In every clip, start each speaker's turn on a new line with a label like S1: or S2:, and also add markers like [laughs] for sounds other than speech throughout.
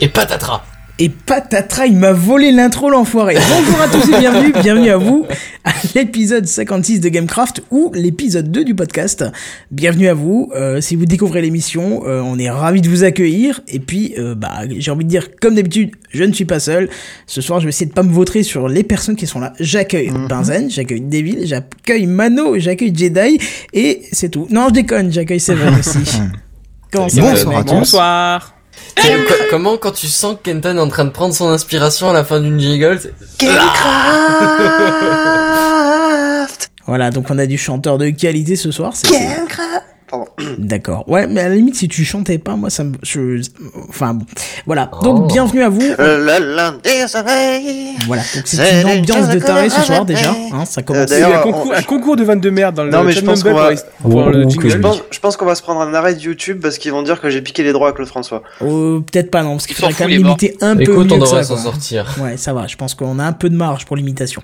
S1: Et patatras.
S2: Et patatras, il m'a volé l'intro l'enfoiré. Bonjour à tous et bienvenue, bienvenue à vous à l'épisode 56 de Gamecraft ou l'épisode 2 du podcast. Bienvenue à vous. Euh, si vous découvrez l'émission, euh, on est ravi de vous accueillir. Et puis, euh, bah, j'ai envie de dire, comme d'habitude, je ne suis pas seul. Ce soir, je vais essayer de pas me vautrer sur les personnes qui sont là. J'accueille
S3: Mhm.
S2: Benzen, j'accueille Devil, j'accueille Mano, j'accueille Jedi et c'est tout. Non, je déconne, j'accueille
S3: [laughs]
S2: Seven aussi. Comment ça va,
S3: Bonsoir
S2: les
S3: à
S2: mecs
S3: tous.
S4: Bonsoir.
S2: Eh
S1: T'aimes co- comment quand tu sens que Kenton est en train de prendre son inspiration à la fin d'une jingle c'est-
S2: Voilà, donc on a du chanteur de qualité ce soir. c'est- c'est-
S3: Pardon.
S2: [clears throat] D'accord. Ouais, mais à la limite, si tu chantais pas, moi, ça me... je- Enfin, bon. Voilà.
S1: Oh.
S2: Donc, bienvenue à vous.
S3: Le lundi soleil.
S2: Voilà. Donc, c'est
S3: C'est
S2: une
S3: les
S2: ambiance de
S3: choses
S2: taré ce
S3: qu'on
S2: soir,
S3: a
S2: déjà.
S3: fait.
S2: Hein, ça commence.
S4: Il y a eu un
S3: D'ailleurs,
S4: concours,
S3: on-
S4: un concours de 22 merdes dans le
S3: Non, mais je
S4: chat
S3: pense
S4: Mumble
S3: qu'on va-
S4: pour, pour
S1: Oh,
S4: le jingle.
S3: Je pense, je pense qu'on va se prendre un arrêt de YouTube parce qu'ils vont dire que j'ai piqué les droits à Claude François.
S2: Euh, Peut-être pas, non, parce qu'il
S5: Ils s'en
S2: faudrait quand même
S5: foutent, les
S2: limiter un peu
S1: Écoute,
S2: mieux
S1: on
S2: que
S1: devrait
S2: ça.
S1: s'en
S2: quoi.
S1: sortir.
S2: Ouais, ça va. Je pense qu'on a un peu de marge pour l'imitation.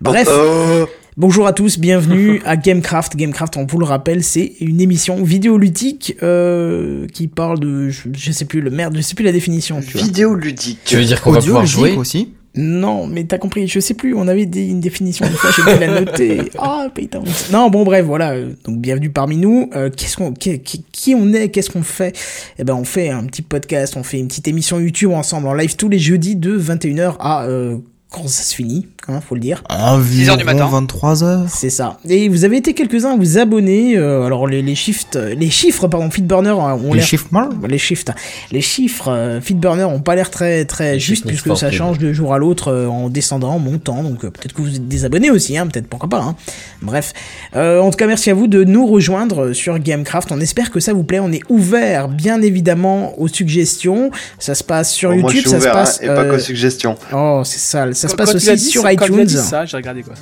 S2: Bref.
S3: Oh.
S2: Bonjour à tous, bienvenue à Gamecraft. Gamecraft, on vous le rappelle, c'est une émission vidéoludique euh, qui parle de, je, je sais plus, le merde, je sais plus la définition. Tu vois.
S3: Vidéo ludique.
S1: Tu veux dire qu'on va
S6: Audio,
S1: pouvoir
S6: musique
S1: jouer
S6: aussi.
S2: Non, mais t'as compris, je sais plus, on avait des- une définition une fois, j'ai dû la noter. Ah, putain. Non, bon, bref, voilà, euh, donc bienvenue parmi nous. Euh, qu'est-ce qu'on, qui, qui- qui on est, qu'est-ce qu'on fait Eh ben, on fait un petit podcast, on fait une petite émission YouTube ensemble en live tous les jeudis de 21h à, euh, quand ça se finit, hein, faut le dire.
S6: Environ
S5: du matin.
S6: 23h.
S2: C'est ça. Et vous avez été quelques-uns à vous abonner. euh, alors les, les shifts, les chiffres, pardon, Feedburner hein, ont
S6: Les
S2: l'air.
S6: chiffres mal
S2: Les shifts, les chiffres euh, Feedburner ont pas l'air très très
S1: Les
S2: justes
S1: chiffres
S2: puisque ça
S1: sportifs.
S2: change de jour à l'autre euh, en descendant, en montant. Donc euh, peut-être que vous êtes désabonnés aussi, hein, peut-être pourquoi pas. hein. Bref, Euh, en tout cas merci à vous de nous rejoindre euh, sur Gamecraft. On espère que ça vous plaît. On est ouvert bien évidemment aux suggestions. Ça se passe sur
S3: Bon, Oh, moi, je
S2: YouTube,
S3: suis
S2: ça se
S3: ouvert,
S2: passe.
S3: hein, et pas
S2: euh,
S3: qu'aux suggestions.
S2: oh c'est sale. Ça se
S4: Quand-
S2: passe
S4: quand il a
S2: aussi
S4: dit
S2: sur
S4: ça- quand il a
S2: iTunes.
S4: dit ça, j'ai regardé quoi.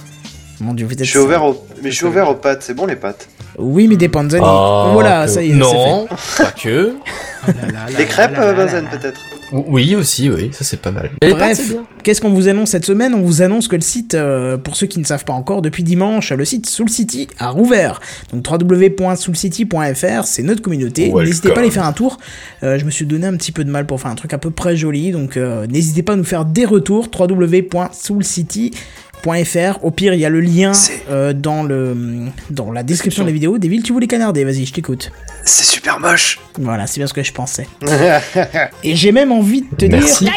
S2: Mon dieu, vous êtes
S3: Je suis ouvert aux, mais je suis ouvert aux pâtes. C'est bon les pâtes.
S2: Oui, mais des panzani.
S1: Ah,
S2: voilà,
S1: que-
S2: ça y est,
S1: Non, pas que.
S3: Des crêpes, euh, Benzen, peut-être.
S1: Oui, aussi, oui, ça c'est pas mal.
S2: c'est fait. Bref, qu'est-ce qu'on vous annonce cette semaine On vous annonce que le site, euh, pour ceux qui ne savent pas encore, depuis dimanche, le site Soul City a rouvert. Donc www.soulcity.fr, c'est notre communauté.
S1: Welcome.
S2: N'hésitez pas à aller faire un tour. Euh, je me suis donné un petit peu de mal pour faire un truc à peu près joli, donc euh, n'hésitez pas à nous faire des retours. www.soulcity.fr. Au pire, il y a le lien
S3: C'est-
S2: euh, dans, le, dans la description de la vidéo. Des villes, tu voulais canarder, vas-y, je t'écoute.
S3: C'est super moche.
S2: Voilà, c'est bien ce que je
S3: [laughs]
S2: pensais. Et j'ai même envie de te
S1: Merci.
S2: dire.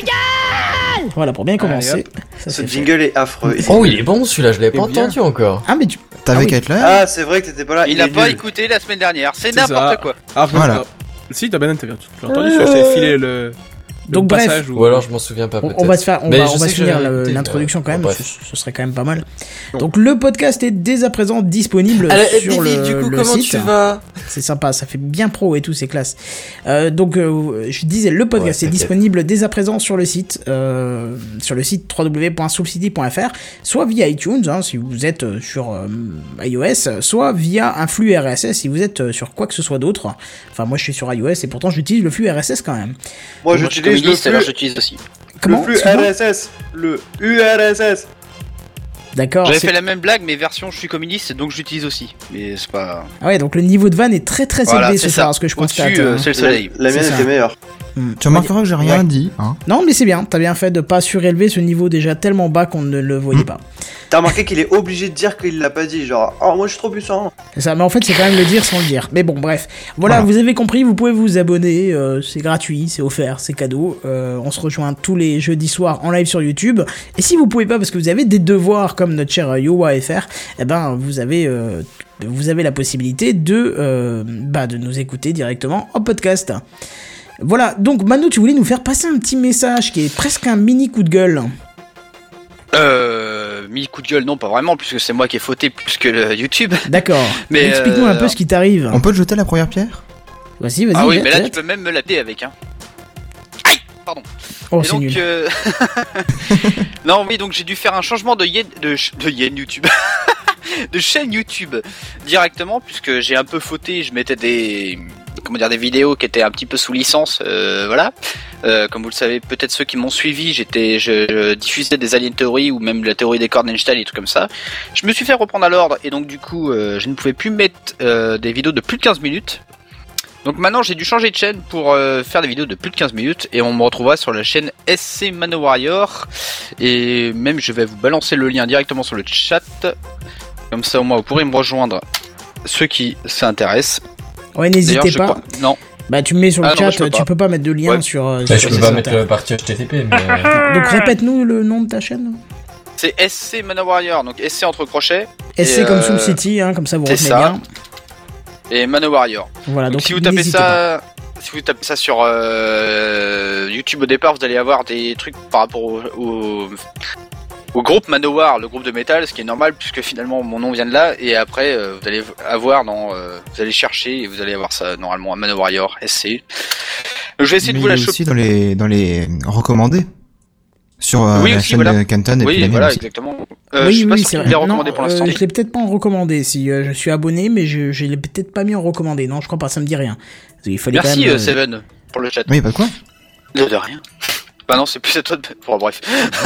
S2: Voilà, pour bien commencer. Ça,
S3: Ce
S2: c'est fait.
S3: jingle est affreux.
S1: Oh, il est bon celui-là, je l'avais pas
S4: Eh bien.
S1: entendu encore.
S2: Ah, mais tu.
S6: T'avais
S2: Ah oui.
S6: qu'à être là.
S3: Ah, c'est vrai que t'étais pas là.
S5: Il a
S3: est
S5: pas
S3: nul.
S5: écouté la semaine dernière, c'est
S4: C'est ça.
S5: n'importe quoi.
S4: Ah, bon,
S6: Voilà.
S4: non. Si, ta banane, t'as bien t'as entendu, je t'avais filé le, le
S2: Donc, bref.
S4: passage où-
S1: Ou alors je m'en souviens pas
S2: On,
S1: peut-être.
S2: on va se faire, on
S1: Mais
S2: va,
S1: je
S2: on va
S1: sais
S2: se
S1: que j'avais
S2: finir le-
S1: noté,
S2: l'introduction
S1: euh,
S2: quand même.
S1: bref.
S2: Ce, ce serait quand même pas mal. Donc le podcast est dès à présent disponible
S1: Allez,
S2: sur
S1: euh, David,
S2: le,
S1: du coup,
S2: le
S1: comment
S2: site.
S1: tu vas
S2: C'est sympa, ça fait bien pro et tout, c'est classe. Euh, donc, euh, je disais, le podcast
S1: Ouais,
S2: est
S1: t'inquiète.
S2: disponible dès à présent sur le site, euh, sur le site www.soulcity.fr, soit via iTunes, hein, si vous êtes euh, sur euh, iOS, euh, soit via un flux RSS, si vous êtes euh, sur quoi que ce soit d'autre. Enfin, moi, je suis sur iOS et pourtant, j'utilise le flux RSS quand même.
S3: Moi,
S5: Moi, je suis
S3: j'utilise le
S5: communiste, alors
S3: flux,
S5: j'utilise aussi.
S3: le
S2: Comment
S3: flux
S2: excuse-moi
S3: RSS, le URSS.
S2: D'accord.
S5: J'avais
S2: c'est-
S5: fait la même blague, mais version je suis communiste, donc j'utilise aussi. Mais c'est pas.
S2: Ah ouais, donc le niveau de vanne est très très
S5: Voilà,
S2: élevé
S5: c'est
S2: ce
S5: ça.
S2: soir, ce que je
S5: Au-dessus,
S2: constate.
S5: euh,
S2: hein.
S5: c'est le
S3: La,
S5: soleil.
S3: la
S2: C'est
S3: mienne
S2: ça.
S3: était meilleure.
S2: Hmm.
S6: Tu remarqueras que j'ai rien dit. Hein.
S2: Non, mais c'est bien, t'as bien fait de pas surélever ce niveau déjà tellement bas qu'on ne le voyait pas.
S3: T'as remarqué qu'il est obligé de dire qu'il l'a pas dit, genre, oh moi je suis trop puissant.
S2: C'est Ça, mais en fait, c'est quand même le dire sans le dire. Mais bon, bref. Voilà, vous avez compris, vous pouvez vous abonner. euh, c'est gratuit, c'est offert, c'est cadeau. Euh, on se rejoint tous les jeudis soirs en live sur YouTube. Et si vous pouvez pas, parce que vous avez des devoirs comme notre cher euh, Yowa FR, eh ben, vous avez, euh, vous avez la possibilité de, euh, bah, de nous écouter directement en podcast. Voilà, donc Mano, tu voulais nous faire passer un petit message qui est presque un mini coup de gueule.
S5: Euh. Mi coup de gueule, non, pas vraiment, puisque c'est moi qui ai fauté plus que le YouTube.
S2: D'accord.
S5: Mais,
S2: Explique-nous un
S5: euh,
S2: peu ce qui t'arrive.
S6: On peut te jeter la première pierre
S2: Vas-y, vas-y.
S5: Ah oui,
S2: jette,
S5: mais là tu
S2: jette.
S5: peux même me l'appeler avec, hein.
S2: Oh,
S5: Et
S2: c'est
S5: donc,
S2: nul.
S5: euh, [laughs] non, oui, donc j'ai dû faire un changement de yen, de, ch- de yen YouTube. [laughs] de chaîne YouTube directement, puisque j'ai un peu fauté, je mettais des. Comment dire, des vidéos qui étaient un petit peu sous licence, euh, voilà. Euh, comme vous le savez, peut-être ceux qui m'ont suivi, j'étais, je, je diffusais des Alien Theory ou même la théorie des cordes d'Einstein et tout comme ça. Je me suis fait reprendre à l'ordre et donc du coup, euh, je ne pouvais plus mettre euh, des vidéos de plus de 15 minutes. Donc maintenant, j'ai dû changer de chaîne pour euh, faire des vidéos de plus de 15 minutes et on me retrouvera sur la chaîne SC Mano Warrior. Et même, je vais vous balancer le lien directement sur le chat. Comme ça, au moins, vous pourrez me rejoindre ceux qui s'intéressent.
S2: Ouais,
S5: D'ailleurs,
S2: n'hésitez
S5: je
S2: pas.
S5: crois- Non,
S2: Bah, tu me mets sur le
S5: Ah non,
S2: chat,
S5: moi, je peux
S2: tu
S5: pas.
S2: peux pas mettre de lien
S5: Ouais.
S2: sur. euh,
S1: Là,
S2: sur
S1: je
S2: les
S1: peux pas
S2: sites
S1: mettre
S2: internet.
S1: la partie HTTP, mais. euh,
S2: Donc répète-nous le nom de ta chaîne.
S5: c'est SC Mano Warrior, donc SC entre crochets Et,
S2: SC comme
S5: euh,
S2: Soul City, hein, comme ça vous
S5: c'est
S2: retenez
S5: ça.
S2: bien.
S5: et Mano Warrior.
S2: Voilà, donc,
S5: Donc, si vous tapez
S2: n'hésitez pas.
S5: ça, si vous tapez ça sur euh, YouTube au départ, vous allez avoir des trucs par rapport au, au, au groupe Manowar, le groupe de métal, ce qui est normal puisque finalement mon nom vient de là. Et après, euh, vous allez avoir dans, euh, vous allez chercher et vous allez avoir ça normalement à Manowarior SC. Je vais essayer de
S6: Mais
S5: vous
S6: il
S5: la
S6: est
S5: choper.
S6: aussi dans les, dans les recommandés. Sur euh,
S5: Oui,
S6: la
S5: aussi,
S6: chaîne
S5: voilà.
S6: de Canton et puis
S5: Oui,
S6: la mienne
S5: voilà,
S6: aussi.
S5: exactement. Euh,
S2: oui,
S5: je sais pas
S2: oui,
S5: si
S2: c'est
S5: tu
S2: vrai.
S5: l'as recommandé
S2: Non,
S5: pour l'instant.
S2: euh, je l'ai peut-être pas en recommandé. Si euh, je suis abonné, mais je, je l'ai peut-être pas mis en recommandé. Non, je crois pas, ça me dit rien. Il fallait quand
S5: Merci
S2: même,
S5: euh,
S2: euh,
S5: Seven pour le chat.
S6: Oui, pas de quoi
S5: De de rien. Bah non, c'est plus à toi de. Bon, bref.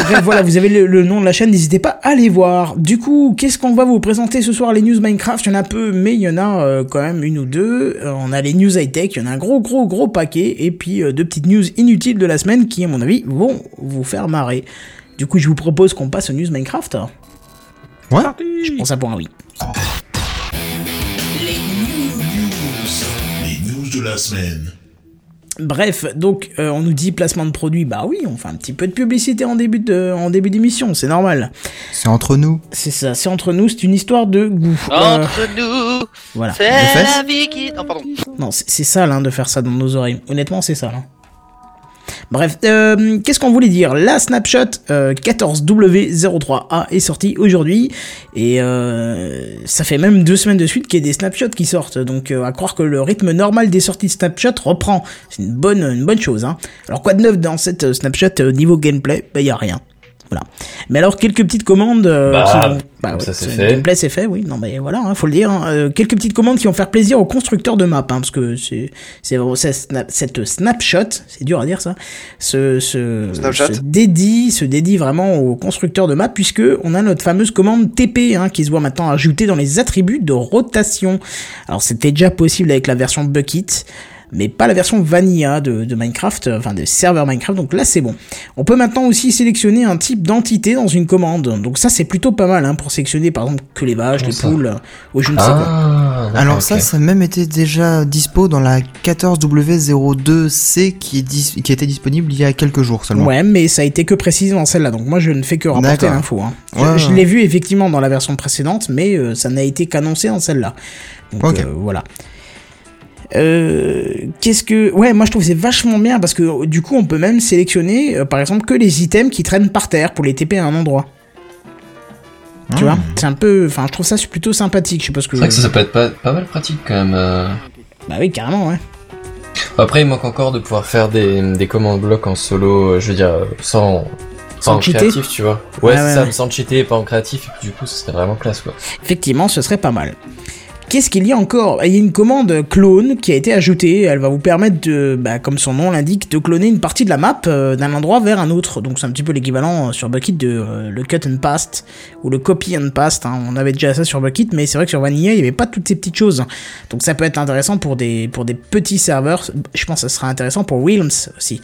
S2: Bref, voilà, vous avez le, le nom de la chaîne, n'hésitez pas à aller voir. Du coup, qu'est-ce qu'on va vous présenter ce soir Les news Minecraft, il y en a peu, mais il y en a euh, quand même une ou deux. Euh, on a les news high-tech, il y en a un gros, gros, gros paquet, et puis euh, deux petites news inutiles de la semaine qui, à mon avis, vont vous faire marrer. Du coup, je vous propose qu'on passe aux news Minecraft.
S6: Ouais.
S2: Je pense à point oui.
S7: Les news de la semaine.
S2: Bref, donc euh, on nous dit placement de produit, bah oui, on fait un petit peu de publicité en début de, en début d'émission, c'est normal.
S6: C'est entre nous.
S2: C'est ça, c'est entre nous, c'est une histoire de goût. Euh,
S5: Entre nous,
S2: voilà.
S5: c'est
S6: fesses
S5: la vie qui. Non, pardon.
S2: Non, c'est c'est sale hein, de faire ça dans nos oreilles. Honnêtement, c'est sale. hein. Bref, euh, qu'est-ce qu'on voulait dire La Snapshot euh, 14W03A est sortie aujourd'hui et euh, ça fait même deux semaines de suite qu'il y a des snapshots qui sortent. Donc euh, à croire que le rythme normal des sorties de snapshot reprend. C'est une bonne, une bonne chose. Hein. Alors quoi de neuf dans cette euh, snapshot euh, niveau gameplay Bah y a rien. Voilà. Mais alors quelques petites commandes euh,
S1: Bah,
S2: qui vont- bah
S1: ça, c'est
S2: le
S1: fait.
S2: gameplay c'est fait, oui. Non mais voilà, hein, faut le dire. hein. Euh, quelques petites commandes qui vont faire plaisir aux constructeurs de maps, hein, parce que c'est c'est vraiment- c'est snap- cette snapshot, c'est dur à dire ça. Ce, ce,
S3: Snapchat.
S2: se dédie, se dédie vraiment aux constructeurs de maps puisque on a notre fameuse commande TP hein, qui se voit maintenant ajoutée dans les attributs de rotation. Alors c'était déjà possible avec la version Bucket, mais pas la version Vanilla de, de Minecraft, euh, enfin des serveurs Minecraft. Donc là c'est bon. On peut maintenant aussi sélectionner un type d'entité dans une commande. Donc ça c'est plutôt pas mal hein, pour sélectionner par exemple que les vaches,
S1: Comment
S2: les
S1: ça
S2: poules euh, ou je ne sais quoi.
S1: Ah, d'accord,
S6: Alors
S1: ok.
S6: ça, ça a même été déjà dispo dans la 14W02C qui, est dis- qui était disponible il y a quelques jours seulement.
S2: Ouais, mais ça a été que précisé dans celle-là, donc moi je ne fais que rapporter
S6: D'accord.
S2: l'info. hein. Je,
S6: Ouais,
S2: je
S6: ouais.
S2: l'ai vu effectivement dans la version précédente, mais euh, ça n'a été qu'annoncé dans celle-là. Donc
S6: Ok.
S2: euh, voilà. Euh, Qu'est-ce que ouais moi je trouve que c'est vachement bien parce que euh, du coup on peut même sélectionner euh, par exemple que les items qui traînent par terre pour les TP à un endroit tu
S6: Ah.
S2: vois c'est un peu enfin je trouve ça plutôt sympathique je sais pas ce que
S1: C'est vrai que ça, ça peut être pas, pas mal pratique quand même. euh.
S2: bah oui carrément ouais
S1: Après, il manque encore de pouvoir faire des, des commandes blocs en solo, euh, je veux dire, euh, sans.
S2: Sans
S1: pas en
S2: cheater
S1: créatif, tu vois. Ouais,
S2: Ouais,
S1: c'est
S2: ouais,
S1: ça,
S2: ouais.
S1: mais sans cheater et pas en créatif, du coup, ce serait vraiment classe, quoi.
S2: Effectivement, ce serait pas mal. Qu'est-ce qu'il y a encore Il y a une commande clone qui a été ajoutée. Elle va vous permettre de, bah, comme son nom l'indique, de cloner une partie de la map euh, d'un endroit vers un autre. Donc c'est un petit peu l'équivalent euh, sur Bucket de euh, le cut and paste ou le copy and paste. hein. On avait déjà ça sur Bucket, mais c'est vrai que sur Vanilla il n'y avait pas toutes ces petites choses. Donc ça peut être intéressant pour des pour des petits serveurs. Je pense que ça sera intéressant pour Realms aussi.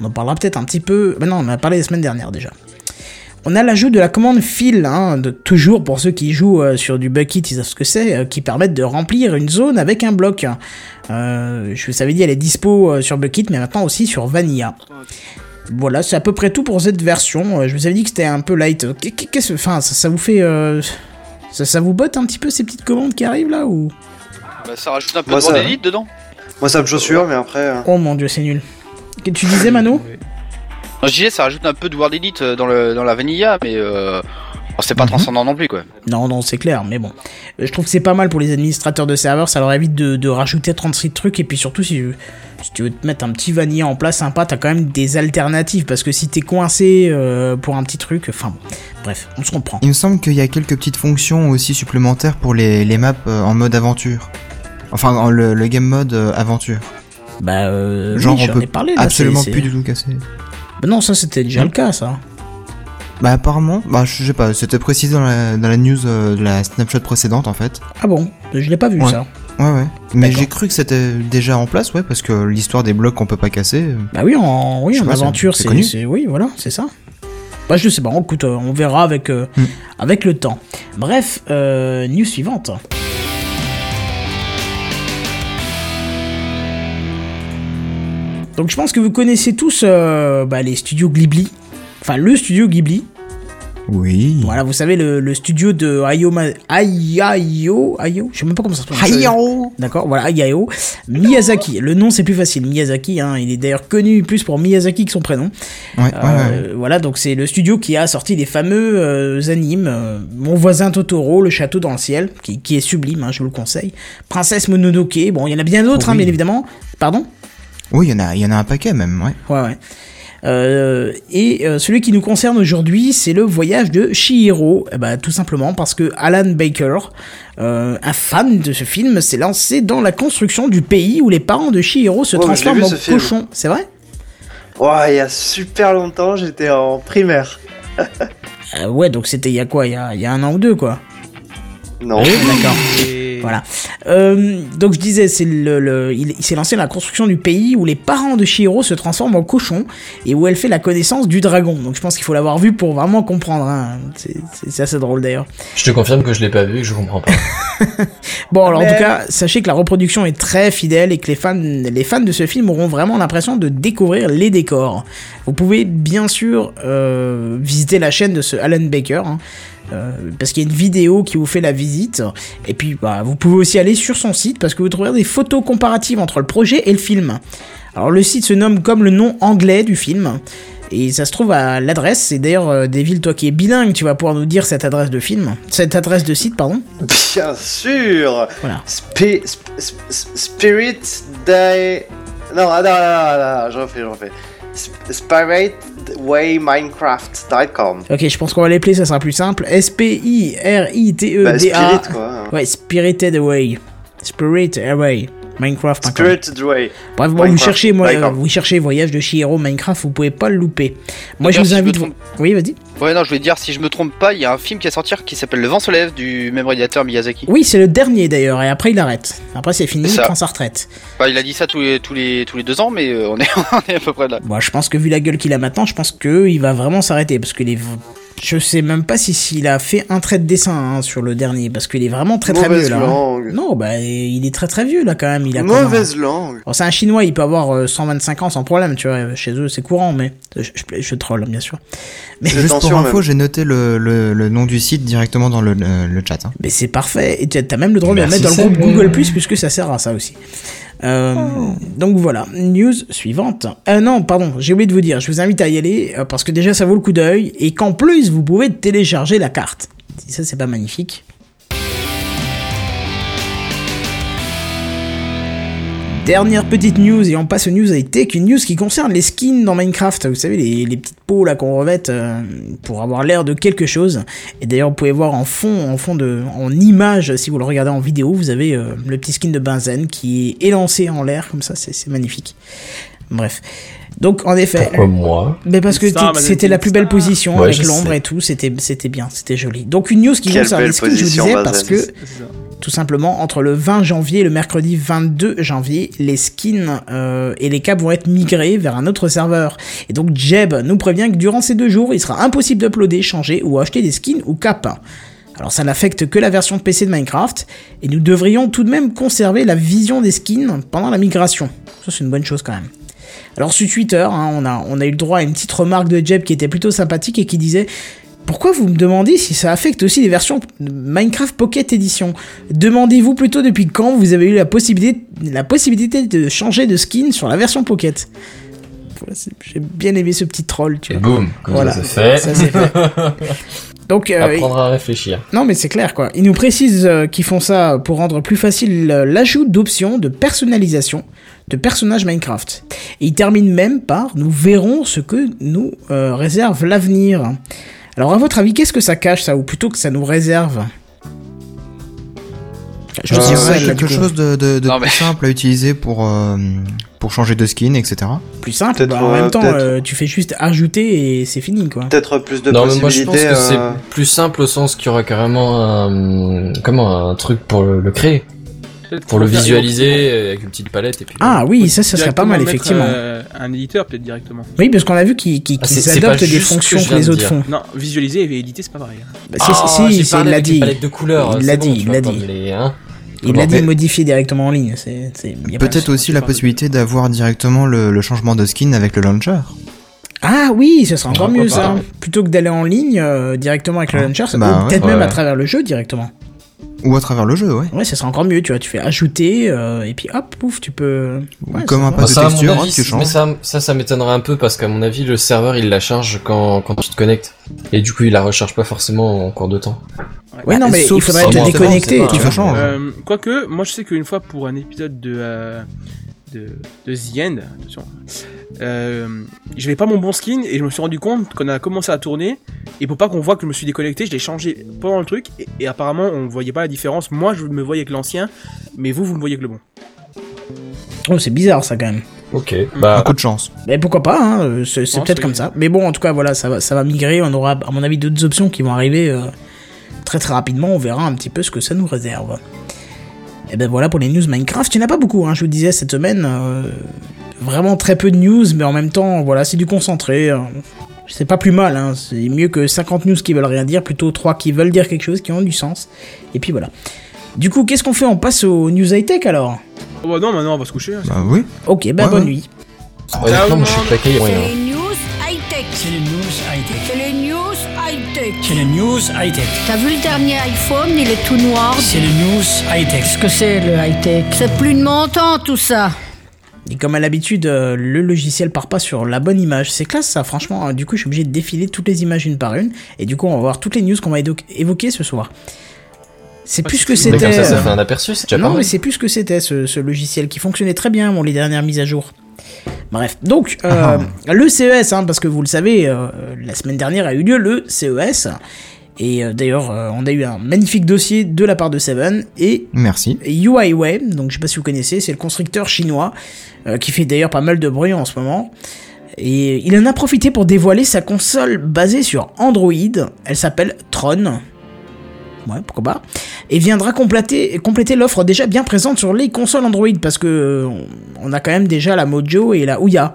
S2: On en parlera peut-être un petit peu. Mais non, on en a parlé la semaine dernière déjà. On a l'ajout de la commande fill, hein, de- toujours pour ceux qui jouent euh, sur du bucket, ils savent ce que c'est, euh, qui permettent de remplir une zone avec un bloc. Euh, je vous avais dit, elle est dispo euh, sur Bucket, mais maintenant aussi sur Vanilla. Voilà, c'est à peu près tout pour cette version. Euh, je vous avais dit que c'était un peu light. Qu'est- qu'est- Qu'est-ce que. Enfin, ça, ça vous fait. euh, ça, ça vous botte un petit peu ces petites commandes qui arrivent là ou
S5: Bah, ça rajoute un peu
S3: Moi,
S5: de
S3: ça
S5: bande
S3: va.
S5: d'élite dedans.
S3: Moi, ça me chaussure, mais après. euh,
S2: Oh mon dieu, c'est nul. Que tu disais, Mano
S5: Non, je disais, ça rajoute un peu de World Elite euh, dans, le, dans la vanilla, mais euh, bon, c'est pas
S6: Mhm.
S5: transcendant non plus, quoi.
S2: Non, non, c'est clair, mais bon. Euh, Je trouve que c'est pas mal pour les administrateurs de serveurs, ça leur évite de, de rajouter 36 trucs, et puis surtout, si, si tu veux te mettre un petit vanilla en place sympa, t'as quand même des alternatives, parce que si t'es coincé euh, pour un petit truc, enfin bon, bref, on se comprend.
S6: Il me semble qu'il y a quelques petites fonctions aussi supplémentaires pour les, les maps euh, en mode aventure. Enfin, en le, le game mode euh, aventure.
S2: Bah, euh,
S6: Genre,
S2: oui,
S6: on
S2: j'en
S6: peut
S2: ai parlé, là,
S6: Absolument
S2: c'est- c'est-
S6: plus du Hmm. tout cassé.
S2: Bah non, ça c'était déjà le cas, ça.
S6: Bah apparemment, bah je sais pas, c'était précisé dans la, dans la news euh, de la snapshot précédente en fait.
S2: Ah bon, je l'ai pas vu,
S6: Ouais.
S2: ça.
S6: Ouais, ouais. Mais
S2: D'accord.
S6: j'ai cru que c'était déjà en place, ouais, parce que l'histoire des blocs qu'on peut pas casser. euh,
S2: Bah oui, en, oui,
S6: Je sais
S2: en
S6: pas, c'est-
S2: aventure,
S6: c'est
S2: c'est,
S6: connu.
S2: c'est- Oui, voilà, c'est ça. Bah je sais pas, écoute, euh, on verra avec, euh,
S6: Hmm.
S2: avec le temps. Bref, euh, news suivante. Donc je pense que vous connaissez tous euh, bah, les studios Ghibli. Enfin, le studio Ghibli.
S6: Oui.
S2: Voilà, vous savez, le, le studio de Hayao... Ma- Hayao... Hayao Je sais même pas comment ça se prononce. D'accord, voilà, Hayao Miyazaki. Le nom, c'est plus facile. Miyazaki, hein, il est d'ailleurs connu plus pour Miyazaki que son prénom.
S6: Ouais, Ah ouais, ouais.
S2: Euh, Voilà, donc c'est le studio qui a sorti les fameux euh, animes euh, Mon voisin Totoro, Le château dans le ciel, qui, qui est sublime, hein, je vous le conseille. Princesse Mononoke, bon, il y en a bien d'autres, hein,
S6: Oui.
S2: bien évidemment. Pardon
S6: Oui, il y en a, il y en a un paquet même, ouais.
S2: Ouais, ouais. Euh, et euh, celui qui nous concerne aujourd'hui, c'est le voyage de Shihiro. Eh ben, tout simplement parce que Alan Baker, euh, un fan de ce film, s'est lancé dans la construction du pays où les parents de Shihiro se
S3: Oh, mais je l'ai
S2: transforment
S3: vu,
S2: en
S3: ce film.
S2: cochons. C'est vrai
S3: Ouah, il y a super longtemps, j'étais en primaire.
S2: Euh, Ouais, donc c'était il y a quoi il y a, il y a un an ou deux, quoi.
S3: Non.
S2: D'accord.
S4: Et-
S2: Voilà. Euh, donc je disais, c'est le, le- il, il s'est lancé dans la construction du pays où les parents de Shihiro se transforment en cochon et où elle fait la connaissance du dragon. Donc je pense qu'il faut l'avoir vu pour vraiment comprendre. hein. C'est- C'est c'est assez drôle d'ailleurs.
S1: Je te confirme que je l'ai pas vu et que je comprends
S2: [laughs]
S1: pas.
S2: Bon, alors en
S3: Mais-
S2: tout cas, sachez que la reproduction est très fidèle et que les fans, les fans de ce film auront vraiment l'impression de découvrir les décors. Vous pouvez bien sûr euh, visiter la chaîne de ce Alan Baker. hein, euh, parce qu'il y a une vidéo qui vous fait la visite. Et puis, bah, vous pouvez aussi aller sur son site parce que vous trouverez des photos comparatives entre le projet et le film. Alors, le site se nomme comme le nom anglais du film. Et ça se trouve à l'adresse. C'est d'ailleurs, euh, Devil, toi qui es bilingue, tu vas pouvoir nous dire cette adresse de film. Cette adresse de site, pardon.
S3: Bien sûr
S2: Voilà.
S3: Spi- sp- sp- sp- Spirit Day... Non, non, non, non, non, non, je refais, je refais. Sp- SpiritWayMinecraft.com
S2: Ok, je pense qu'on va l'appeler, ça sera plus simple.
S3: Bah,
S2: S-P-I-R-I-T-E-D-A.
S3: Spirit, quoi. hein.
S2: E ouais, Spirited Away. Spirit Away. Minecraft. Minecraft.
S3: Spirited Way.
S2: Bref, bon, vous
S3: Minecraft,
S2: cherchez, moi,
S3: d'accord.
S2: euh, vous cherchez Voyage de Shihiro Minecraft, vous pouvez pas le louper. Moi, je
S5: D'ailleurs,
S2: vous
S5: si je me
S2: invite.
S5: trompe-
S2: Oui, vas-y.
S5: Ouais, non, je voulais dire, si je me trompe pas, il y a un film qui est sorti qui s'appelle Le vent se lève du même réalisateur Miyazaki.
S2: Oui, c'est le dernier d'ailleurs, et après il arrête. Après, c'est fini,
S5: C'est
S2: il
S5: ça.
S2: prend sa retraite.
S5: Bah, il a dit ça tous les, tous les, tous les deux ans, mais euh, on, est, [laughs] on est à peu près là.
S2: Bon, je pense que vu la gueule qu'il a maintenant, je pense que il va vraiment s'arrêter parce qu'il est. v- Je sais même pas si s'il a fait un trait de dessin hein, sur le dernier parce qu'il est vraiment très très vieux
S3: Mauvaise
S2: là. hein.
S3: langue.
S2: Non, bah il est très très vieux là quand même. Il a quand même-
S3: Mauvaise langue.
S2: Bon, c'est un chinois, il peut avoir euh, 125 ans sans problème, tu vois. Chez eux, c'est courant, mais je, je- je troll, bien sûr.
S3: C'est
S6: Juste pour
S3: tension,
S6: info,
S3: même.
S6: j'ai noté le, le- le nom du site directement dans le, le- le chat. hein.
S2: Mais c'est parfait. Et t'as t'as même le droit
S1: Merci,
S2: de le mettre dans le
S1: Sam.
S2: groupe Google Plus, puisque ça sert à ça aussi. Euh, Donc voilà, news suivante. Ah non, pardon, j'ai oublié de vous dire, je vous invite à y aller, euh, parce que déjà ça vaut le coup d'œil, et qu'en plus vous pouvez télécharger la carte. Si ça c'est pas magnifique. Dernière petite news, et on passe aux news high tech, une news qui concerne les skins dans Minecraft. Vous savez, les, les petites peaux là qu'on revête euh, pour avoir l'air de quelque chose. Et d'ailleurs, vous pouvez voir en fond, en fond de, en image, si vous le regardez en vidéo, vous avez euh, le petit skin de Benzen qui est élancé en l'air, comme ça, c'est c'est magnifique. Bref. Donc, en effet. euh,
S1: Pourquoi moi
S2: Mais parce que
S4: Une star,
S2: t'es-
S4: madame,
S2: c'était
S4: une
S2: la plus belle
S4: star.
S2: position
S1: Ouais,
S2: avec
S1: je
S2: l'ombre
S1: sais.
S2: et tout, c'était c'était bien, c'était joli. Donc une news qui
S3: Quelle
S2: concerne
S3: belle
S2: les skins, je vous
S3: position,
S2: disais,
S3: Bazin.
S2: parce que
S4: C'est ça.
S2: tout simplement entre le 20 janvier et le mercredi 22 janvier, les skins euh, et les caps vont être migrés vers un autre serveur. Et donc Jeb nous prévient que durant ces deux jours, il sera impossible d'uploader, changer ou acheter des skins ou caps. Alors ça n'affecte que la version PC de Minecraft, et nous devrions tout de même conserver la vision des skins pendant la migration. Ça c'est une bonne chose quand même. Alors sur Twitter, hein, on, a, on a eu le droit à une petite remarque de Jeb qui était plutôt sympathique et qui disait Pourquoi vous me demandez si ça affecte aussi les versions Minecraft Pocket Edition Demandez-vous plutôt depuis quand vous avez eu la possibilité, la possibilité de changer de skin sur la version Pocket. Voilà, c'est- J'ai bien aimé ce petit troll, tu
S1: Et
S2: vois.
S1: boum, comme
S2: Voilà.
S1: ça c'est fait.
S2: Ça, c'est
S1: [laughs]
S2: fait. Donc, euh,
S1: Apprendre à réfléchir.
S2: non, mais c'est clair, quoi. Ils nous précisent euh, qu'ils font ça pour rendre plus facile euh, l'ajout d'options de personnalisation de personnages Minecraft. Et ils terminent même par Nous verrons ce que nous euh, réserve l'avenir. Alors, à votre avis, qu'est-ce que ça cache, ça Ou plutôt que ça nous réserve Je
S6: Euh,
S2: sais
S6: ouais,
S2: pas, là, du
S6: quelque
S2: coup.
S6: chose de, de- de
S5: Non,
S6: plus
S5: mais-
S6: simple à utiliser pour, euh, pour changer de skin, etc.
S2: plus simple.
S3: Peut-être,
S2: bah, en
S3: euh,
S2: même temps,
S3: peut-être.
S2: euh, tu fais juste ajouter et c'est fini, quoi.
S3: Peut-être plus de
S1: non, mais moi je pense
S3: possibilités.
S1: que c'est
S3: euh,
S1: plus simple au sens qu'il y aura carrément un, comment, un truc pour le, le créer.
S4: Peut-être
S1: Pour le
S4: faire-
S1: visualiser euh, avec une petite palette et puis.
S2: Ah oui, ça, ça serait pas mal,
S4: directement
S2: effectivement.
S4: mettre, euh, un éditeur peut-être directement.
S2: Oui, parce qu'on a vu qu'ils qu'ils-
S1: Ah, c'est-
S2: qu'ils
S1: c'est pas
S2: adoptent des
S1: juste ce que
S2: fonctions
S1: je
S2: que,
S1: viens
S2: les
S1: de
S2: autres
S1: dire.
S2: font.
S4: Non, visualiser et éditer c'est pas pareil. hein.
S2: Bah, si, si,
S1: Ah,
S2: si,
S1: j'ai
S2: c'est-
S1: parlé
S2: il l'a
S1: avec une
S2: dit.
S1: palette de couleurs.
S2: Il
S1: c'est
S2: l'a
S1: bon,
S2: dit,
S1: tu
S2: il
S1: vas
S2: l'a
S1: pas
S2: dit.
S1: me les- hein.
S2: Il l'a
S6: Mais-
S2: dit modifié directement en ligne. c'est- c'est- y a pas de-
S6: Peut-être aussi
S4: tu
S6: la
S4: parles de-
S6: possibilité d'avoir directement le, le changement de skin avec le launcher.
S2: Ah oui, ce sera encore
S4: Pourquoi
S2: mieux
S4: pas,
S2: ça.
S4: ouais.
S2: Plutôt que d'aller en ligne euh, directement avec le launcher, ça
S6: Bah
S2: peut
S6: ouais,
S2: peut-être même
S1: ouais.
S2: à travers le jeu directement.
S6: Ou à travers le jeu, ouais.
S2: Ouais, ça sera encore mieux, tu vois. Tu fais ajouter euh, et puis hop, pouf, tu peux.
S6: Ou
S2: Ouais,
S6: Comme
S2: c'est
S6: un
S2: bon.
S6: pass
S1: Bah,
S6: de
S1: ça, à mon
S6: texture,
S1: avis,
S6: hein, tu
S1: c'est- mais
S6: changes.
S1: ça, ça, ça m'étonnerait un peu parce qu'à mon avis, le serveur il la charge quand, quand tu te connectes. Et du coup, il la recharge pas forcément en cours de temps.
S2: Ouais, non,
S6: Bah,
S2: mais il
S6: sauf
S2: faudrait
S6: si
S2: te
S6: justement,
S2: déconnecter.
S1: c'est pas-
S2: tu vois.
S6: Ça change.
S4: Euh, Quoique, moi je sais qu'une fois pour un épisode de, euh, de, de The End, attention, euh, j'avais pas mon bon skin et je me suis rendu compte qu'on a commencé à tourner et pour pas qu'on voit que je me suis déconnecté, je l'ai changé pendant le truc et, et apparemment on voyait pas la différence. Moi je me voyais avec l'ancien, mais vous vous me voyez avec le bon.
S2: Oh, c'est bizarre ça quand même.
S1: Ok.
S6: Un
S1: Bah,
S6: coup de chance.
S2: Mais pourquoi pas, hein, euh, c'est c'est
S4: pense,
S2: peut-être
S4: oui.
S2: comme ça. Mais bon, en tout cas, voilà, ça va, ça va migrer. On aura, à mon avis, d'autres options qui vont arriver euh, très très rapidement. On verra un petit peu ce que ça nous réserve. Et ben voilà pour les news Minecraft. Il n'y en a pas beaucoup, hein, je vous le disais cette semaine. euh, vraiment très peu de news, mais en même temps, voilà, c'est du concentré. euh, c'est pas plus mal, hein, c'est mieux que 50 news qui veulent rien dire, plutôt 3 qui veulent dire quelque chose, qui ont du sens. Et puis voilà. Du coup, qu'est-ce qu'on fait On passe aux news high-tech alors
S4: Oh bah non, maintenant on va se coucher. hein.
S6: Bah oui.
S2: Ok, ben
S6: Ouais,
S2: bonne
S6: ouais.
S2: nuit.
S1: honnêtement, moi, je suis claqué.
S7: C'est
S1: ouais, hein.
S7: les news high-tech.
S8: C'est les news high-tech.
S7: C'est les news high-tech.
S8: C'est les news high-tech.
S7: T'as vu le dernier iPhone, il est tout noir.
S8: C'est les news high-tech.
S9: Qu'est-ce que c'est le high-tech
S7: C'est plus de mon temps tout ça.
S2: Et comme à l'habitude, euh, le logiciel part pas sur la bonne image. C'est classe ça, franchement. hein. Du coup, je suis obligé de défiler toutes les images une par une. Et du coup, on va voir toutes les news qu'on va édo- évoquer ce soir. C'est plus ce que
S1: Mais
S2: c'était.
S1: Comme ça, ça
S2: euh,
S1: fait un aperçu, c'est déjà pas
S2: non,
S1: mal.
S2: mais c'est plus ce que c'était ce, ce logiciel qui fonctionnait très bien avant les dernières mises à jour. Bref, donc euh,
S1: Ah.
S2: le CES, hein, parce que vous le savez, euh, la semaine dernière a eu lieu le CES. Et euh, d'ailleurs, euh, on a eu un magnifique dossier de la part de Seven et
S6: Merci.
S2: Huawei, donc je sais pas si vous connaissez, c'est le constructeur chinois euh, qui fait d'ailleurs pas mal de bruit en ce moment. Et il en a profité pour dévoiler sa console basée sur Android. Elle s'appelle Tron. Ouais, pourquoi pas. Et viendra compléter, compléter l'offre déjà bien présente sur les consoles Android parce que euh, on a quand même déjà la Mojo et la Ouya.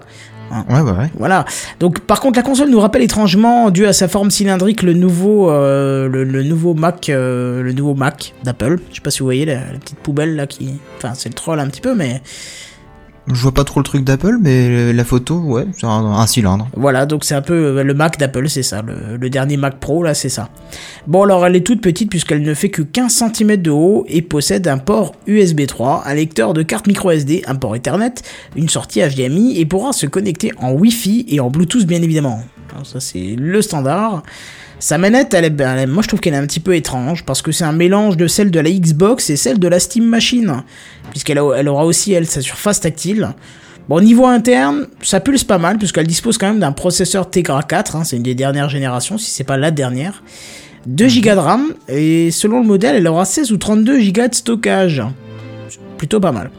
S6: Ouais, bah ouais.
S2: Voilà. Donc, par contre, la console nous rappelle étrangement, dû à sa forme cylindrique, le nouveau, euh, le, le nouveau Mac, euh, le nouveau Mac d'Apple. Je sais pas si vous voyez la, la petite poubelle là qui, enfin, c'est le troll un petit peu, mais
S6: Je vois pas trop le truc d'Apple, mais la photo, ouais, c'est un, un cylindre.
S2: voilà. Donc, c'est un peu euh, le Mac d'Apple, c'est ça. Le, le dernier Mac Pro là, c'est ça. Bon, alors, elle est toute petite puisqu'elle ne fait que 15 cm de haut et possède un port USB 3, un lecteur de carte micro SD, un port Ethernet, une sortie HDMI et pourra se connecter en Wi-Fi et en Bluetooth bien évidemment. Alors ça c'est le standard. Sa manette, elle est, ben, elle est- moi je trouve qu'elle est un petit peu étrange parce que c'est un mélange de celle de la Xbox et celle de la Steam Machine, puisqu'elle a- elle aura aussi elle sa surface tactile. Bon, au niveau interne, ça pulse pas mal puisqu'elle dispose quand même d'un processeur Tegra 4, hein, c'est une des dernières générations, si c'est pas la dernière. 2 Go de RAM et selon le modèle, elle aura 16 ou 32 Go de stockage. C'est plutôt pas mal.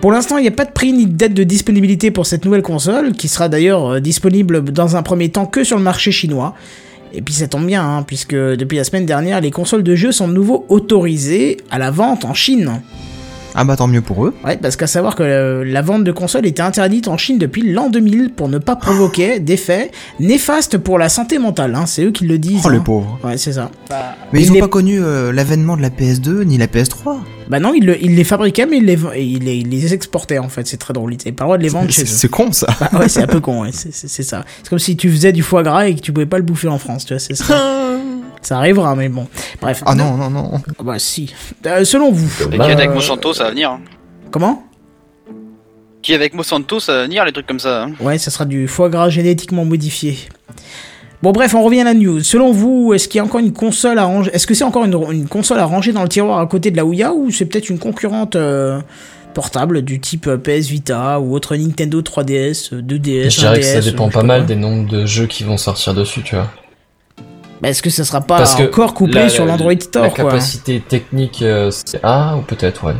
S2: Pour l'instant, il n'y a pas de prix ni de date de disponibilité pour cette nouvelle console, qui sera d'ailleurs euh, disponible dans un premier temps que sur le marché chinois. Et puis ça tombe bien, hein, puisque depuis la semaine dernière, les consoles de jeux sont de nouveau autorisées à la vente en Chine.
S6: Ah bah tant mieux pour eux.
S2: Ouais, parce qu'à savoir que euh, la vente de consoles était interdite en Chine depuis l'an 2000 pour ne pas
S6: Ah.
S2: provoquer d'effets néfastes pour la santé mentale. hein, C'est eux qui le disent.
S6: Oh les
S2: hein.
S6: pauvres.
S2: Ouais, c'est ça.
S6: Mais ils
S2: Il
S6: ont
S2: est-
S6: pas connu euh, l'avènement de la PS2 ni la PS3.
S2: Bah non, ils, le- ils les fabriquaient, mais ils les, v- ils les, ils les exportaient en fait. C'est très drôle. Ils n'avaient pas le droit de les
S6: [laughs]
S2: vendre chez
S6: C'est
S2: eux.
S6: c'est con ça.
S2: Ah ouais, c'est un peu con, ouais, c'est- c'est c'est ça. C'est comme si tu faisais du foie gras et que tu pouvais pas le bouffer en France, tu vois, c'est ça.
S6: [laughs]
S2: ça arrivera, mais bon. Bref.
S6: Ah non, non, non.
S2: Ah Bah si. Euh, selon vous.
S5: Qui
S1: Bah,
S5: avec
S2: euh,
S5: Monsanto, ça va venir. hein.
S2: Comment
S5: Qui avec Monsanto, ça va venir, les trucs comme ça. hein.
S2: Ouais, ça sera du foie gras génétiquement modifié. Bon bref, on revient à la news. Selon vous, est-ce qu'il y a encore une console à ranger Est-ce que c'est encore une, une console à ranger dans le tiroir à côté de la Ouya ou c'est peut-être une concurrente euh, portable du type euh, PS Vita ou autre Nintendo 3DS, euh, 2DS,
S1: Je dirais que ça
S2: 1DS,
S1: dépend
S2: je sais
S1: pas mal
S2: quoi.
S1: des nombres de jeux qui vont sortir dessus, tu vois.
S2: Bah, est-ce que ça sera pas
S1: Parce que
S2: encore couplé
S1: la-
S2: sur
S1: la-
S2: l'Android Store
S1: La
S2: quoi
S1: capacité technique, euh, c'est A ou peut-être, ouais.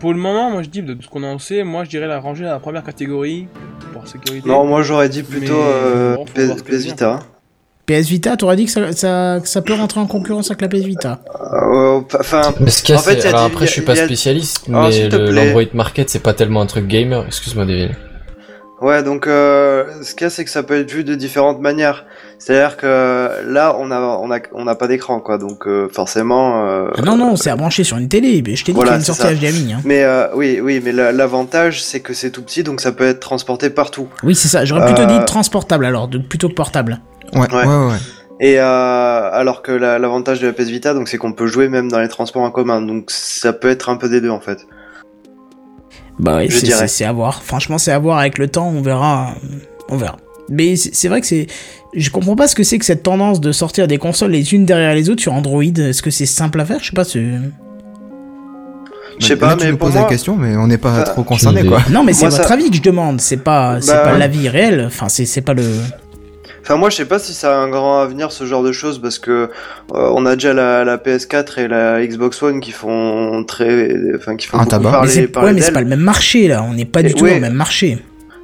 S4: Pour le moment, moi je dis de ce qu'on en sait, moi je dirais la ranger à la première catégorie pour sécurité.
S3: Non, moi j'aurais dit plutôt
S4: Mais
S3: euh,
S4: bon, faut
S3: PS,
S4: voir ce que
S3: PS Vita. hein.
S2: PS Vita, t'aurais dit que ça, ça, que ça peut rentrer en concurrence avec la PS Vita.
S3: Euh, Enfin,
S1: Mais ce qu'il y a,
S3: En fait,
S1: c'est-
S3: il y a
S1: alors
S3: des-
S1: après, je suis
S3: il y
S1: pas
S3: a-
S1: spécialiste,
S3: Alors,
S1: mais
S3: s'il te
S1: le-
S3: plaît.
S1: l'Android Market, c'est pas tellement un truc gamer. Excuse-moi, David.
S3: ouais, donc euh, ce qu'il y a, c'est que ça peut être vu de différentes manières. C'est-à-dire que là, on a, on a, on n'a pas d'écran, quoi. Donc euh, forcément. euh,
S2: Ah non, non, c'est à brancher sur une télé. mais Je t'ai dit
S3: Voilà,
S2: qu'il y a une
S3: c'est
S2: sortie HDMI. Hein.
S3: Mais euh, oui, oui, mais la- l'avantage, c'est que c'est tout petit, donc ça peut être transporté partout.
S2: Oui, c'est ça. J'aurais plutôt
S3: Euh,
S2: dit transportable alors, de, plutôt que portable.
S6: Ouais, ouais,
S3: Ouais.
S6: ouais.
S3: Et euh, alors que la- l'avantage de la PS Vita, donc c'est qu'on peut jouer même dans les transports en commun, donc ça peut être un peu des deux en fait.
S2: Bah oui,
S3: Je
S2: c'est-
S3: dirais.
S2: c'est c'est à voir. Franchement, c'est à voir avec le temps, on verra. On verra. Mais c'est c'est vrai que c'est. Je comprends pas ce que c'est que cette tendance de sortir des consoles les unes derrière les autres sur Android. Est-ce que c'est simple à faire Je sais pas. c'est-
S3: Je sais
S6: Bah, là,
S3: pas,
S6: tu
S3: mais
S6: nous
S3: pour
S6: poses
S3: moi,
S6: la question, mais on n'est pas
S3: Bah,
S6: trop concerné, quoi.
S2: Non,
S3: [laughs]
S2: mais c'est
S3: Moi,
S2: votre
S3: ça-
S2: avis que je demande. C'est pas, c'est
S3: Bah,
S2: pas
S3: ouais.
S2: l'avis réel. Enfin, c'est c'est pas le.
S3: enfin moi, je sais pas si ça a un grand avenir ce genre de choses parce que euh, on a déjà la, la PS4 et la Xbox One qui font très, enfin qui font
S6: Un
S3: beaucoup
S1: Bah.
S6: tabac.
S2: Mais
S3: parler,
S2: c'est-
S3: parler
S2: ouais, mais c'est
S3: d'elles.
S2: pas le même marché là. On n'est pas du
S3: Et
S2: tout
S3: ouais.
S2: au même marché.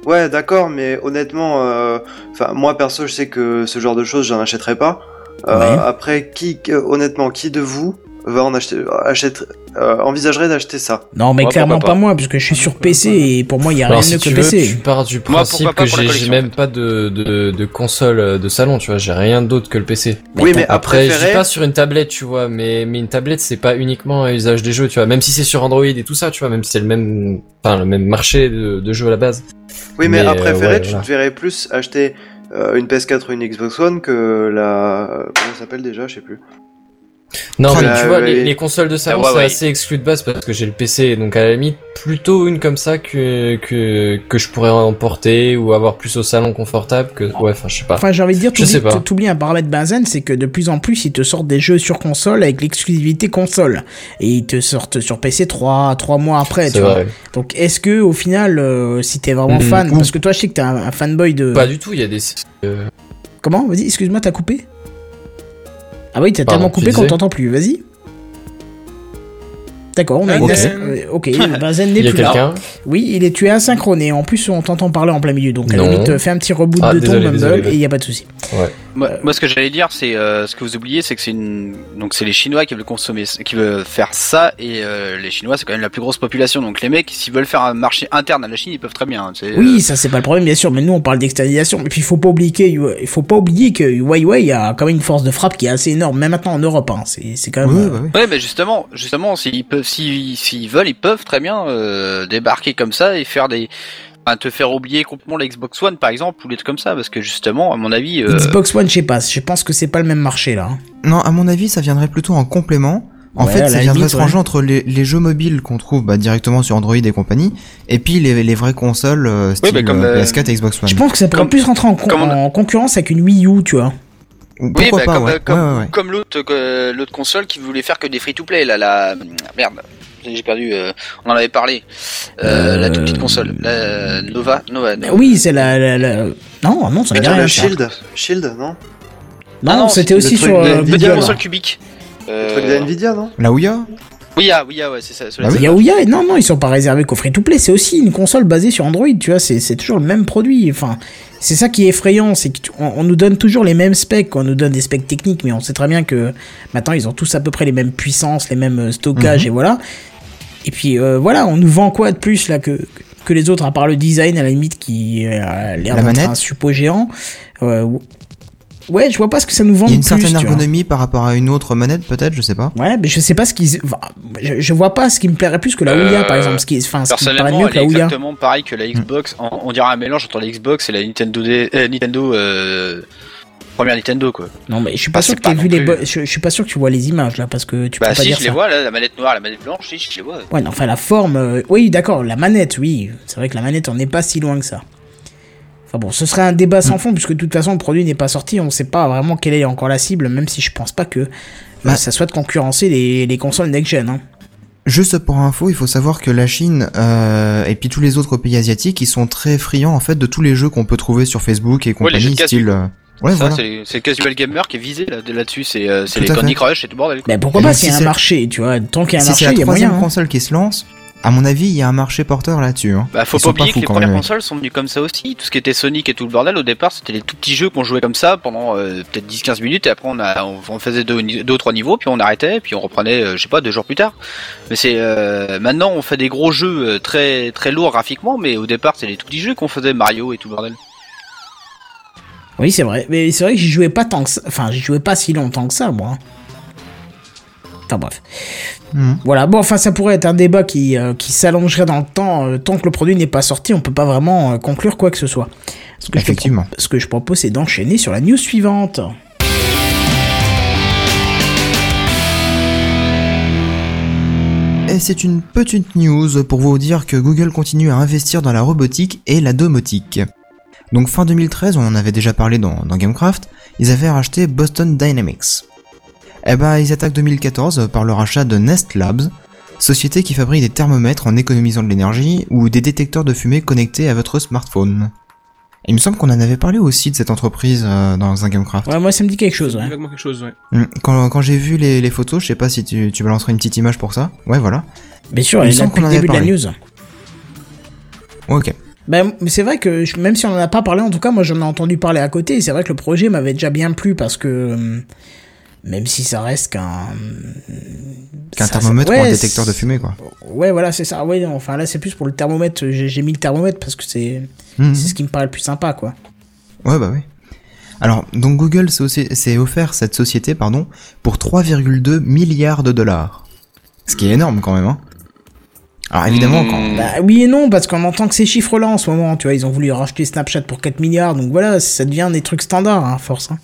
S3: Ouais, d'accord, mais honnêtement, euh, enfin moi perso, je sais que ce genre de choses, j'en achèterai pas. Euh,
S2: Ouais.
S3: Après, qui, que- honnêtement, qui de vous va en acheter, achète, euh, envisagerait d'acheter ça
S2: Non, mais
S5: Ouais,
S2: clairement pas.
S5: pourquoi pas.
S2: moi, puisque je suis sur PC et pour moi, il y a rien
S1: Alors,
S2: de
S1: si
S2: mieux que
S1: tu veux,
S2: PC.
S1: tu pars du
S5: pourquoi
S1: principe
S5: pas
S1: que
S5: pour la
S1: j'ai j'ai
S5: collection, en
S1: même pas de, de, de console euh, de salon, tu vois. J'ai rien d'autre que le PC.
S3: Oui, mais
S1: Après,
S3: à
S1: je
S3: préférer-
S1: dis pas sur une tablette, tu vois, mais, mais une tablette, c'est pas uniquement à usage des jeux, tu vois. Même si c'est sur Android et tout ça, tu vois, même si c'est le même, enfin, le même marché de, de jeux à la base.
S3: Oui, mais,
S1: Mais,
S3: à
S1: euh,
S3: préférer,
S1: ouais,
S3: tu
S1: voilà.
S3: te verrais plus acheter euh, une PS4 ou une Xbox One que la. euh, Comment ça s'appelle déjà Je sais plus.
S1: Non,
S3: Ah,
S1: mais
S3: la-
S1: tu vois,
S3: la-
S1: les, les consoles de salon,
S5: la
S1: c'est
S5: Huawei.
S1: assez exclu de base parce que j'ai le PC, donc à la limite, plutôt une comme ça que, que, que je pourrais emporter ou avoir plus au salon confortable que, ouais, enfin, je sais pas.
S2: Enfin, j'ai envie de dire,
S1: Ah. Je sais
S2: t'oublies-
S1: pas.
S2: t'ou- t'oublies un paramètre benzène, c'est que de plus en plus, ils te sortent des jeux sur console avec l'exclusivité console. Et ils te sortent sur PC trois trois mois après,
S1: C'est
S2: tu vois.
S1: vrai.
S2: Donc, est-ce que, au final, euh, si t'es vraiment
S1: Mm,
S2: fan,
S1: ou-
S2: parce que toi, je sais que t'es un, un fanboy de.
S1: Pas du tout, il y a des sites, euh,
S2: Comment Vas-y, excuse-moi, t'as coupé Ah oui, t'as
S1: Pardon,
S2: tellement
S1: tu
S2: coupé qu'on
S1: disais
S2: t'entend plus, vas-y. D'accord, on a
S4: Ah,
S2: une
S1: ok.
S2: euh, Ok, Benzen n'est
S1: il y a
S2: plus là.
S1: quelqu'un.
S2: Oui, il est, tu es asynchrone et en plus on t'entend parler en plein milieu, donc à la
S1: Non.
S2: limite fais un petit reboot
S1: Ah,
S2: de ton
S1: désolé,
S2: Bumble
S1: désolé,
S2: et
S1: désolé.
S2: il y a pas de souci.
S5: Moi, moi, ce que j'allais dire, c'est euh, ce que vous oubliez, c'est que c'est une donc c'est les Chinois qui veulent consommer, qui veulent faire ça, et euh, les Chinois c'est quand même la plus grosse population, donc les mecs s'ils veulent faire un marché interne à la Chine, ils peuvent très bien. hein, c'est,
S2: Oui,
S5: euh,
S2: ça c'est pas le problème bien sûr, mais nous on parle d'externalisation. Et puis il faut pas oublier que il faut pas oublier que Huawei a quand même une force de frappe qui est assez énorme, même maintenant en Europe. Hein. C'est c'est quand même.
S6: Ouais,
S2: euh,
S6: bah oui.
S5: Ouais, mais justement, justement, s'ils peuvent, si- s'ils veulent, ils peuvent très bien euh, débarquer comme ça et faire des, enfin, te faire oublier complètement la Xbox One par exemple ou des trucs comme ça, parce que justement, à mon avis, euh,
S2: Xbox One, je sais pas, je pense que c'est pas le même marché là. hein.
S6: Non, à mon avis, ça viendrait plutôt en complément. En
S2: Ouais, à
S6: fait,
S2: la
S6: ça viendrait
S2: limite,
S6: se
S2: ouais.
S6: ranger entre les, les jeux mobiles qu'on trouve bah, directement sur Android et compagnie, et puis les, les vraies consoles euh, style
S5: bah, comme,
S6: euh,
S5: euh,
S6: PS4 et Xbox One.
S2: Je pense que ça pourrait
S5: Comme-
S2: plus rentrer en, con-
S5: comme on a-
S2: en concurrence avec une Wii U, tu vois.
S6: Ou
S5: oui,
S6: Pourquoi
S5: bah,
S6: pas,
S5: comme,
S6: ouais.
S5: euh, comme,
S6: Ouais, ouais, ouais.
S5: comme l'autre, euh, l'autre console qui voulait faire que des free-to-play, là, la merde, j'ai perdu, euh, on en avait parlé, euh, la toute petite console, la Nova, Nova. Nova.
S2: Oui, c'est la, la, la- Non, non, ça me dit
S3: Attends,
S2: rien. ça.
S3: la Shield Shield, non
S2: Non,
S5: Ah non,
S2: c'était
S5: c'était
S2: aussi
S3: le truc
S2: sur
S3: de-
S2: euh,
S3: de-
S5: Petite
S2: Google.
S5: console cubique.
S3: Le
S5: Euh,
S3: truc de Nvidia, non
S6: La Ouya
S5: oui, ah, oui, ah, ouais, c'est ça. celui-là,
S6: Bah
S5: c'est
S2: Yaouya, non, non, ils sont pas réservés qu'au free-to-play, c'est aussi une console basée sur Android, tu vois, c'est c'est toujours le même produit, enfin, c'est ça qui est effrayant, c'est qu'on on nous donne toujours les mêmes specs, on nous donne des specs techniques, mais on sait très bien que maintenant ils ont tous à peu près les mêmes puissances, les mêmes euh,
S6: Mhm.
S2: stockages, et voilà. Et puis euh, voilà, on nous vend quoi de plus là que, que les autres, à part le design à la limite qui euh, a l'air
S6: La
S2: d'être
S6: manette
S2: un suppôt géant Euh, Ouais, je vois pas ce que ça nous vend
S6: Il y a une
S2: de plus.
S6: certaine
S2: tu vois.
S6: ergonomie par rapport à une autre manette, peut-être, je sais pas.
S2: Ouais, mais je sais pas ce qui. enfin, je, je vois pas ce qui me plairait plus que la
S5: Euh,
S2: Ouya, par exemple. Ce qui, enfin, ce qui me paraît
S5: Personnellement,
S2: mieux
S5: elle
S2: que la
S5: est
S2: Ouya. Hmm.
S5: exactement pareil que la Xbox. On, on dirait un mélange entre la Xbox et la Nintendo, D- euh, Nintendo euh, première Nintendo quoi.
S2: Non, mais je suis pas
S5: Ah,
S2: sûr
S5: c'est
S2: que t'aies
S5: pas
S2: vu
S5: non
S2: les. bo-
S5: plus.
S2: Je, je suis pas sûr que tu vois les images là, parce que tu
S5: Bah
S2: peux pas
S5: si,
S2: dire
S5: je les
S2: ça.
S5: vois là, la manette noire, la manette blanche, si, je les vois.
S2: Ouais, non, enfin la forme. euh, Oui, d'accord, la manette, oui. C'est vrai que la manette, on n'est pas si loin que ça. Enfin bon, ce serait un débat sans fond, puisque de toute façon, le produit n'est pas sorti. On sait pas vraiment quelle est encore la cible, même si je pense pas que euh,
S6: Bah.
S2: ça soit de concurrencer les, les consoles next-gen. Hein.
S6: Juste pour info, il faut savoir que la Chine euh, et puis tous les autres pays asiatiques, ils sont très friands en fait de tous les jeux qu'on peut trouver sur Facebook et
S5: Ouais, les jeux
S6: compagnie,
S5: de casse-
S6: style. euh, Ouais,
S5: Ça,
S6: voilà.
S5: c'est les- c'est le casual gamer qui est visé là- de- là-dessus. c'est euh,
S6: Tout
S5: c'est les
S6: à fait.
S5: Candy Crush et tout bordel. quoi.
S2: Mais pourquoi
S6: Et
S2: pas
S6: donc,
S2: s'il
S6: si
S2: y a un
S6: c'est-
S2: marché, tu vois Tant qu'il y a un
S6: Si
S2: marché,
S6: c'est la
S2: il y a
S6: troisième
S2: moyen. hein.
S6: console qui se lance, À mon avis, il y a un marché porteur là-dessus. hein.
S5: Bah, faut
S6: Ils
S5: pas
S6: sont pas
S5: oublier
S6: fous
S5: que les
S6: quand
S5: premières
S6: même, les
S5: consoles sont venues comme ça aussi. Tout ce qui était Sonic et tout le bordel, au départ, c'était les tout petits jeux qu'on jouait comme ça pendant euh, peut-être 10-15 minutes, et après on, a, on, on faisait deux, ni- deux, trois niveaux, puis on arrêtait, puis on reprenait, euh, je sais pas, deux jours plus tard. Mais c'est euh, maintenant on fait des gros jeux euh, très très lourds graphiquement, mais au départ c'est les tout petits jeux qu'on faisait Mario et tout le bordel.
S2: Oui, c'est vrai. Mais c'est vrai que j'y jouais pas tant que ça. Enfin, j'y jouais pas si longtemps que ça, moi. hein. Enfin, bref.
S6: Mhm.
S2: Voilà. Bon, enfin, ça pourrait être un débat qui, euh, qui s'allongerait dans le temps. euh, tant que le produit n'est pas sorti, on peut pas vraiment euh, conclure quoi que ce soit. Ce que, je, te pro-
S6: Effectivement.
S2: ce que je propose, c'est d'enchaîner sur la news suivante.
S6: Et c'est une petite news pour vous dire que Google continue à investir dans la robotique et la domotique. Donc fin 2013, on en avait déjà parlé dans, dans GameCraft, ils avaient racheté Boston Dynamics. Eh ben ils attaquent 2014 par le rachat de Nest Labs, société qui fabrique des thermomètres en économisant de l'énergie ou des détecteurs de fumée connectés à votre smartphone. Il me semble qu'on en avait parlé aussi de cette entreprise euh, dans un GameCraft.
S2: Ouais, moi, ça me dit quelque chose.
S4: Il y a
S2: ouais.
S4: vaguement quelque chose, ouais.
S6: Mm, Quand, quand j'ai vu les, les photos, je sais pas si tu, tu balancerais une petite image pour ça. Ouais voilà.
S2: Bien sûr,
S6: Il me
S2: elle est là
S6: semble
S2: depuis
S6: qu'on
S2: le
S6: en avait
S2: début de la
S6: parlé.
S2: news.
S6: Ok.
S2: Ben, mais c'est vrai que je- même si on en a pas parlé, en tout cas, moi j'en ai entendu parler à côté. Et c'est vrai que le projet m'avait déjà bien plu parce que euh, même si ça reste qu'un
S6: Qu'un
S2: ça- ça-
S6: thermomètre ou un
S2: ouais,
S6: détecteur de fumée quoi.
S2: Ouais, voilà, c'est ça. Ouais, non, enfin là, c'est plus pour le thermomètre. J'ai j'ai mis le thermomètre parce que c'est
S6: Mhm.
S2: c'est ce qui me paraît le plus sympa, quoi.
S6: Ouais, bah oui. Alors, donc Google s'est aussi- s'est offert cette société, pardon, pour 3,2 milliards de dollars. Ce qui est énorme quand même, hein. Alors Ah, évidemment,
S1: Mmh.
S6: quand...
S5: Mhm.
S2: Bah oui et non, parce qu'on entend que ces chiffres-là en ce moment, tu vois, ils ont voulu racheter Snapchat pour 4 milliards, donc voilà, ça devient des trucs standards, hein, à force. hein.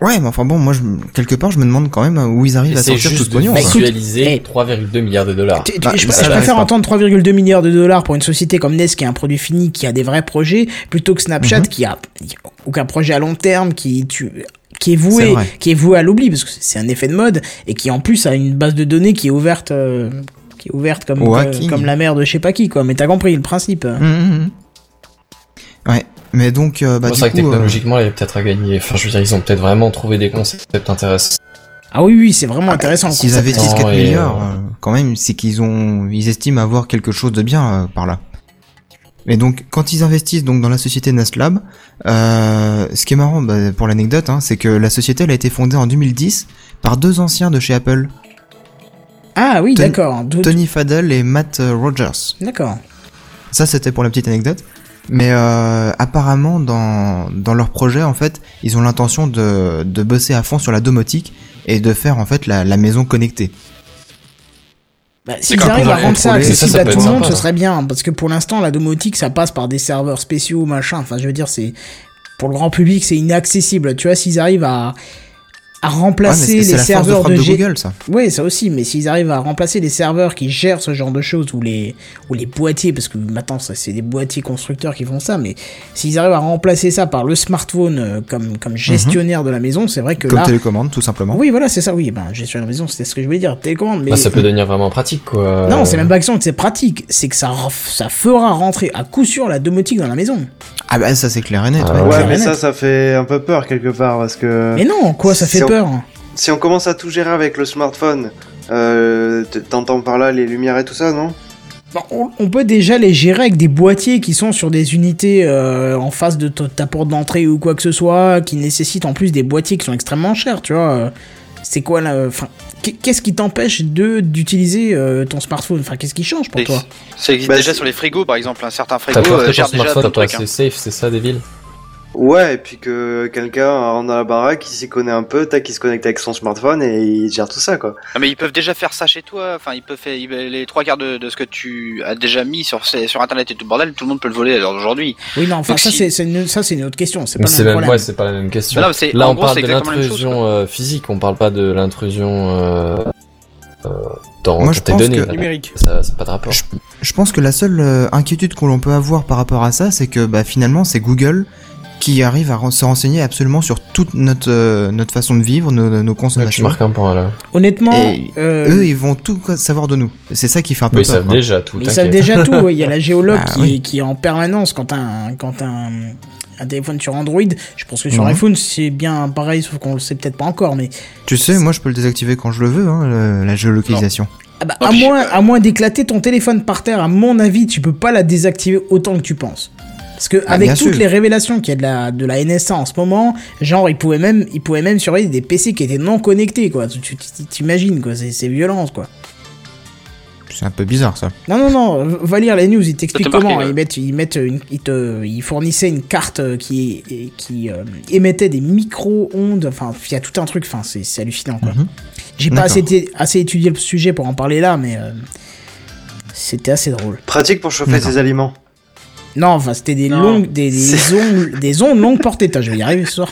S6: Ouais, mais enfin bon, moi, je... quelque part, je me demande quand même euh, où ils arrivent à
S1: C'est
S6: sortir tout
S1: juste
S6: ce
S1: de
S6: pognon.
S2: Bah,
S6: quoi.
S2: écoute, eh.
S1: visualiser 3,2 milliards de dollars.
S2: Tu- tu-
S6: Bah,
S2: je,
S6: ça,
S2: je
S6: j'arrive
S2: préfère
S6: pas.
S2: entendre 3,2 milliards de dollars pour une société comme Nest qui a un produit fini, qui a des vrais projets, plutôt que
S6: Mhm.
S2: Snapchat qui a aucun projet à long terme, qui tu qui est
S6: C'est
S2: voué,
S6: vrai.
S2: qui est voué à l'oubli parce que c'est un effet de mode et qui en plus a une base de données qui est ouverte, euh, qui est ouverte comme
S6: Au
S2: euh,
S6: hacking.
S2: comme la mère de je sais pas qui quoi. Mais t'as compris le principe.
S6: Hum, hum, hum. Ouais, mais donc, euh,
S1: Moi,
S6: bah du
S1: c'est vrai que
S6: coup, euh,
S1: technologiquement, il y a peut-être à gagner. Enfin, je veux dire, ils ont peut-être vraiment trouvé des concepts intéressants. Bah,
S2: Ah oui oui c'est vraiment intéressant. le
S6: s'ils
S2: concept.
S6: investissent 4
S1: et, euh,
S6: milliards, euh, quand même, c'est qu'ils ont, ils estiment avoir quelque chose de bien euh, par là. Mais donc, quand ils investissent donc dans la société Nestlab, euh, ce qui est marrant bah, pour l'anecdote, hein, c'est que la société elle a été fondée en 2010 par deux anciens de chez Apple,
S2: Ah oui
S6: Tony-
S2: d'accord. D'où-
S6: Tony Fadell et Matt euh, Rogers.
S2: D'accord.
S6: Ça, c'était pour la petite anecdote. Mais euh, apparemment, dans, dans leur projet, en fait, ils ont l'intention de, de bosser à fond sur la domotique et de faire en fait la, la maison connectée.
S2: Bah,
S5: C'est
S2: S'ils
S5: quand
S2: arrivent à
S1: même
S2: rendre ça
S1: contrôlé,
S2: accessible
S1: ça, ça
S2: à
S1: peut
S2: tout le
S1: être
S2: monde,
S1: sympa,
S2: ce
S1: hein.
S2: serait bien. Parce que pour l'instant, la domotique, ça passe par des serveurs spéciaux, machin. Enfin, je veux dire, c'est pour le grand public, c'est inaccessible. Tu vois, s'ils arrivent à, à
S6: Ouais, mais
S2: remplacer
S6: c'est
S2: les
S6: c'est la force de
S2: serveurs
S6: frappe
S2: de,
S6: de,
S2: G-
S6: Google, ça.
S2: Oui, ça aussi, mais s'ils arrivent à remplacer les serveurs qui gèrent ce genre de choses, ou les, ou les boîtiers, parce que maintenant, ça, c'est des boîtiers constructeurs qui font ça, mais s'ils arrivent à remplacer ça par le smartphone euh, comme, comme gestionnaire de la maison, c'est vrai que
S6: Comme
S2: là.
S6: télécommande, tout simplement.
S2: Oui, voilà, c'est ça, oui, ben, gestionnaire de la maison, c'est ce que je voulais dire, télécommande, mais.
S1: Bah, ça peut devenir vraiment pratique, quoi.
S2: Non, c'est même pas question que c'est pratique, c'est que ça, ref- ça fera rentrer à coup sûr la domotique dans la maison.
S6: Ah bah ça c'est clair et net.
S1: Ah
S6: ouais.
S1: ouais.
S3: Ouais,
S2: clair
S3: mais
S2: et
S3: ça,
S2: net.
S3: ça fait un peu peur quelque part parce que
S2: Mais non, quoi, ça fait
S3: c'est-
S2: peur.
S3: si on commence à tout gérer avec le smartphone, euh, t- t'entends par là les lumières et tout ça, non
S2: Bon, on, on peut déjà les gérer avec des boîtiers qui sont sur des unités euh, en face de ta, ta porte d'entrée ou quoi que ce soit, qui nécessitent en plus des boîtiers qui sont extrêmement chers, tu vois. euh, C'est quoi là Enfin, qu'est- qu'est-ce qui t'empêche de d'utiliser euh, ton smartphone Enfin, qu'est-ce qui change pour
S5: Et-
S2: toi
S5: Ça existe
S3: Bah,
S5: déjà
S3: c'est-
S5: sur les frigos par exemple, un certain frigo
S1: T'as peur
S5: euh,
S1: que ton
S5: gère déjà
S1: smartphone,
S5: ton
S1: t'as peur
S5: truc.
S1: que
S5: hein.
S1: c'est safe, c'est ça, débile
S3: Ouais, et puis que quelqu'un rentre dans la baraque, il s'y connaît un peu, tac, il se connecte avec son smartphone et il gère tout ça, quoi.
S5: Non, Ah, mais ils peuvent déjà faire ça chez toi, enfin ils peuvent faire ils- les trois quarts de, de ce que tu as déjà mis sur, ces- sur internet et tout le bordel, tout le monde peut le voler alors aujourd'hui.
S2: Oui, non, enfin,
S5: Donc,
S2: ça,
S5: si-
S2: c'est- c'est une, ça, c'est une autre question. C'est pas
S1: Mais c'est
S2: le même
S1: même, ouais,
S2: problème.
S1: c'est pas la même question.
S5: Non, mais c'est-
S1: Là,
S5: en
S1: on
S5: gros,
S1: parle
S5: c'est
S1: de
S5: exactement la même chose,
S1: l'intrusion euh, physique, on parle pas de l'intrusion euh, euh, dans
S6: Moi,
S1: dans
S6: je
S1: tes
S6: pense
S1: données.
S6: que-
S1: là.
S4: Numérique.
S1: Ça, ça a pas de rapport.
S6: Je, je pense que la seule euh, inquiétude qu'on l'on peut avoir par rapport à ça, c'est que bah, finalement c'est Google qui arrive à ren- se renseigner absolument sur toute notre, euh, notre façon de vivre, nos, nos- nos
S1: Ouais, tu
S6: consommations.
S1: marques un point là.
S2: Honnêtement,
S6: Et
S2: euh,
S6: Eux, ils vont tout co- savoir de nous. C'est ça qui fait un peu
S1: Mais ils
S6: peur.
S1: savent
S6: quoi.
S1: déjà tout.
S2: Mais ils savent
S1: t'inquiète.
S2: déjà tout. ouais. Il y a
S6: [laughs]
S2: la géologue
S6: Bah
S2: qui,
S6: oui.
S2: qui est en permanence quand t'as un, quand un, un téléphone sur Android. Je pense que sur
S6: Mhm.
S2: iPhone, c'est bien pareil, sauf qu'on le sait peut-être pas encore. Mais
S6: Tu sais, moi je peux le désactiver quand je le veux, hein, le- la géolocalisation.
S2: Ah bah,
S5: Non,
S2: à
S5: mais je sais
S2: moins,
S5: pas.
S2: à moins d'éclater ton téléphone par terre, à mon avis, tu peux pas la désactiver autant que tu penses. Parce que
S6: Ah,
S2: avec
S6: bien
S2: toutes
S6: sûr.
S2: les révélations qu'il y a de la, de la NSA en ce moment, genre ils pouvaient même, ils pouvaient même surveiller des PC qui étaient non connectés, quoi. Tu- tu- tu- T'imagines, quoi, c'est c'est violent, quoi.
S6: C'est un peu bizarre ça.
S2: Non, non, non, va lire les news, ils t'expliquent
S5: Ça t'a marqué,
S2: comment.
S5: ouais.
S2: Ils, mettent, ils, mettent une- ils, te, ils fournissaient une carte euh, qui, et- qui euh, émettait des micro-ondes. Enfin, il y a tout un truc, enfin, c'est c'est hallucinant. quoi.
S6: Mhm.
S2: J'ai pas assez,
S6: D'accord.
S2: été- assez étudié le sujet pour en parler là, mais euh, c'était assez drôle.
S3: Pratique pour chauffer
S6: D'accord.
S3: ses aliments.
S2: Non, enfin, c'était des
S4: Non.
S2: longues, des, des ondes, des ondes longues portées. Putain, je vais y arriver ce soir.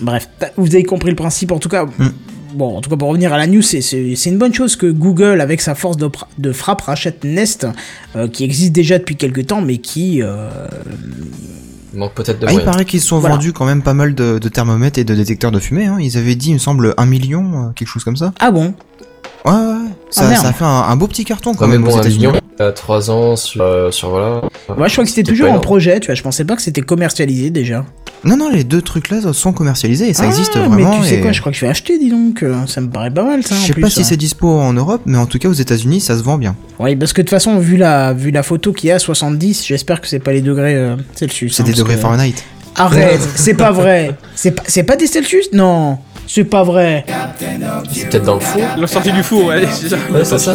S2: Bref, t'as- vous avez compris le principe. En tout cas,
S6: Mm.
S2: bon, en tout cas, pour revenir à la news, c'est- c'est c'est une bonne chose que Google, avec sa force de, pra- de frappe, rachète Nest, euh, qui existe déjà depuis quelques temps, mais qui, euh,
S1: Il manque peut-être de
S6: Ah, il
S1: moyens.
S6: paraît qu'ils se sont
S2: Voilà.
S6: vendus quand même pas mal de, de thermomètres et de détecteurs de fumée. Hein. Ils avaient dit, il me semble, un million, euh, quelque chose comme ça.
S2: ah bon,
S6: Ouais, ouais, ouais. Ça,
S2: Ah, merde.
S6: ça a fait un, un beau petit carton quand
S1: Ouais, mais
S6: même
S1: bon,
S6: aux
S1: un
S6: États-Unis.
S1: million, à 3 ans sur, euh, sur voilà.
S2: moi je crois que
S1: C'est
S2: c'était toujours
S1: pas
S2: en
S1: énorme.
S2: projet. Tu vois, je pensais pas que c'était commercialisé déjà.
S6: Non, non, les deux trucs là sont commercialisés et ça
S2: Ah,
S6: existe vraiment.
S2: Mais tu sais
S6: et-
S2: quoi, je crois que je vais acheter, dis donc. euh, Ça me paraît pas mal ça.
S6: Je
S2: en
S6: sais
S2: plus, hein.
S6: pas si
S2: ouais.
S6: c'est dispo en Europe, mais en tout cas aux États-Unis, ça se vend bien.
S2: Oui, parce que de toute façon, vu la, vu la photo qui est à 70, j'espère que c'est pas les degrés euh, Celsius.
S6: C'est
S2: hein,
S6: des
S2: parce
S6: degrés
S2: que-
S6: Fahrenheit.
S2: Arrête, c'est pas vrai. C'est pas, c'est pas des Celsius Non, c'est pas vrai.
S1: C'est peut-être dans le four.
S4: La sortie du four, ouais, c'est ça.
S1: Ouais, c'est ça.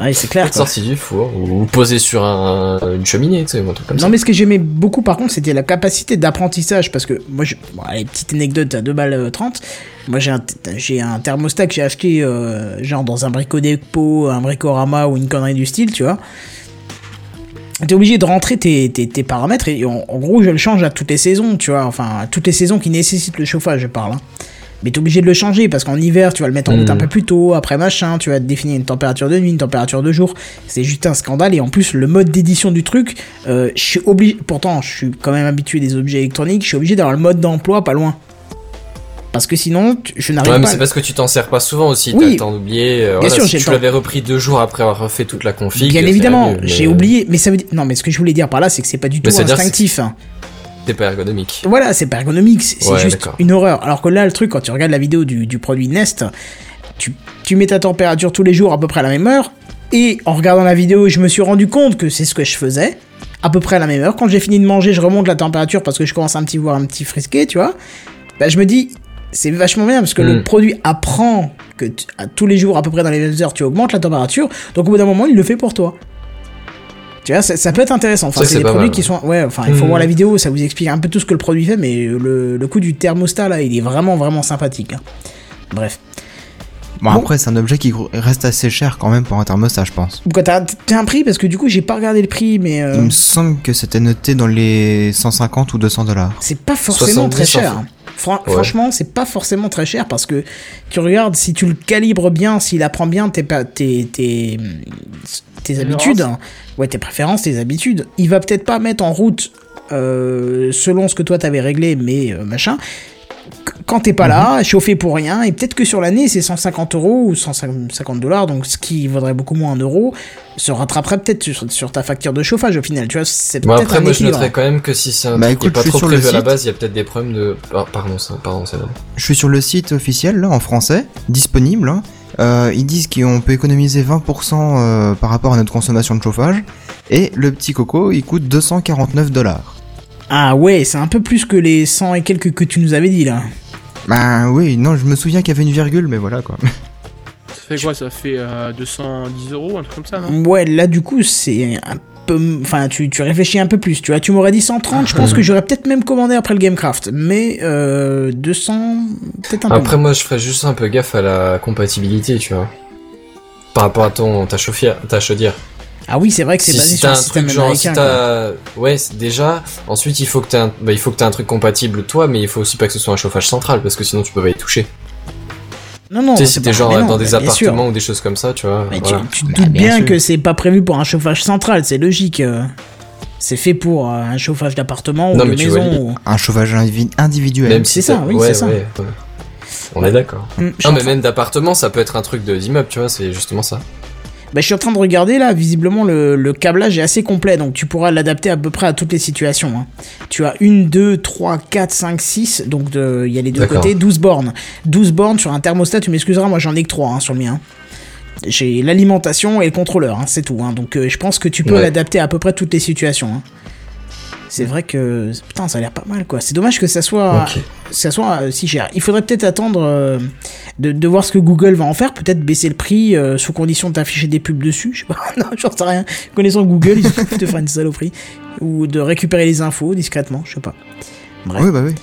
S2: Ouais, c'est clair. quoi.
S1: Sorti du four. Ou posé sur un- une cheminée, tu sais, ou un truc comme
S2: Non, mais ce que j'aimais beaucoup par contre, c'était la capacité d'apprentissage. Parce que moi, je... bon, allez, petite anecdote à 2 balles euh, 30. Moi, j'ai un, th- j'ai un thermostat que j'ai acheté, euh, genre dans un brico dépôt, un bricorama ou une connerie du style, tu vois. T'es obligé de rentrer tes, tes, tes paramètres et en, en gros, je le change à toutes les saisons, tu vois. Enfin, à toutes les saisons qui nécessitent le chauffage, je parle. hein. Mais t'es obligé de le changer parce qu'en hiver, tu vas le mettre en route un
S1: Mhm.
S2: peu plus tôt, après machin, tu vas te définir une température de nuit, une température de jour. C'est juste un scandale et en plus, le mode d'édition du truc, euh, je suis obligé. Pourtant, je suis quand même habitué des objets électroniques, je suis obligé d'avoir le mode d'emploi pas loin. Parce que sinon, tu- je
S1: ça.
S2: n'arrive
S1: Ouais, mais
S2: pas. à-
S1: c'est parce que tu t'en sers pas souvent aussi.
S2: Oui.
S1: T'as t'en oublié. euh, voilà,
S2: sûr, j'ai
S1: si
S2: le
S1: tu
S2: temps.
S1: l'avais repris deux jours après avoir refait toute la config.
S2: Bien
S1: c'est
S2: évidemment,
S1: mieux, mais-
S2: j'ai oublié, mais ça veut dire. Non, mais ce que je voulais dire par là, c'est que c'est pas du tout
S1: Mais ça veut dire que
S2: instinctif. hein.
S1: C'est pas ergonomique.
S2: Voilà, c'est pas ergonomique, c'est c'est
S1: Ouais,
S2: juste
S1: d'accord.
S2: une horreur. Alors que là, le truc, quand tu regardes la vidéo du, du produit Nest, tu, tu mets ta température tous les jours à peu près à la même heure, et en regardant la vidéo, je me suis rendu compte que c'est ce que je faisais, à peu près à la même heure. Quand j'ai fini de manger, je remonte la température parce que je commence un petit voir un petit frisquet, tu vois. Bah, je me dis, c'est vachement bien parce que le
S1: Mm.
S2: produit apprend que tu- à tous les jours, à peu près dans les mêmes heures, tu augmentes la température, donc au bout d'un moment, il le fait pour toi. Tu vois, ça, ça peut être intéressant. Enfin,
S1: Ça,
S2: c'est
S1: c'est
S2: des
S1: pas
S2: produits
S1: mal,
S2: qui sont. Ouais, enfin, il faut
S1: Mm.
S2: voir la vidéo, ça vous explique un peu tout ce que le produit fait, mais le, le coup du thermostat là, il est vraiment, vraiment sympathique. hein. Bref.
S6: Bon,
S2: Bon.
S6: après, c'est un objet qui gr- reste assez cher quand même pour un thermostat, je pense.
S2: Quoi, t'as t'as un prix Parce que du coup, j'ai pas regardé le prix, mais. euh,
S6: Il me semble que c'était noté dans les 150 ou 200 dollars.
S2: C'est pas forcément
S1: 70
S2: très cher.
S1: enfants.
S2: Fran-
S1: Ouais.
S2: Franchement, c'est pas forcément très cher parce que tu regardes si tu le calibres bien, s'il apprend bien tes, pa- tes, tes, tes habitudes, hein. ouais, tes préférences, tes habitudes, il va peut-être pas mettre en route euh, selon ce que toi t'avais réglé, mais euh, machin. Qu- Quand t'es pas là,
S1: Mm-hmm.
S2: chauffé pour rien, et peut-être que sur l'année c'est 150 euros ou 150 dollars, donc ce qui vaudrait beaucoup moins un euro, se rattraperait peut-être sur, sur ta facture de chauffage au final. Tu vois, c'est
S1: Bon,
S2: peut-être
S1: après,
S2: un
S1: moi, je
S2: équilibre.
S1: noterais quand même que si c'est un
S6: Bah,
S1: truc qui est
S6: écoute,
S1: pas
S6: je suis
S1: trop
S6: sur le
S1: prévu à la
S6: site.
S1: base, il y a peut-être des problèmes de. Ah, pardon, ça- pardon, c'est là.
S6: Je suis sur le site officiel, là, en français, disponible. hein. Euh, ils disent qu'on peut économiser 20% euh, par rapport à notre consommation de chauffage. Et le petit coco, il coûte 249 dollars.
S2: Ah ouais, c'est un peu plus que les 100 et quelques que tu nous avais dit là.
S6: Bah oui, non, je me souviens qu'il y avait une virgule, mais voilà quoi.
S4: Ça fait quoi Ça fait euh, 210 euros, un truc comme ça, non
S2: Ouais, là du coup, c'est un peu. Enfin, tu, tu réfléchis un peu plus, tu vois. Tu m'aurais dit 130, je pense que j'aurais peut-être même commandé après le Gamecraft. Mais euh, 200, peut-être un peu.
S1: Après,
S2: moins.
S1: moi, je ferais juste un peu gaffe à la compatibilité, tu vois. Par rapport à ton, ta, chauffière, ta chaudière.
S2: Ah oui, c'est vrai que c'est
S1: si,
S2: basé
S1: si
S2: sur
S1: t'as
S2: le
S1: un
S2: système
S1: truc genre, si
S2: américain. quoi.
S1: t'as, ouais, c'est- déjà. Ensuite, il faut que t'aies un, bah, il faut que t'aies un truc compatible toi, mais il faut aussi pas que ce soit un chauffage central parce que sinon tu peux pas y toucher.
S2: Non, non,
S1: tu sais,
S2: c'est
S1: si
S2: pas-
S1: t'es genre
S2: mais non,
S1: dans des
S2: bah, bien sûr.
S1: appartements ou des choses comme ça, tu vois.
S2: Mais tu,
S1: voilà.
S2: tu te
S6: Bah,
S2: doutes
S6: bien
S2: bien
S6: sûr.
S2: que c'est pas prévu pour un chauffage central, c'est logique. euh. C'est fait pour euh, un chauffage d'appartement ou
S1: Non,
S2: de
S1: mais tu
S2: maison.
S1: valides.
S2: ou-
S6: Un chauffage indivi- individuel.
S1: Même
S2: c'est
S1: si
S2: ça,
S1: t'as-
S2: oui,
S1: ouais,
S2: c'est ça.
S1: ouais, ouais. On est d'accord.
S2: Hum, je suis
S1: Non,
S2: en
S1: mais
S2: train-
S1: même d'appartement, ça peut être un truc de d'immeuble, tu vois. C'est justement ça.
S2: Bah, je suis en train de regarder là, visiblement le, le câblage est assez complet, donc tu pourras l'adapter à peu près à toutes les situations. hein. Tu as une, deux, trois, quatre, cinq, six, donc de- il y a les deux
S1: D'accord.
S2: côtés, 12 bornes. 12 bornes sur un thermostat, tu m'excuseras, moi j'en ai que 3 sur le mien. hein. J'ai l'alimentation et le contrôleur, hein, c'est tout. hein. Donc euh, je pense que tu peux
S1: Ouais.
S2: l'adapter à peu près toutes les situations. hein. C'est vrai que putain, ça a l'air pas mal quoi. C'est dommage que ça soit
S1: Ok.
S2: ça soit euh, si cher. Il faudrait peut-être attendre euh, de, de voir ce que Google va en faire, peut-être baisser le prix euh, sous condition d'afficher des pubs dessus, je sais pas. [laughs] non, j'en sais rien. Connaissant Google, ils [laughs] peuvent te faire une saloperie ou de récupérer les infos discrètement, je sais pas.
S6: Oui, bah oui.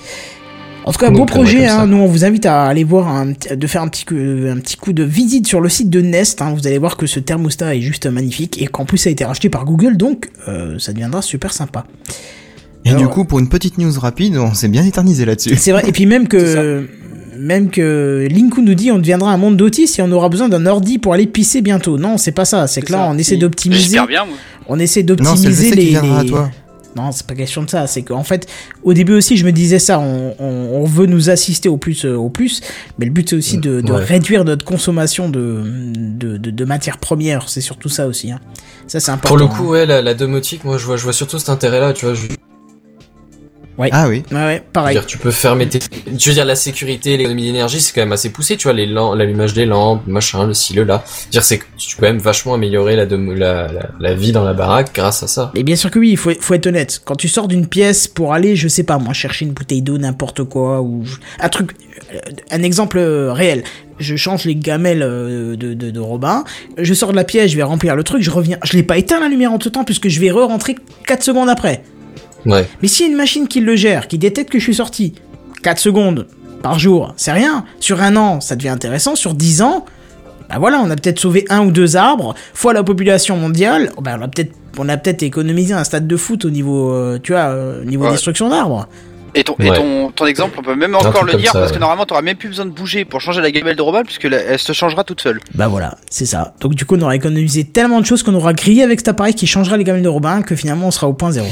S2: En tout cas,
S1: Donc,
S2: beau
S1: on va
S2: projet.
S1: comme ça.
S2: hein. nous, on vous invite à aller voir, un, petit- de faire un petit, coup, euh, un petit coup de visite sur le site de Nest. hein. vous allez voir que ce thermostat est juste magnifique et qu'en plus, ça a été racheté par Google, donc euh, ça deviendra super sympa.
S6: Et
S2: Alors-
S6: du coup, pour une petite news rapide, on s'est bien éternisé là-dessus.
S2: C'est vrai. Et puis même que, même que Linku nous dit, on deviendra un monde d'autistes et on aura besoin d'un ordi pour aller pisser bientôt. Non, c'est pas ça. C'est que
S4: C'est
S2: là,
S4: ça.
S2: on essaie
S4: Il-
S1: euh,
S2: d'optimiser.
S5: J'espère bien, moi.
S2: On essaie
S6: Non, c'est le
S2: d'optimiser
S6: VC
S2: les.
S6: qui viendra à
S2: les-
S6: toi.
S2: Non, c'est pas question de ça. C'est qu'en fait, au début aussi, je me disais ça. On, on- on veut nous assister au plus, euh, au plus. Mais le but, c'est aussi de, de
S1: Ouais.
S2: réduire notre consommation de, de, de, de matières premières. C'est surtout ça aussi. Hein. Ça, c'est important.
S1: Pour le coup, ouais, la, la domotique, moi je vois, je vois surtout cet intérêt-là, tu vois. Je, je veux
S6: Ah [laughs] oui.
S2: hein. Ouais, ouais, pareil.
S1: dire, tu peux fermer tes. Tu veux dire, la sécurité, l'économie d'énergie, c'est quand même assez poussé, tu vois, les lam- l'allumage des lampes, machin, le ci, le là. Je veux Dire, c'est que tu peux même vachement améliorer la, domo- la, la, la vie dans la baraque grâce à ça.
S2: Mais bien sûr que oui, il faut, faut être honnête. Quand tu sors d'une pièce pour aller, je sais pas moi, chercher une bouteille d'eau, n'importe quoi, ou je- un truc, euh, un exemple euh, réel. Je change les gamelles euh, de, de, de Robin, je sors de la pièce, je vais remplir le truc, je reviens. Je l'ai pas éteint la lumière en tout temps puisque je vais re-rentrer 4 secondes après.
S1: Ouais.
S2: Mais s'il y a une machine qui le gère, qui détecte que je suis sorti, 4 secondes par jour, c'est rien. Sur un an, ça devient intéressant. Sur 10 ans, bah voilà, on a peut-être sauvé un ou deux arbres, fois la population mondiale, bah on a peut-être on a peut-être économisé un stade de foot au niveau, euh, tu vois, euh, niveau
S5: Ouais.
S2: destruction d'arbres.
S5: Et, ton, et
S1: Ouais.
S5: ton, ton exemple, on peut même
S1: truc
S5: encore le
S1: comme
S5: dire
S1: ça,
S5: parce que
S1: ouais.
S5: normalement, t'auras même plus besoin de bouger pour changer la gamelle de Robin puisque la- elle se changera toute seule.
S2: Bah voilà, c'est ça. Donc du coup, on aura économisé tellement de choses qu'on aura grillé avec cet appareil qui changera les gamelles de Robin que finalement on sera au point zéro.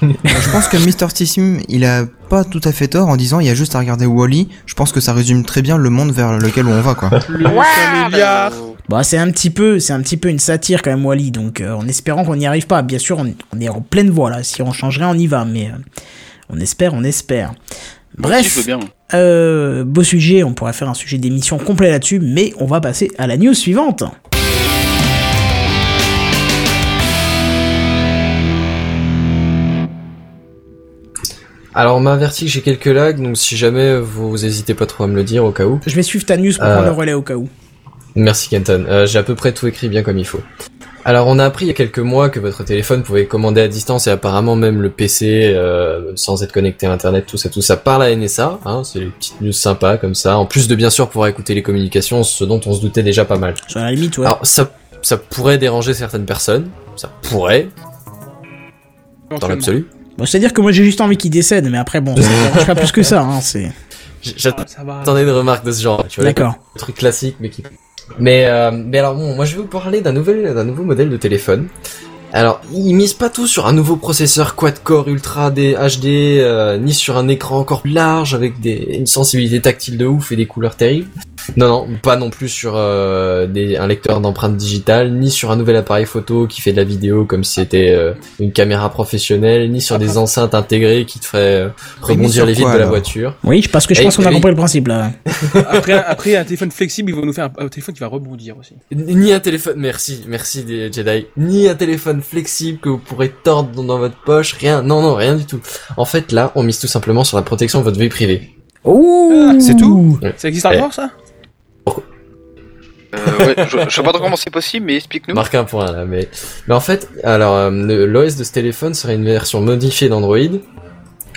S6: Je pense que Mr. Tissim, il a pas tout à fait tort en disant il y a juste à regarder Wally. Je pense que ça résume très bien le monde vers lequel on [laughs] va, quoi.
S4: Le
S5: Ah.
S4: familiard.
S2: Bah c'est un petit peu, c'est un petit peu une satire quand même Wally. Donc euh, en espérant qu'on n'y arrive pas, bien sûr, on, on est en pleine voie là. Si on change rien, on y va. Mais euh, on espère, on espère.
S5: Si, je veux
S2: Bref,
S5: bien.
S2: euh, beau sujet. On pourrait faire un sujet d'émission complet là-dessus, mais on va passer à la news suivante.
S1: Alors, on m'a averti que j'ai quelques lags, donc si jamais vous hésitez pas trop à me le dire au cas où.
S2: Je vais suivre ta news pour
S1: Euh.
S2: prendre le relais au cas où.
S1: Merci Kenton, Euh, j'ai à peu près tout écrit bien comme il faut. Alors on a appris il y a quelques mois que votre téléphone pouvait commander à distance et apparemment même le PC euh, sans être connecté à internet, tout ça, tout ça par la NSA, hein, c'est les petites news sympas comme ça, en plus de bien sûr pouvoir écouter les communications, ce dont on se doutait déjà pas mal.
S2: Sur la limite, ouais.
S1: Alors ça, ça pourrait déranger certaines personnes, ça pourrait, dans l'absolu.
S2: Bon, C'est-à-dire que moi j'ai juste envie qu'il décède, mais après bon, ça me dérange pas plus que ça.
S1: [laughs]
S2: Hein, c'est
S1: J- J'attendais
S4: Ah, Ça va.
S1: une remarque de ce genre, tu vois,
S2: d'accord.
S1: le truc classique mais qui mais euh, mais alors bon moi je vais vous parler d'un nouvel d'un nouveau modèle de téléphone alors ils misent pas tout sur un nouveau processeur quad core ultra D- HD euh, ni sur un écran encore plus large avec des une sensibilité tactile de ouf et des couleurs terribles non non pas non plus sur euh, des, un lecteur d'empreintes digitales ni sur un nouvel appareil photo qui fait de la vidéo comme si c'était euh, une caméra professionnelle ni sur des enceintes intégrées qui te feraient euh,
S6: Mais mis
S1: rebondir
S6: sur
S1: les vitres
S6: quoi,
S1: de la
S6: alors
S1: voiture
S2: Oui, je- parce que je
S1: Et-
S2: pense qu'on a
S1: et-
S2: compris le principe là.
S4: Après, après, un téléphone flexible, ils vont nous faire un, un téléphone qui va rebondir aussi.
S1: Ni un téléphone, merci, merci des Jedi, ni un téléphone flexible que vous pourrez tordre dans, dans votre poche, rien, non, non, rien du tout. En fait, là, on mise tout simplement sur la protection de votre vie privée.
S5: Ah,
S2: Oh
S6: c'est tout
S4: Ça existe
S6: Eh.
S4: encore ça
S5: Euh, ouais, je, je sais pas trop comment c'est possible, mais explique-nous.
S1: Marque un point là, mais, mais en fait, alors euh, le- l'OS de ce téléphone serait une version modifiée d'Android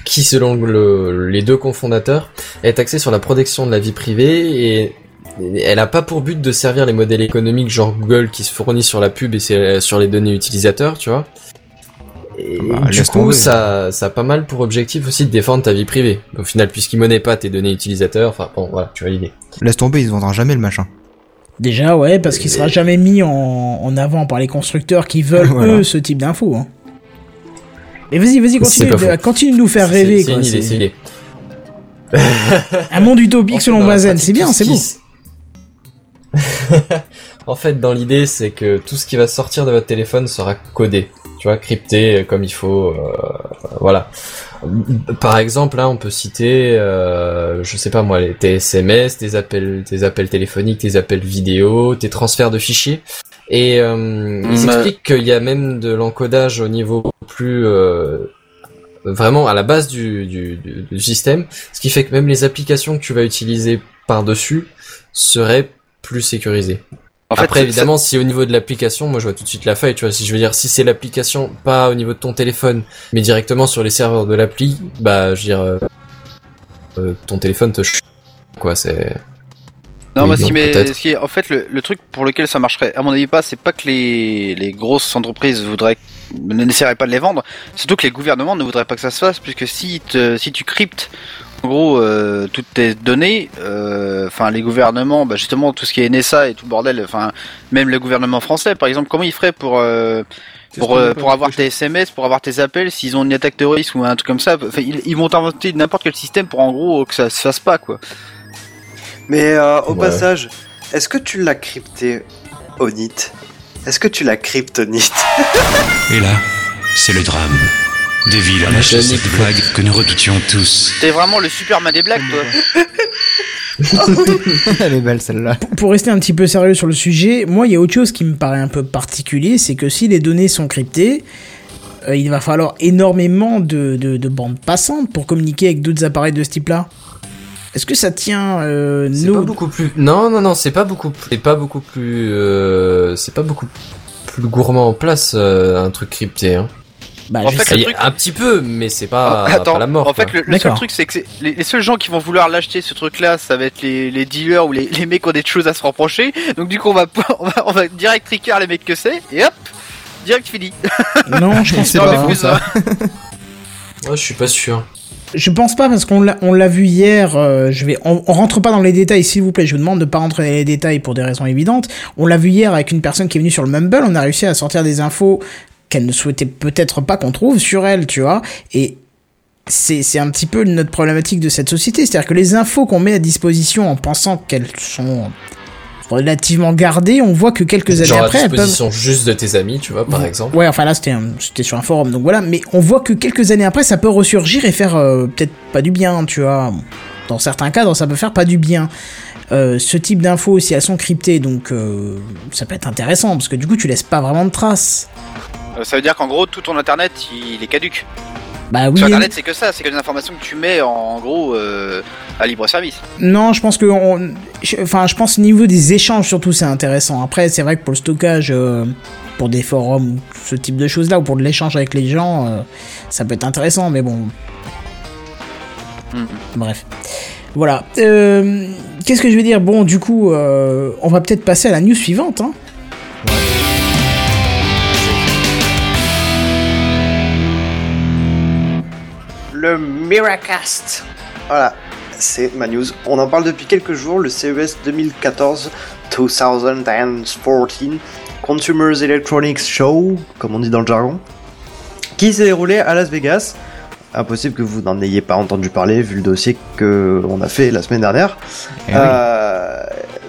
S1: qui, selon le- les deux cofondateurs, est axée sur la protection de la vie privée et et elle n'a pas pour but de servir les modèles économiques genre Google qui se fournit sur la pub et c'est- sur les données utilisateurs, tu vois. Et
S6: Bah,
S1: du
S6: laisse
S1: coup,
S6: tomber.
S1: ça, ça a pas mal pour objectif aussi de défendre ta vie privée. Au final, puisqu'il monnaie pas tes données utilisateurs, enfin bon, voilà, tu vois l'idée.
S6: Laisse tomber, il se vendra jamais le [laughs] machin.
S2: Déjà, ouais, parce qu'il sera jamais mis en, en avant par les constructeurs qui veulent,
S6: Voilà.
S2: eux, ce type d'infos. Hein. Mais vas-y, vas-y, continue,
S1: pas faux.
S2: de- continue de nous faire
S1: C'est-
S2: rêver.
S1: c'est
S2: quoi,
S1: une idée,
S2: c'est-
S1: c'est une idée.
S2: Un monde utopique
S1: Ensuite,
S2: selon
S1: dans la
S2: Bazen,
S1: pratique,
S2: c'est bien,
S1: tout ce
S2: c'est
S1: qui
S2: bon.
S1: s- [laughs] En fait, dans l'idée, c'est que tout ce qui va sortir de votre téléphone sera codé, tu vois, crypté euh, comme il faut, euh, voilà. Par exemple, là, on peut citer, euh, je sais pas moi, les- tes SMS, tes appels, tes appels téléphoniques, tes appels vidéo, tes transferts de fichiers. Et euh, ils
S5: Mm.
S1: expliquent qu'il y a même de l'encodage au niveau plus euh, vraiment à la base du, du- du- du système, ce qui fait que même les applications que tu vas utiliser par-dessus seraient plus sécurisées.
S5: En fait,
S1: Après,
S5: ça-
S1: évidemment, si au niveau de l'application, moi je vois tout de suite la faille, tu vois, si je veux dire, si c'est l'application, pas au niveau de ton téléphone, mais directement sur les serveurs de l'appli, bah, je veux dire, euh, euh, ton téléphone te ch... quoi, c'est...
S5: Non,
S1: Oui,
S5: mais ce
S1: donc
S5: qui m'est-
S1: peut-être.
S5: ce qui est, en fait, le, le truc pour lequel ça marcherait, à mon avis, pas, c'est pas que les, les grosses entreprises voudraient, ne n'essaieraient pas de les vendre, surtout que les gouvernements ne voudraient pas que ça se fasse, puisque si, te- si tu cryptes, en gros, euh, toutes tes données, euh, enfin, les gouvernements, bah, justement, tout ce qui est NSA et tout le bordel, enfin, même le gouvernement français, par exemple, comment ils feraient pour, euh,
S4: C'est ce
S5: pour,
S4: qu'on
S5: euh,
S4: appelle
S5: pour avoir
S4: quelque
S5: tes SMS, pour avoir tes appels, s'ils ont une attaque terroriste ou un truc comme ça, enfin, ils, ils vont inventer n'importe quel système pour, en gros, que ça se fasse pas, quoi.
S3: Mais euh, au
S1: Ouais.
S3: passage, est-ce que tu l'as crypté, Onit Est-ce que tu l'as cryptonite
S9: Et là, c'est le drame. Des villes lâchent
S1: Je
S9: cette
S1: n'ai-
S9: blague que nous redoutions tous.
S5: T'es vraiment le Superman des blagues, toi.
S6: Ah [laughs] Elle est belle celle-là.
S2: Pour rester un petit peu sérieux sur le sujet, moi, il y a autre chose qui me paraît un peu particulier, c'est que si les données sont cryptées, euh, il va falloir énormément de, de- de bandes passantes pour communiquer avec d'autres appareils de ce type-là. Est-ce que ça tient euh,
S1: C'est
S2: nos-
S1: pas beaucoup plus... Non, non, non, c'est pas beaucoup... C'est pas beaucoup plus... euh, c'est pas beaucoup plus gourmand en place, euh, un truc crypté, hein.
S2: Bah,
S5: En
S2: je
S5: fait,
S2: sais-
S5: le
S1: Il y a
S5: truc-
S1: Un petit peu, mais c'est pas,
S5: Ah, attends,
S1: pas la mort,
S5: en fait,
S1: quoi.
S5: le, le seul
S2: D'accord.
S5: truc, c'est que c'est- les, les seuls gens qui vont vouloir l'acheter, ce truc-là, ça va être les, les dealers ou les, les mecs qui ont des choses à se reprocher. Donc, du coup, on va, [laughs] on va, on va direct tricard les mecs que c'est, et hop, direct fini.
S2: Non, je pense
S5: Non,
S2: Ah, pas.
S5: mais plus,
S6: ça.
S5: hein.
S1: Ouais, je suis pas sûr.
S2: Je pense pas parce qu'on l'a on l'a vu hier. euh, je vais, on, on rentre pas dans les détails, s'il vous plaît. Je vous demande de pas rentrer dans les détails pour des raisons évidentes. On l'a vu hier avec une personne qui est venue sur le Mumble. On a réussi à sortir des infos qu'elle ne souhaitait peut-être pas qu'on trouve sur elle, tu vois. Et c'est c'est un petit peu notre problématique de cette société, c'est-à-dire que les infos qu'on met à disposition en pensant qu'elles sont relativement gardées, on voit que quelques années
S1: Genre à
S2: après, elles peuvent
S1: disposition juste de tes amis, tu vois, par exemple.
S2: Ouais, enfin là c'était un- c'était sur un forum, donc voilà. Mais on voit que quelques années après, ça peut ressurgir et faire euh, peut-être pas du bien, tu vois. Dans certains cadres, ça peut faire pas du bien. Euh, ce type d'infos, si elles sont cryptées, donc euh, ça peut être intéressant parce que du coup, tu laisses pas vraiment de traces.
S5: Euh, Ça veut dire qu'en gros, tout ton internet, il est caduque.
S2: Bah oui.
S5: Sur
S2: et-
S5: internet, c'est que ça, c'est que les informations que tu mets en, en gros euh, à libre service.
S2: Non, je pense que, on- je- enfin, je pense au niveau des échanges surtout, c'est intéressant. Après, c'est vrai que pour le stockage, euh, pour des forums, ou ce type de choses là, ou pour de l'échange avec les gens, euh, ça peut être intéressant, mais bon.
S5: Mhm.
S2: Bref, voilà. Euh, Qu'est-ce que je veux dire Bon, du coup, euh, on va peut-être passer à la news suivante. Hein.
S3: Le Miracast. Voilà, c'est ma news. On en parle depuis quelques jours, le E CES 2014-2014 Consumers Electronics Show, comme on dit dans le jargon, qui s'est déroulé à Las Vegas. Impossible que vous n'en ayez pas entendu parler vu le dossier que on a fait la semaine dernière.
S6: Eh
S3: Euh,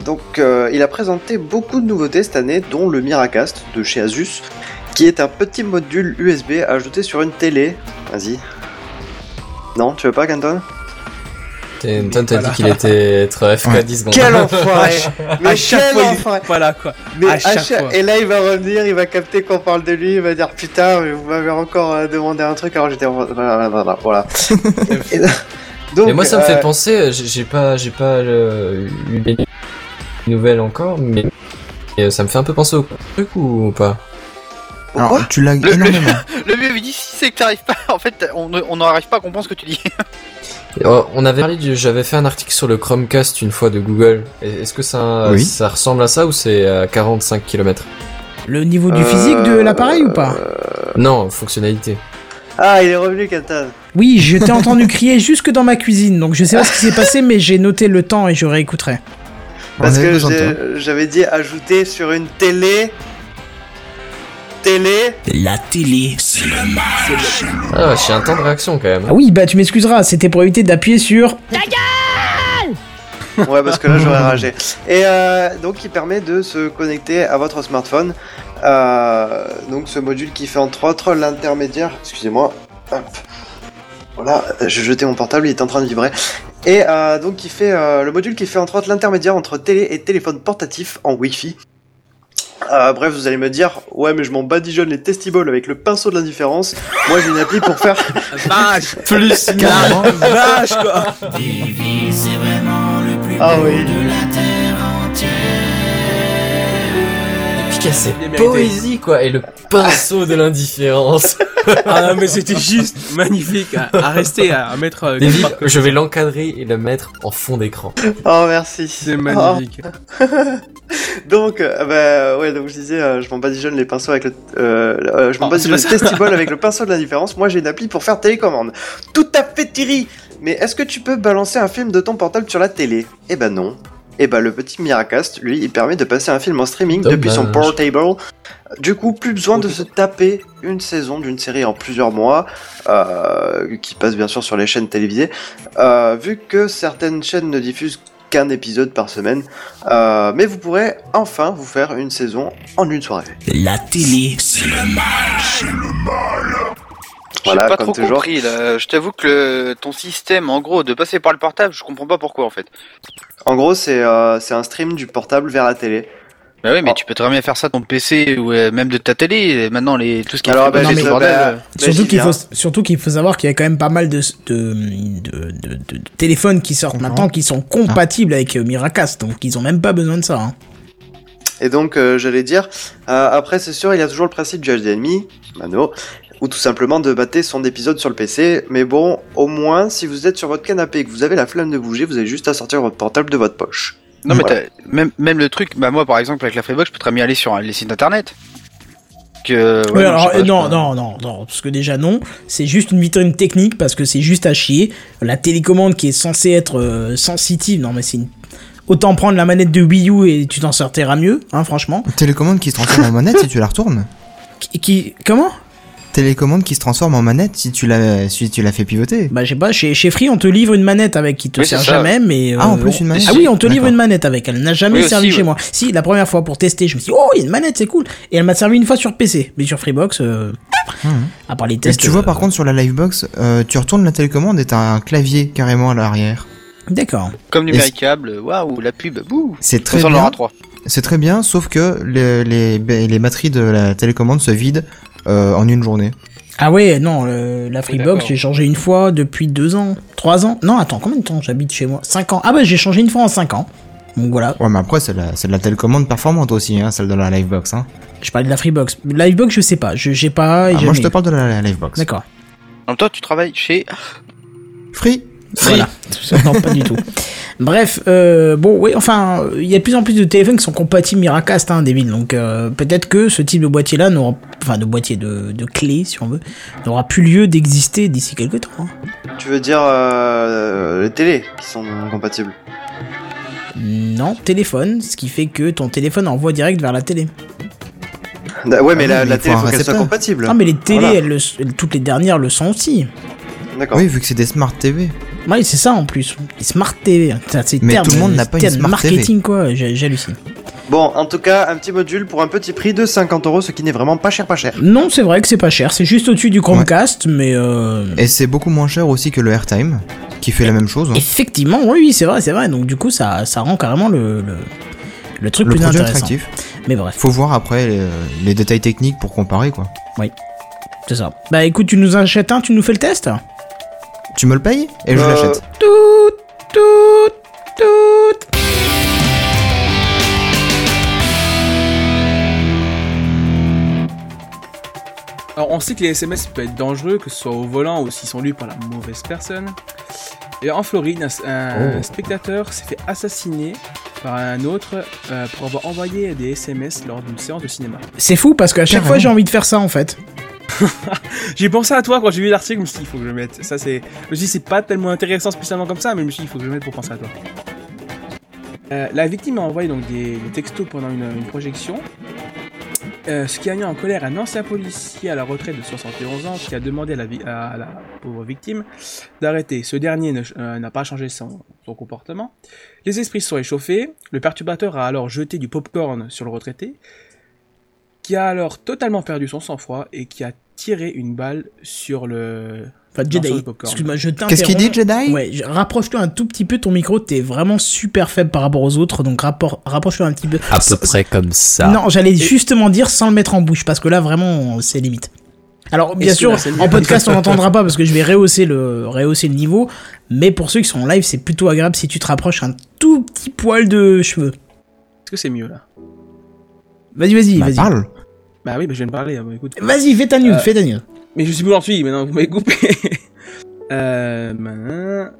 S3: donc, euh, il a présenté beaucoup de nouveautés cette année, dont le Miracast de chez Asus, qui est un petit module USB ajouté sur une télé. Vas-y. Non, tu veux pas, Canton
S1: T'es- Tom, t'as dit qu'il était être FK 10 secondes. [laughs]
S3: Quel enfoiré Mais
S4: chaque
S3: quel
S4: fois, il-
S3: enfoiré
S4: chose. Voilà quoi.
S3: Mais
S4: à
S3: à
S4: chaque
S3: chaque-
S4: fois.
S3: Et là, il va revenir, il va capter qu'on parle de lui, il va dire putain, mais vous m'avez encore euh, demandé un truc alors j'étais. en- Voilà. voilà, voilà. Et- donc,
S1: Mais moi, ça me fait
S3: euh,
S1: penser, euh, j'ai j'ai pas, j'ai pas euh, eu les nouvelles encore, mais mais euh, ça me fait un peu penser au truc ou pas
S3: Pourquoi
S6: Alors, tu l'as
S5: Le-
S6: énormément.
S5: Le mieux, il dit si c'est que t'arrives pas, [laughs] en fait, on on n'arrive pas à comprendre ce que tu dis.
S1: Et, euh, On avait parlé, du- j'avais fait un article sur le Chromecast une fois de Google. Et- Est-ce que ça,
S6: Oui.
S1: ça ressemble à ça ou c'est à 45 km
S2: Le niveau du
S3: Euh,
S2: physique de l'appareil ou pas
S1: Non, fonctionnalité.
S3: Ah, il est revenu, Canton.
S2: Oui, je t'ai entendu crier jusque dans ma cuisine, donc je sais pas ce qui s'est passé, mais j'ai noté le temps et je réécouterai.
S6: On
S3: Parce
S6: avait
S3: que
S6: besoin de toi.
S3: j'ai- j'avais dit ajouter sur une télé. Télé.
S8: La télé.
S1: Ah, j'ai
S2: bah,
S1: un temps de réaction quand même.
S5: Bah,
S2: Ah oui, bah tu m'excuseras, c'était pour éviter d'appuyer sur.
S3: Ouais, parce que là j'aurais ragé. Et euh, donc il permet de se connecter à votre smartphone. Euh, donc ce module qui fait entre autres l'intermédiaire. Excusez-moi. Hop. Voilà, j'ai jeté mon portable, il est en train de vibrer. Et euh, donc il fait euh, le module qui fait entre autres l'intermédiaire entre télé et téléphone portatif en Wi-Fi. Euh, bref, vous allez me dire, ouais, mais je m'en badigeonne les testiboles avec le pinceau de l'indifférence. Moi, j'ai une appli
S4: [laughs]
S3: pour faire
S4: Vache
S6: Plus carrément.
S4: Vache quoi
S3: Ah oui.
S1: Putain, c'est
S4: Bien mérité.
S1: poésie quoi, et le pinceau de l'indifférence.
S4: Ah mais c'était juste magnifique à, à rester, à, à mettre... euh,
S1: David,
S4: quelque part que-
S1: je vais l'encadrer et le mettre en fond d'écran.
S3: Oh, merci.
S4: C'est magnifique.
S3: Donc, euh, bah, ouais, donc je disais, euh, je m'en badigeonne les pinceaux avec le. euh, euh, je m'en
S4: Oh,
S3: badigeonne
S4: c'est
S3: les testiboles avec le pinceau de l'indifférence. Moi, j'ai une appli pour faire télécommande. Tout à fait, Thierry Mais est-ce que tu peux balancer un film de ton portable sur la télé Eh ben non. Eh ben, le petit Miracast, lui, il permet de passer un film en streaming depuis son
S1: Dommage.
S3: portable. Du coup, plus besoin de se taper une saison d'une série en plusieurs mois, euh, qui passe bien sûr sur les chaînes télévisées. Euh, vu que certaines chaînes ne diffusent qu'un épisode par semaine, euh, mais vous pourrez enfin vous faire une saison en une soirée.
S8: La télé.
S5: [laughs] J'ai
S3: Voilà,
S5: pas
S3: comme
S5: trop
S3: toujours.
S5: compris là. Je t'avoue que le- ton système, en gros, de passer par le portable, je comprends pas pourquoi en fait.
S3: En gros, c'est euh, c'est un stream du portable vers la télé.
S5: Bah oui, mais
S3: Oh.
S5: tu peux très bien faire ça de ton PC ou euh, même de ta télé. Maintenant, les euh. tout ce qui
S3: Alors,
S5: est
S3: bah,
S5: c'est
S3: les-
S5: le
S3: bah,
S5: bordel.
S3: bah,
S2: euh, Surtout
S3: j'y
S2: qu'il faut,
S3: viens.
S2: surtout qu'il faut savoir qu'il y a quand même pas mal de, de, de- de- de- de téléphones qui sortent
S6: Comprends.
S2: maintenant qui sont compatibles avec euh, Miracast, donc ils ont même pas besoin de ça. hein.
S3: Et donc, euh, j'allais dire, euh, après, c'est sûr, il y a toujours le principe du HDMI, Mano, ou tout simplement de battre son épisode sur le PC. Mais bon, au moins, si vous êtes sur votre canapé et que vous avez la flemme de bouger, vous avez juste à sortir votre portable de votre poche.
S5: Non, mais
S3: Voilà.
S5: t'as- même, même le truc, bah moi par exemple avec la Freebox, je peux très bien aller sur euh, les sites internet. Que,
S2: Oui,
S5: ouais, non, je
S2: alors,
S5: sais
S2: euh,
S5: pas, je
S2: non,
S5: peux-
S2: non, non, non, parce que déjà non, c'est juste une vitrine technique parce que c'est juste à chier. La télécommande qui est censée être euh, sensitive, non mais c'est une... Autant prendre la manette de Wii U et tu t'en sortiras mieux, hein, franchement.
S6: Télécommande qui se transforme en manette si tu la retournes.
S2: Qui, qui- comment
S6: Télécommande qui se transforme en manette si tu la, si tu la fais pivoter.
S2: Bah, je sais pas, chez, chez Free, on te livre une manette avec qui te
S5: Oui, c'est
S2: sert
S5: ça.
S2: jamais, mais.
S6: Ah, en
S2: euh,
S6: plus,
S2: on-
S6: une manette.
S2: Ah oui, on te livre
S6: D'accord.
S2: une manette avec. Elle n'a jamais
S5: Oui,
S2: servi
S5: aussi,
S2: chez
S5: ouais.
S2: moi. Si, la première fois pour tester, je me suis dit, oh, il y a une manette, c'est cool. Et elle m'a servi une fois sur PC. Mais sur Freebox, euh, à part les
S6: Mmh. Mais
S2: tests.
S6: tu vois,
S2: euh,
S6: par contre, sur la Livebox, euh, tu retournes la télécommande et t'as un clavier carrément à l'arrière.
S2: D'accord.
S5: Comme
S6: Et c'est-
S5: numéricable, euh, waouh, la pub, bouh.
S6: C'est très
S5: Comme ça, on aura
S6: bien.
S5: trois.
S6: C'est très bien, sauf que les, les, les batteries de la télécommande se vident euh, en une journée.
S2: Ah ouais, non, le- la Freebox,
S4: d'accord.
S2: j'ai changé une fois depuis deux ans, trois ans. Non, attends, combien de temps j'habite chez moi Cinq ans. Ah bah, j'ai changé une fois en cinq ans. Donc voilà,
S6: Ouais, mais après, c'est de la, c'est de la télécommande performante aussi, hein, celle de la Livebox. Hein.
S2: je parlais de la Freebox. Livebox, je sais pas, je j'ai pas.
S6: Ah,
S2: jamais
S6: moi, je te
S2: eu.
S6: parle de la, la Livebox.
S2: D'accord.
S5: En même temps, tu travailles chez.
S6: Free
S2: Voilà. non, pas du tout. [laughs] Bref, euh, bon, oui, enfin, euh, il y a de plus en plus de téléphones qui sont compatibles Miracast, hein, Devil. Donc, euh, peut-être que ce type de boîtier-là n'aura, enfin, de boîtier de, de clé, si on veut, n'aura plus lieu d'exister d'ici quelques temps. hein.
S3: Tu veux dire euh, les télés qui sont euh, compatibles
S2: Non, téléphone, ce qui fait que ton téléphone envoie direct vers la télé.
S3: Da- Bah, Ouais, mais
S6: Ah oui,
S3: la,
S6: mais
S3: la
S6: il faut
S3: télé,
S6: un
S3: faut qu'elle soit
S6: récepteur.
S3: compatible.
S2: Ah, mais les télés,
S3: Voilà.
S2: elles le s- elles- toutes les dernières le sont aussi.
S3: D'accord.
S6: Oui, vu que c'est des smart TV.
S2: Oui, c'est ça en plus. Les smart TV. Putain, C'est
S6: Mais
S2: terme-
S6: tout le monde n'a pas une
S2: terme
S6: smart TV.
S2: marketing, quoi. J'ai- J'hallucine.
S3: Bon, en tout cas, un petit module pour un petit prix de 50 euros, ce qui n'est vraiment pas cher, pas cher.
S2: Non, c'est vrai que c'est pas cher. C'est juste au-dessus du Chromecast, mais. Euh...
S6: Et c'est beaucoup moins cher aussi que le Airtime, qui fait la même chose. hein.
S2: Effectivement, oui, oui, c'est vrai, c'est vrai. Donc du coup, ça, ça rend carrément le, le, le truc
S6: Le
S2: plus
S6: produit
S2: intéressant.
S6: attractif.
S2: Mais bref,
S6: Faut voir après les, les détails techniques pour comparer, quoi.
S2: c'est ça. Bah écoute, tu nous achètes un, tu nous fais le test
S6: Tu me le payes Et je
S3: Euh,
S6: l'achète.
S2: Tout, tout, tout.
S4: Alors on sait que les SMS peuvent être dangereux, que ce soit au volant ou s'ils sont lus par la mauvaise personne. Et en Floride, un, un
S1: Oh.
S4: spectateur s'est fait assassiner par un autre euh, pour avoir envoyé des SMS lors d'une séance de cinéma.
S2: C'est fou parce qu'à chaque
S6: Carrément.
S2: fois, j'ai envie de faire ça en fait.
S4: J'ai pensé à toi quand j'ai vu l'article, je me suis dit il faut que je le mette. Ça c'est, je me suis dit c'est pas tellement intéressant spécialement comme ça, mais je me suis dit il faut que je le mette pour penser à toi. Euh, la victime a envoyé donc des, des textos pendant une, une projection. Euh, ce qui a mis en colère un ancien policier à la retraite de 71 ans qui a demandé à la, vi- à la pauvre victime d'arrêter. Ce dernier ne ch- euh, n'a pas changé son, son comportement. Les esprits se sont échauffés. Le perturbateur a alors jeté du popcorn sur le retraité, qui a alors totalement perdu son sang-froid et qui a tiré une balle sur le.
S2: Enfin,
S4: Non, sur
S2: Jedi.
S4: le popcorn.
S2: Excuse-moi, je t'interromps.
S6: Qu'est-ce qu'il dit, Jedi
S2: Ouais, je- rapproche-toi un tout petit peu ton micro, t'es vraiment super faible par rapport aux autres, donc rappor- rapproche-toi un petit peu.
S1: À peu près comme ça.
S2: Non, j'allais justement dire sans le mettre en bouche, parce que là, vraiment, c'est limite. Alors, bien
S4: Est-ce que
S2: sûr,
S4: là, c'est mieux
S2: en
S4: [laughs]
S2: podcast, on n'entendra pas, parce que je vais rehausser le, rehausser le niveau, mais pour ceux qui sont en live, c'est plutôt agréable si tu te rapproches un tout petit poil de cheveux.
S4: Est-ce que c'est mieux là
S2: Vas-y, vas-y,
S6: Bah,
S2: vas-y.
S6: parle.
S4: Bah oui, bah, je viens de parler. hein, bah, écoute.
S2: Vas-y, fais ta news,
S4: Euh,
S2: fais ta news.
S4: Mais je suis plus gentil maintenant, vous m'avez coupé. [laughs] euh, ben,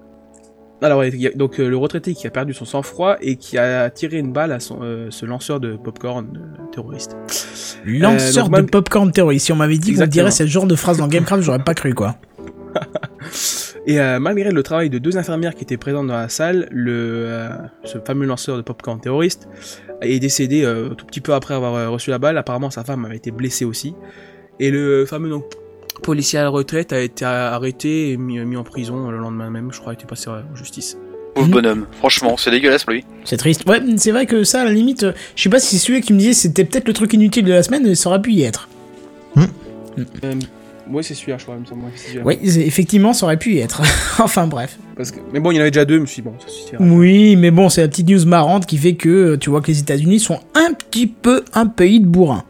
S4: Alors, il y a- donc euh, le retraité qui a perdu son sang-froid et qui a tiré une balle à son, euh, ce lanceur de popcorn euh, terroriste.
S2: Lanceur
S4: donc, mal-
S2: de popcorn terroriste. Si on m'avait dit qu'on
S4: Exactement.
S2: dirait ce genre de phrase dans Gamecraft, j'aurais pas cru, quoi.
S4: Et euh, malgré le travail de deux infirmières qui étaient présentes dans la salle, le, euh, ce fameux lanceur de popcorn terroriste est décédé euh, tout petit peu après avoir euh, reçu la balle. Apparemment, sa femme avait été blessée aussi. Et le fameux donc, policier à la retraite a été arrêté et mis, mis en prison le lendemain même. Je crois qu'il était passé euh, en justice.
S5: Pauvre bonhomme. Franchement, c'est dégueulasse pour lui.
S2: C'est triste. Ouais, c'est vrai que ça, à la limite, euh, je sais pas si celui qui me disait c'était peut-être le truc inutile de la semaine, ça aurait pu y être.
S4: Euh, Ouais, c'est celui-là, je crois, il me semble. ouais, c'est celui-là.
S2: Oui, c'est- effectivement, ça aurait pu y être. [laughs] enfin, bref.
S4: Parce que... Mais bon, il y en avait déjà deux, je me suis dit, bon, ça suffira.
S2: Mm. Oui, mais bon, c'est la petite news marrante qui fait que euh, tu vois que les États-Unis sont un petit peu un pays de bourrin.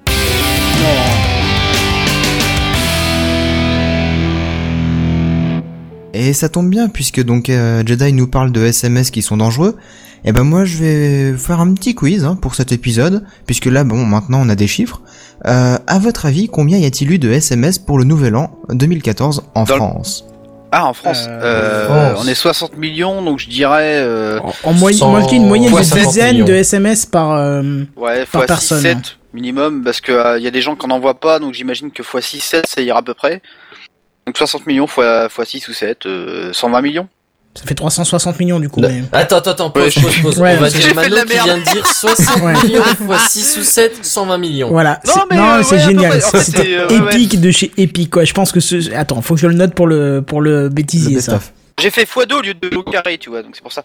S6: Et ça tombe bien puisque donc euh, Jedi nous parle de SMS qui sont dangereux. Et ben moi je vais faire un petit quiz hein, pour cet épisode puisque là bon maintenant on a des chiffres. Euh, à votre avis combien y a-t-il eu de SMS pour le Nouvel An 2014 en
S5: Dans le-
S6: France
S5: Ah, en France,
S4: Euh,
S5: euh,
S1: France.
S5: on est 60 millions, donc je dirais. euh,
S2: En moyenne,
S1: Cent-
S2: moi je dis une moyenne
S1: Ouais,
S2: de
S1: 50
S2: dizaines
S1: millions.
S2: de SMS par. euh,
S5: Ouais,
S2: Par
S5: x
S2: personne.
S5: 6, 7 minimum, parce que euh, y a des gens qu'on n'en voit pas, donc j'imagine que x 6, 7, ça ira à peu près. Donc 60 millions x, 6 ou 7, euh, 120 millions.
S2: ça fait 360 millions du coup.
S1: Non.
S2: mais-
S1: Bah, Attends, attends, attends, pause,
S5: Ouais,
S1: pause, pause.
S2: Ouais,
S1: On va
S2: j'ai
S1: dire
S5: fait de
S1: Mano
S5: la
S1: qui
S5: merde.
S1: vient de dire 60
S2: [laughs] Ouais.
S1: millions fois 6 ou 7, 120 millions.
S2: Voilà.
S5: Non,
S2: C'est-
S5: mais,
S2: non,
S5: euh,
S2: c'est
S5: ouais, à peu
S2: génial.
S5: près. En fait,
S2: C'était
S5: c'est, euh, ouais, ouais.
S2: épique de chez épique quoi. Je pense que ce. Attends, faut que je le note pour le pour le
S6: Le
S2: bêtisier
S6: best
S2: ça.
S6: of.
S5: J'ai fait x2 au lieu de l'eau carré, tu vois, donc c'est pour ça.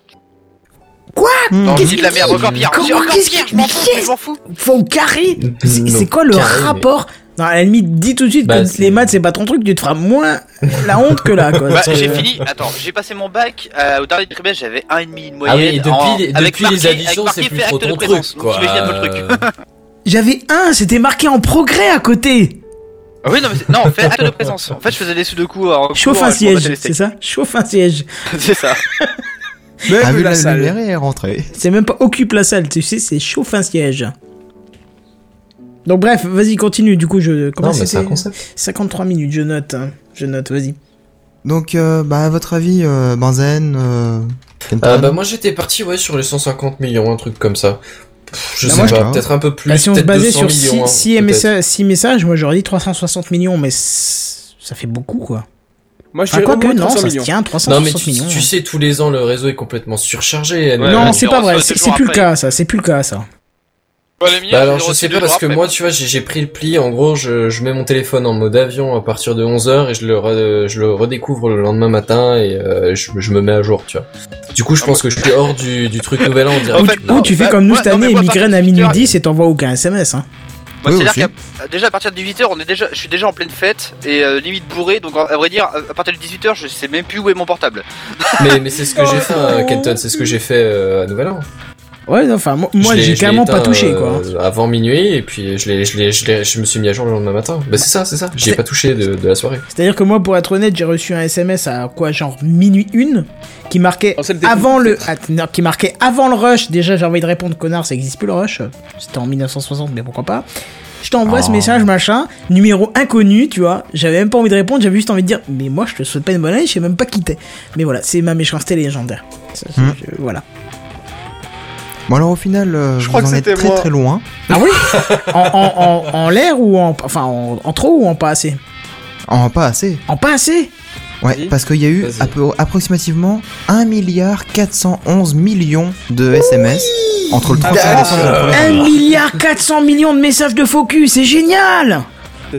S6: Hmm.
S5: Non, je
S2: Qu'est-ce
S5: dis de la
S2: qu'il
S5: merde,
S2: dit
S5: encore pire,
S2: Comment-
S5: encore
S2: qu'est-ce
S5: pire,
S2: qu'il-
S5: je m'en fous,
S2: qu'est-ce-
S5: je m'en fous.
S2: Faut au carré. C'est
S1: Non,
S2: c'est quoi le
S1: carré, mais-
S2: rapport Non, à la limite, dis tout de suite
S1: Bah,
S2: que
S1: c'est-
S2: les maths c'est pas ton truc, tu te feras moins la honte que là quoi.
S5: Bah,
S2: C'est-
S5: j'ai fini, attends, j'ai passé mon bac, euh, au dernier trimestre j'avais 1,5 de moyenne.
S1: Ah oui, et depuis,
S5: en-
S1: les-
S5: avec
S1: depuis les
S5: marqué- avec
S1: additions,
S5: marqué
S1: c'est plus
S5: fait
S1: trop
S5: acte de
S1: ton
S5: présence,
S1: truc,
S5: donc
S1: quoi.
S5: t'imagines un peu le
S1: [laughs]
S5: truc.
S1: Euh,
S2: J'avais un, c'était marqué en progrès à côté.
S5: Ah oui, non, mais c'est- non, fait acte de présence. En fait, je faisais des sous de coups. en
S2: Chauffe un
S5: cours, je m'en battais
S2: siège,
S5: les
S2: c'est
S5: steaks.
S2: ça Chauffe un siège.
S5: [laughs] C'est ça.
S3: Eh,
S4: Mais
S2: Ah,
S6: A
S4: vu
S6: Ah, vu
S4: la
S6: la
S4: salle.
S6: lumière et est rentré.
S2: C'est même pas occupe la salle, tu sais, c'est chauffe un siège. Donc bref, vas-y continue. Du coup, je comment
S1: Non, mais c'est un
S2: c'était
S1: concept.
S2: 53 minutes, je note, hein. je note, vas-y.
S6: Donc euh, bah à votre avis euh, Benzen euh, Kenton
S1: Euh, bah, moi, j'étais parti, ouais, sur les 150 millions, un truc comme ça. Pff, Je
S6: Bah,
S1: sais
S6: moi, je
S1: pas,
S6: crois.
S1: peut-être un peu plus.
S2: Bah, si on se
S1: peut-être
S2: basait
S1: 200
S2: sur
S1: millions,
S2: 6
S1: hein, peut-être.
S2: messages, moi j'aurais dit 360 millions, mais c'est- ça fait beaucoup quoi.
S4: Moi, je
S2: Enfin,
S4: dirais
S2: quoi
S4: au moins
S2: que ah, non,
S4: 300
S2: ça se
S4: millions.
S2: tient,
S1: Non, mais
S2: 360
S1: tu,
S2: millions.
S1: tu
S2: hein.
S1: sais, tous les ans, le réseau est complètement surchargé.
S5: Ouais,
S2: non,
S5: ouais,
S2: c'est
S5: on
S2: pas
S5: reçoit
S2: vrai,
S5: deux
S2: c'est
S5: jours
S2: c'est plus le
S5: après.
S2: cas ça, c'est plus le cas ça.
S1: Bah alors je sais pas parce que moi tu vois j'ai j'ai pris le pli en gros je, je mets mon téléphone en mode avion à partir de 11h et je le, re- je le redécouvre le lendemain matin et euh, je, je me mets à jour tu vois. Du
S5: Ah
S1: coup je pense que je suis hors du, du truc nouvel an direct.
S5: En
S2: Ou,
S5: fait,
S2: tu-
S5: non,
S2: ou tu fais
S5: bah,
S2: comme nous
S5: moi-
S2: cette
S5: non, mais
S2: année,
S5: moi,
S2: migraine à
S5: par contre,
S2: minuit
S5: Victor,
S2: 10 et t'envoies aucun SMS. Hein.
S5: Bah,
S6: Oui,
S5: C'est-à-dire
S6: aussi.
S5: qu'à déjà à partir de 18h, on est déjà, je suis déjà en pleine fête et euh, limite bourré, donc à vrai dire, à partir de 18h, je sais même plus où est mon portable.
S1: Mais, mais c'est ce que j'ai fait euh, Kenton, c'est ce que j'ai fait euh, à nouvel an.
S2: Ouais, non, enfin, moi-
S1: Je
S2: moi
S1: l'ai- je
S2: j'ai
S1: l'ai
S2: clairement pas
S1: éteint,
S2: touché
S1: euh,
S2: quoi.
S1: avant minuit et puis je, l'ai- je, l'ai- je, l'ai- je me suis mis à jour le lendemain matin. Bah c'est ça c'est ça, j'y ai
S2: C'est-
S1: pas touché de, de la soirée.
S2: C'est-à-dire que moi, pour être honnête, j'ai reçu un SMS à quoi, genre minuit une, qui marquait
S4: Oh, c'est le début,
S2: avant le, att- non, qui marquait avant le rush. Déjà, j'ai envie de répondre, connard, ça existe plus le rush. C'était en 1960, mais pourquoi pas. Je t'envoie ce message, machin, numéro inconnu, tu vois. J'avais même pas envie de répondre, j'avais juste envie de dire, mais moi, je te souhaite pas une bonne année, je sais même pas qui t'es. Mais voilà, c'est ma méchanceté légendaire. Ça, ça,
S6: Hmm.
S2: je- voilà.
S6: Bon alors au final euh,
S3: Je crois
S6: vous
S3: que
S6: en êtes
S3: c'était
S6: très
S3: moi.
S6: très loin.
S2: Ah oui En, en- en- en l'air ou en. Enfin, en, en trop ou en pas assez
S6: En Oh, pas assez.
S2: En pas assez
S6: Ouais,
S4: Vas-y.
S6: parce qu'il y a eu
S1: Vas-y.
S6: appro- approximativement 1 milliard 411 millions de SMS Entre le
S2: Ah,
S6: 31
S5: Ah.
S1: Ah.
S6: décembre et le 1er
S1: Euh.
S6: janvier.
S2: 1 milliard 400 millions de messages de focus, c'est génial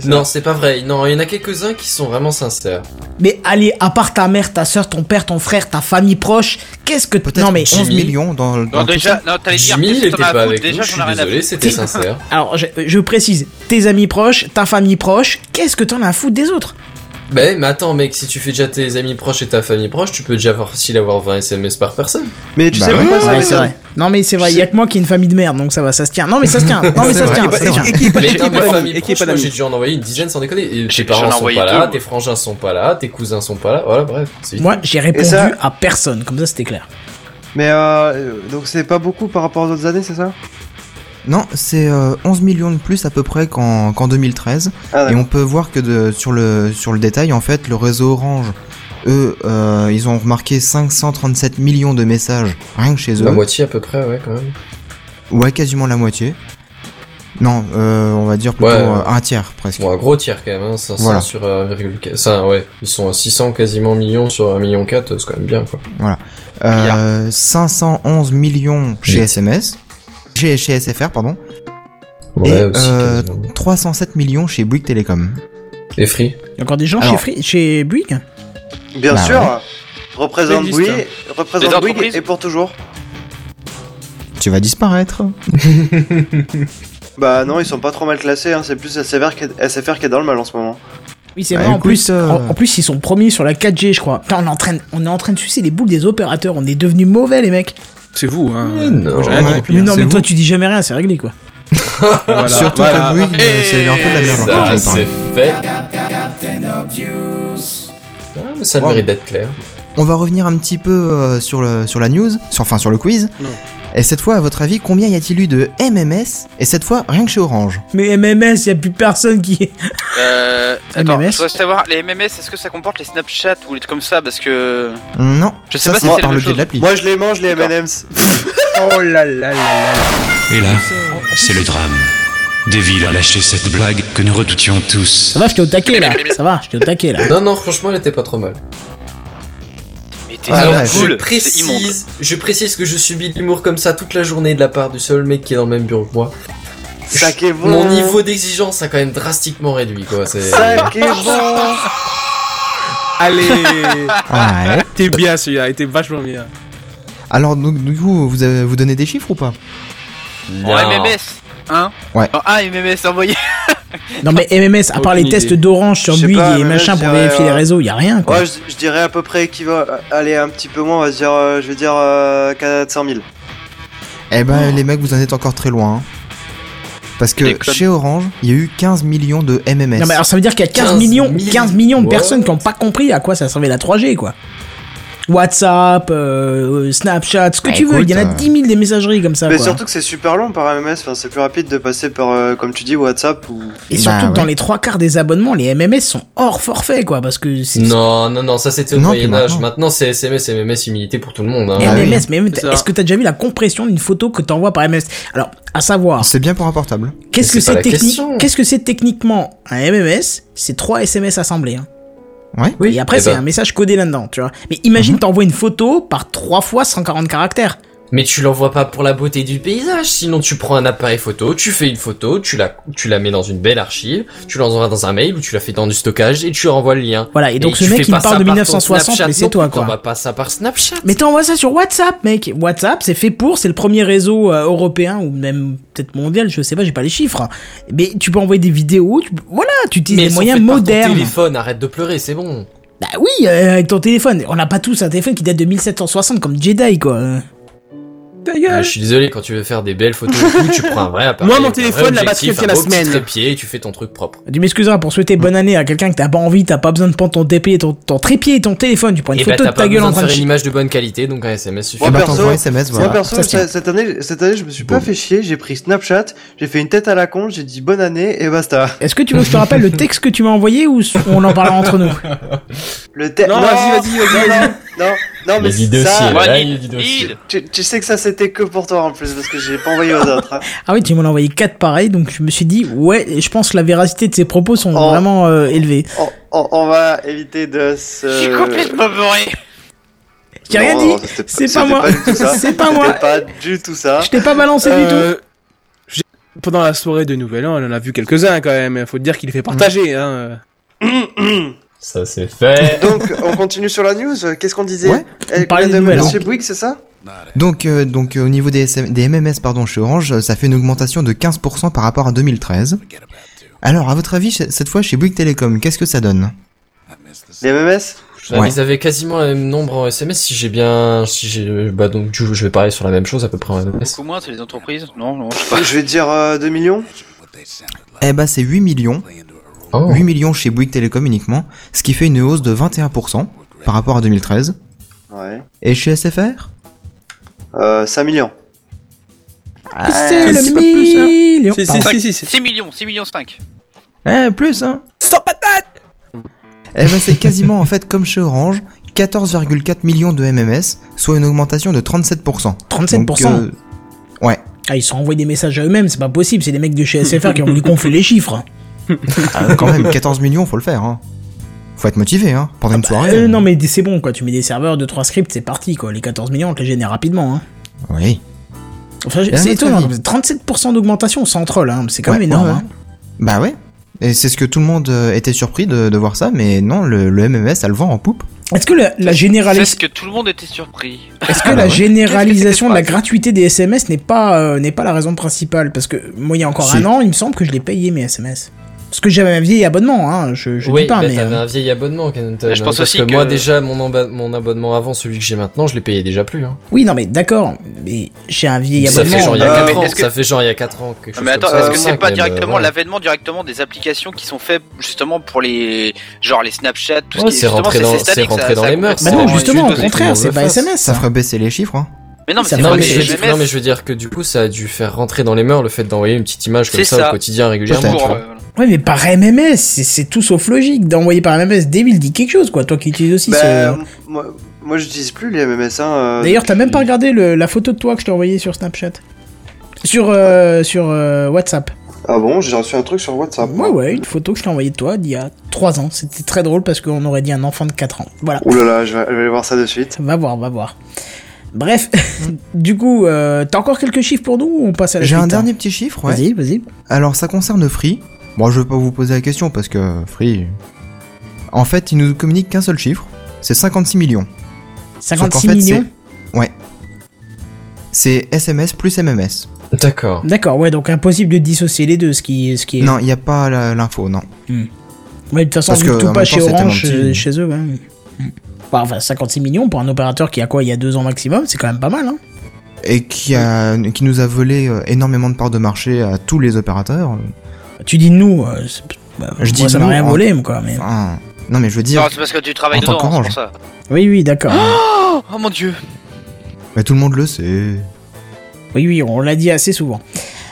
S1: Non, c'est pas vrai. Non, il y en a quelques-uns qui sont vraiment sincères.
S2: Mais allez, à part ta mère, ta soeur, ton père, ton frère, ta famille proche, qu'est-ce que...
S6: Peut-être
S2: Non mais...
S6: 11 millions dans, le- dans
S5: Non,
S6: le
S5: déjà,
S6: tout
S5: non, t'allais dire
S1: Jimmy,
S5: que
S1: il
S5: si
S1: était
S5: t'en as
S1: pas
S5: à foutre,
S1: avec
S5: déjà
S1: nous, je
S5: j'en
S1: suis
S5: ai rien à
S1: désolé,
S5: foutre.
S1: c'était sincère.
S2: Alors, je, je précise, tes amis proches, ta famille proche, qu'est-ce que t'en as à foutre des autres
S1: Ben, mais attends, mec, si tu fais déjà tes amis proches et ta famille proche, tu peux déjà facile avoir 20 SMS par personne.
S3: Mais tu
S6: Bah
S3: sais
S6: ouais.
S3: pourquoi ça
S2: Ouais,
S3: m'étonne
S2: c'est vrai. Non mais c'est vrai, il y a que moi qui ai une famille de merde, donc ça va, ça se tient. Non mais ça se
S6: [laughs]
S2: tient, non mais ça se tient, ça se tient.
S4: Et qui est pas- et
S1: Mais
S4: qui est
S1: non,
S4: pas
S1: ma
S4: d'amis,
S1: famille
S4: et qui est
S1: proche,
S4: pas
S1: moi, j'ai
S4: d'amis.
S1: dû en envoyer une dizaine sans déconner. Et
S5: J'ai-
S1: tes parents
S5: j'en ai
S1: sont
S5: envoyé
S1: pas là,
S5: deux,
S1: tes
S5: moi.
S1: frangins sont pas là, tes cousins sont pas là. Voilà, bref. c'est vite.
S2: Moi, j'ai répondu
S3: ça-
S2: à personne, comme ça c'était clair.
S3: Mais euh, donc c'est pas beaucoup par rapport aux autres années, c'est ça
S6: Non, c'est euh, 11 millions de plus à peu près qu'en qu'en 2013.
S3: Ah,
S6: Et
S3: d'accord.
S6: on peut voir que de- sur, le, sur le détail, en fait, le réseau Orange, eux, euh, ils ont remarqué 537 millions de messages rien que chez eux.
S1: La moitié à peu près, ouais, quand même.
S6: Ouais, quasiment la moitié. Non, euh, on va dire plutôt
S1: Ouais.
S6: euh, un tiers presque.
S1: Bon, un gros tiers quand même, hein, 500
S6: Voilà.
S1: sur euh, 1,4. Ça, ouais, ils sont à 600 quasiment millions sur 1,4 million, c'est quand même bien, quoi.
S6: Euh, 511 millions chez
S1: Vite.
S6: SMS. Chez, chez SFR, pardon.
S1: Ouais,
S6: Et,
S1: aussi.
S6: euh,
S1: quasiment.
S6: 307 millions chez Bouygues Telecom.
S1: Et Free
S2: Il y a encore des gens
S6: Alors-
S2: chez, Free, chez Bouygues
S3: Bien
S6: Bah
S3: sûr.
S6: ouais.
S3: Représente
S4: Playlist.
S3: Bouygues,
S5: Les
S3: représente Bouygues
S5: entreprises.
S3: et pour toujours.
S6: Tu vas disparaître.
S3: Bah non, ils sont pas trop mal classés, hein. c'est plus SFR qui, est... SFR qui est dans le mal en ce moment.
S2: Oui, c'est
S6: Ah,
S2: vrai. en,
S6: écoute,
S2: plus,
S6: euh,
S2: en, en plus, ils sont premiers sur la 4G, je crois. Putain, on est, en train, on est en train de sucer les boules des opérateurs. On est devenus mauvais, les mecs.
S4: C'est vous, hein.
S1: Mais non.
S4: Moi, j'ai rien
S6: Ouais.
S4: compris,
S2: Mais
S4: hein.
S2: non,
S6: c'est
S2: mais toi,
S6: vous.
S2: tu dis jamais rien, c'est réglé, quoi.
S4: Voilà,
S6: Surtout
S4: voilà.
S6: que Bouygues, euh, c'est un peu de la merde.
S1: Ça,
S6: encore, j'aime pas.
S1: c'est fait. Ah, mais ça
S6: Ouais.
S1: mérite d'être clair.
S6: On va revenir un petit peu euh, sur, le, sur la news, sur, enfin sur le quiz.
S4: Non.
S6: Et cette fois, à votre avis, combien y a-t-il eu de MMS Et cette fois, rien que chez Orange.
S2: Mais MMS, il a plus personne qui.
S5: Euh, attends,
S2: MMS.
S5: je voudrais savoir, les MMS, est-ce que ça comporte les Snapchat ou les trucs comme ça Parce que.
S6: Non.
S5: Je sais
S6: ça,
S5: pas si
S6: c'est
S5: c'est
S6: par
S5: la
S6: le
S5: même
S6: biais de
S5: chose.
S6: l'appli.
S3: Moi je les mange les
S5: D'accord.
S3: M&M's.
S4: Oh là là là là là.
S9: Et là, c'est le drame. Deville a lâché cette blague que nous redoutions tous.
S2: Ça va, je t'ai au taquet, là. Ça va, je t'ai au taquet, là.
S1: Non, non, franchement, elle était pas trop mal.
S5: Mais t'es
S6: Ah,
S5: sur
S1: Alors,
S6: ouais.
S5: le
S1: je
S5: cul, c'est immonde.
S1: précise, je précise que je subis de l'humour comme ça toute la journée de la part du seul mec qui est dans le même bureau que moi.
S3: Sac est bon.
S1: Mon niveau d'exigence a quand même drastiquement réduit, quoi. C'est...
S3: Sac est bon.
S4: Allez
S6: Ah, ouais.
S4: [laughs] T'es bien celui-là, il était vachement bien.
S6: Alors, donc, du coup, vous, avez- vous donnez des chiffres ou pas
S5: En MMS Hein
S6: Ouais.
S5: En un MMS envoyé
S2: Non, mais MMS, à part les
S4: Aucune
S2: tests
S4: idée.
S2: d'Orange sur
S3: Je sais
S2: Bouygues
S3: pas,
S2: et
S3: MMS,
S2: machin pour
S3: je dirais,
S2: vérifier les
S3: euh,
S2: réseaux, il y a rien, quoi.
S3: Ouais, je, je dirais à peu près qui va aller un petit peu moins, on va se dire, euh, je vais dire euh, 400 000.
S6: Eh
S2: Ah.
S6: ben, les mecs, vous en êtes encore très loin. hein. Parce que
S5: Déconne.
S6: chez Orange, il y a eu 15 millions de MMS.
S2: Non, mais alors ça veut dire qu'il y a 15,
S1: 15
S2: millions,
S1: 000.
S2: 15 millions de
S1: Ouais.
S2: personnes qui n'ont pas compris à quoi ça servait la 3G, quoi. WhatsApp, euh, Snapchat, ce que
S6: Bah,
S2: tu veux. Il y en a
S6: écoute, euh,
S2: 10 000 des messageries comme ça,
S3: Mais
S2: quoi.
S3: surtout que c'est super long par MMS, enfin, c'est plus rapide de passer par, euh, comme tu dis, WhatsApp ou...
S2: Et surtout
S6: Bah,
S2: que dans
S6: ouais.
S2: les trois quarts des abonnements, les MMS sont hors forfait, quoi, parce que c'est...
S1: Non, non, non, ça c'était au
S6: Non, puis
S1: Moyen-Âge.
S6: maintenant.
S1: Maintenant, c'est SMS, MMS, immunité pour tout le monde. Hein.
S2: MMS,
S6: Ah oui.
S2: mais même-
S4: C'est ça.
S2: est-ce que t'as déjà vu la compression d'une photo que t'envoies par MMS Alors, à savoir,
S6: C'est bien pour un portable.
S2: qu'est-ce que
S1: c'est pas
S2: c'est
S1: la
S2: technique
S1: question.
S2: Qu'est-ce que c'est techniquement un MMS C'est trois SMS assemblés. hein.
S1: Oui.
S2: Et après,
S1: Eh
S2: c'est
S1: ben, Mhm.
S2: un message codé là-dedans, tu vois. Mais imagine, t'envoies une photo par trois fois 140 caractères.
S1: Mais tu l'envoies pas pour la beauté du paysage, sinon tu prends un appareil photo, tu fais une photo, tu la, tu la mets dans une belle archive, tu l'envoies dans un mail ou tu la fais dans du stockage et tu renvoies le lien.
S2: Voilà, et donc
S1: tu
S2: ce mec,
S1: fais
S2: il
S1: pas
S2: me parle
S1: ça
S2: de
S1: par ton
S2: 1960,
S1: Snapchat
S2: mais c'est
S1: non
S2: toi,
S1: plus,
S2: quoi.
S1: T'envoies pas ça par Snapchat.
S2: Mais t'envoies ça sur WhatsApp, mec. WhatsApp, c'est fait pour, c'est le premier réseau euh, européen ou même peut-être mondial, je sais pas, j'ai pas les chiffres. hein. Mais tu peux envoyer des vidéos, tu- voilà, tu utilises
S1: Mais
S2: des
S1: ils sont
S2: moyens
S1: faits par ton
S2: modernes.
S1: téléphone, arrête de pleurer, c'est bon.
S2: Bah oui, euh, avec ton téléphone. On n'a pas tous un téléphone qui date de 1760 comme Jedi, quoi. Euh,
S4: Ta
S1: Ah,
S4: gueule
S1: je suis désolé, quand tu veux faire des belles photos, et tout, tu prends un vrai appareil.
S4: Moi, mon
S1: un vrai
S4: téléphone, la batterie
S1: objectif,
S4: tient
S1: un
S4: la
S1: beau petit
S4: semaine.
S1: trépied, et tu fais ton truc propre.
S2: Tu m'excuseras pour souhaiter bonne année à quelqu'un que t'as pas envie, t'as pas besoin de prendre ton, TP, ton, ton trépied et ton téléphone. Tu prends une
S1: Et bah,
S2: photo
S1: t'as
S2: de ta
S1: pas
S2: gueule Oh,
S1: besoin
S2: bah. en
S1: de
S2: train de
S1: faire une
S2: chier.
S1: image de bonne qualité, donc un SMS suffit.
S3: Ouais,
S6: Eh ben,
S3: perso,
S6: t'envoies SMS, voilà.
S3: Moi perso,
S2: ça se tient.
S3: cette cette année, cette année, je me suis pas fait chier, j'ai pris Snapchat, j'ai fait une tête à la con, j'ai dit bonne année et basta.
S2: Est-ce que tu veux que je te rappelle le texte que tu m'as envoyé ou s- on en parlera entre nous
S3: Le te-
S4: Non, vas-y, vas-y, vas-y,
S3: non, non, non, non, mais
S1: Les idées
S3: ça,
S1: aussi,
S5: Ouais,
S1: là,
S5: il-
S1: il est aussi.
S5: il-
S3: tu, tu sais que ça c'était que pour toi en plus parce que j'ai pas envoyé aux autres. hein.
S2: Ah oui, tu m'en as envoyé quatre pareils, donc je me suis dit, ouais, et je pense que la véracité de ses propos sont
S3: Oh.
S2: vraiment euh, élevés.
S3: On, on- on va éviter de
S1: Euh,
S5: Je suis
S3: se.
S5: complètement bourré
S2: J'ai rien
S3: Non,
S2: dit.
S3: non, c'était
S2: C'est pas
S3: c'était
S2: moi.
S3: du tout ça.
S2: C'est pas moi.
S3: C'était pas du tout ça.
S2: Je t'ai pas balancé du tout.
S4: Euh, j'ai- Pendant la soirée de Nouvel An, elle en a vu quelques-uns quand même. Faut dire qu'il les fait
S2: Mm.
S4: partager. Hein.
S1: Ça c'est fait.
S3: Donc, on continue sur la news. Qu'est-ce qu'on disait
S6: Ouais.
S3: Elle
S2: parlait
S3: de
S2: de nouvelles,
S3: Monsieur Bouygues, c'est ça
S6: Donc, euh, donc euh, au niveau des, SM des MMS pardon, chez Orange, euh, ça fait une augmentation de 15% par rapport à 2013. Alors, à votre avis, chez- cette fois chez Bouygues Telecom, qu'est-ce que ça donne
S3: Les MMS
S1: Bah,
S6: Ouais.
S1: Ils avaient quasiment le même nombre en SMS si j'ai bien, si j'ai, bah donc du coup, je vais parler sur la même chose à peu près en SMS.
S5: Beaucoup moins, c'est les entreprises Non, non, je sais pas.
S3: Je vais dire euh, 2 millions.
S6: Eh ben, c'est 8 millions.
S1: Oh.
S6: 8 millions chez Bouygues Telecom uniquement, ce qui fait une hausse de 21% par rapport à 2013.
S3: Ouais.
S6: Et chez SFR
S3: Euh, 5 millions.
S2: Ah, C'est
S6: un
S2: le
S6: petit peu plus, hein.
S2: million.
S4: Si, si,
S2: Pardon.
S4: si, si, si.
S5: 6 millions, 6 millions 5.
S6: Eh, plus, hein
S4: Sans patate
S6: Eh ben, c'est quasiment en fait comme chez Orange, 14,4 millions de MMS, soit une augmentation de 37%.
S2: 37%.
S6: Donc, euh, Ouais.
S2: Ah, ils se sont envoyés des messages à eux-mêmes, c'est pas possible, c'est des mecs de chez SFR qui ont voulu gonfler les chiffres.
S6: Ah, quand même, 14 millions, faut le faire. Hein. Faut être motivé, hein, pendant une soirée.
S2: Euh, non mais c'est bon quoi, tu mets des serveurs, 2-3 scripts, c'est parti quoi, les 14 millions on te les génère rapidement. Hein.
S6: Oui.
S2: Enfin,
S6: Et à
S2: c'est
S6: notre
S2: étonnant,
S6: avis-
S2: 37% d'augmentation sans troll, hein, c'est quand
S6: Ouais,
S2: même énorme.
S6: ouais, ouais.
S2: hein.
S6: Bah ouais. Et c'est ce que tout le monde euh, était surpris de, de voir ça, mais non, le, le MMS, ça le vend en poupe.
S2: Est-ce que la, la
S5: C'est
S2: généralis-
S5: ce que tout le monde était surpris.
S2: est-ce que
S6: Ah bah
S2: la
S6: ouais.
S2: généralisation de la
S5: Qu'est-ce que c'est
S2: gratuité des SMS n'est pas, euh, n'est pas la raison principale Parce que moi il y a encore
S6: Si.
S2: un an, il me semble que je l'ai payé mes SMS. Parce que j'avais un vieil abonnement, hein, je, je
S1: oui,
S2: dis pas,
S1: bah,
S2: mais...
S1: t'avais
S2: euh,
S1: un vieil abonnement, Canon
S5: Bah, je pense
S1: parce
S5: aussi
S1: que,
S5: que-
S1: moi déjà mon, amba- mon abonnement avant celui que j'ai maintenant, je l'ai payé déjà plus. Hein.
S2: Oui non mais d'accord, mais j'ai un vieil
S1: Ça
S2: abonnement...
S1: fait genre il y a
S3: euh,
S1: 4
S5: mais
S1: ans.
S5: est-ce que-
S1: Ça fait genre il y a 4 ans. Quelque chose
S5: Ah, mais attends,
S1: comme ça,
S5: est-ce que
S1: ou
S5: c'est
S1: cinq
S5: pas
S1: même,
S5: directement
S1: euh, voilà.
S5: l'avènement directement des applications qui sont faites justement pour les genre les Snapchat, tout
S1: Ouais,
S5: ce qui
S1: c'est rentré
S5: justement,
S1: dans-
S5: c'est
S1: c'est
S5: statique,
S1: rentré
S5: ça-
S1: dans
S5: ça
S1: les mœurs,
S2: Bah
S5: complètement-
S1: c'est
S2: non
S1: rendu
S2: justement, au
S1: juste-
S2: contraire, c'est pas
S1: Tout le monde le
S2: SMS ça.
S6: Ça
S2: Ah
S6: ferait baisser les chiffres. Hein.
S5: Mais non, mais
S2: Ça
S5: c'est
S2: fait
S1: Non
S5: pas
S1: mais,
S5: des
S2: baisser les
S1: je,
S5: SMS.
S1: non mais je veux dire que du coup ça a dû faire rentrer dans les mœurs le fait d'envoyer une petite image comme
S5: C'est
S1: ça,
S5: ça.
S1: au quotidien régulièrement.
S6: Peut-être,
S1: tu
S5: Pour,
S1: vois.
S5: euh, voilà.
S2: Ouais, mais par MMS, c'est c'est tout sauf logique d'envoyer par MMS. Devil dit quelque chose, quoi. Toi qui utilises aussi
S3: Bah,
S2: ce.
S3: moi, moi, j'utilise plus les MMS. Hein, euh,
S2: D'ailleurs, t'as même pas
S3: depuis-
S2: regardé le- la photo de toi que je t'ai envoyée sur Snapchat. Sur, euh, sur euh, WhatsApp.
S3: Ah bon, j'ai reçu un truc sur WhatsApp.
S2: Ouais, ouais, une photo que je t'ai envoyée de toi d'il y a 3 ans. C'était très drôle parce qu'on aurait dit un enfant de 4 ans. Voilà.
S3: Ouh là là, je vais, je vais aller voir ça de suite.
S2: Va voir, va voir. Bref, [laughs] du coup, euh, t'as encore quelques chiffres pour nous ou on passe à la
S6: J'ai un
S2: suite, hein
S6: dernier petit chiffre, ouais.
S2: Vas-y, vas-y.
S6: Alors ça concerne Free. Bon, je vais pas vous poser la question parce que Free. En fait, il nous communique qu'un seul chiffre, c'est 56 millions. Sauf
S2: 56
S6: qu'en fait,
S2: millions.
S6: c'est- Ouais. C'est SMS plus MMS.
S1: D'accord.
S2: D'accord, ouais, donc impossible de dissocier les deux, ce qui, ce qui est.
S6: Non, il n'y a pas la- l'info, non.
S2: Ouais, de toute façon,
S6: Parce
S2: vu que
S6: que,
S2: tout
S6: en
S2: pas
S6: même
S2: chez
S6: temps, c'est
S2: Orange,
S6: tellement
S2: euh,
S6: petit.
S2: chez eux, ouais. Bah, Enfin, 56 millions pour un opérateur qui a quoi, il y a deux ans maximum, c'est quand même pas mal, hein.
S6: Et qui, a, qui nous a volé euh, énormément de parts de marché à tous les opérateurs.
S2: Tu dis nous, euh, c'est- bah,
S6: Je
S2: moi,
S6: dis
S2: ça m'a
S6: nous,
S2: rien
S6: hein.
S2: volé, mais quoi, mais.
S6: Enfin, non, mais je veux dire,
S5: Non, c'est parce que tu travailles
S6: En tant
S5: dedans, c'est
S6: qu'orange.
S5: pour ça.
S2: Oui, oui, d'accord.
S5: Oh mon dieu.
S6: mais tout le monde le sait.
S2: oui, oui, on l'a dit assez souvent.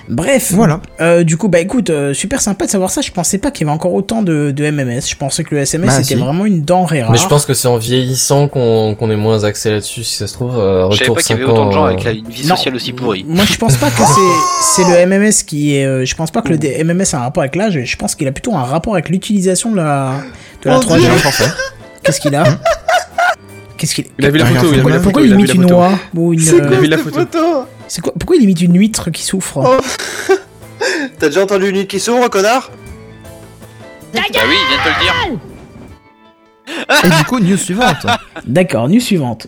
S2: Bref,
S6: Voilà.
S2: euh, du coup, bah écoute, euh, super sympa de savoir ça. Je pensais pas qu'il y avait encore autant de, de MMS. Je pensais que le SMS
S6: Bah,
S2: c'était
S6: si.
S2: vraiment une denrée rare.
S1: Mais je pense que c'est en vieillissant qu'on qu'on est moins axé là-dessus si ça se trouve. euh,
S5: Je savais
S1: retour
S5: pas qu'il y
S1: 5
S5: avait
S1: ans.
S5: autant de gens
S1: euh,
S5: avec la- une vie
S2: Non.
S5: sociale aussi pourrie.
S2: Moi, je pense pas que c'est c'est le MMS qui est. euh, Je pense pas que le D- MMS a un rapport avec l'âge. Je pense qu'il a plutôt un rapport avec l'utilisation de la de la 3G.
S6: J'ai un forfait.
S2: Qu'est-ce qu'il a Qu'est-ce qu'il
S4: Il a vu la
S6: Regarde,
S4: photo, il a vu la
S6: regarde.
S4: photo,
S2: Pourquoi il
S4: il a vu
S2: imite
S4: la
S2: une
S4: photo.
S2: oie ou une
S4: Il a
S2: euh,
S4: vu la photo.
S2: C'est quoi Pourquoi il imite une huître qui souffre
S3: Oh. T'as déjà entendu une île qui s'ouvre, connard
S5: Bah oui, il vient de te le dire. [laughs]
S6: Et du coup, news suivante.
S2: D'accord, nuit suivante.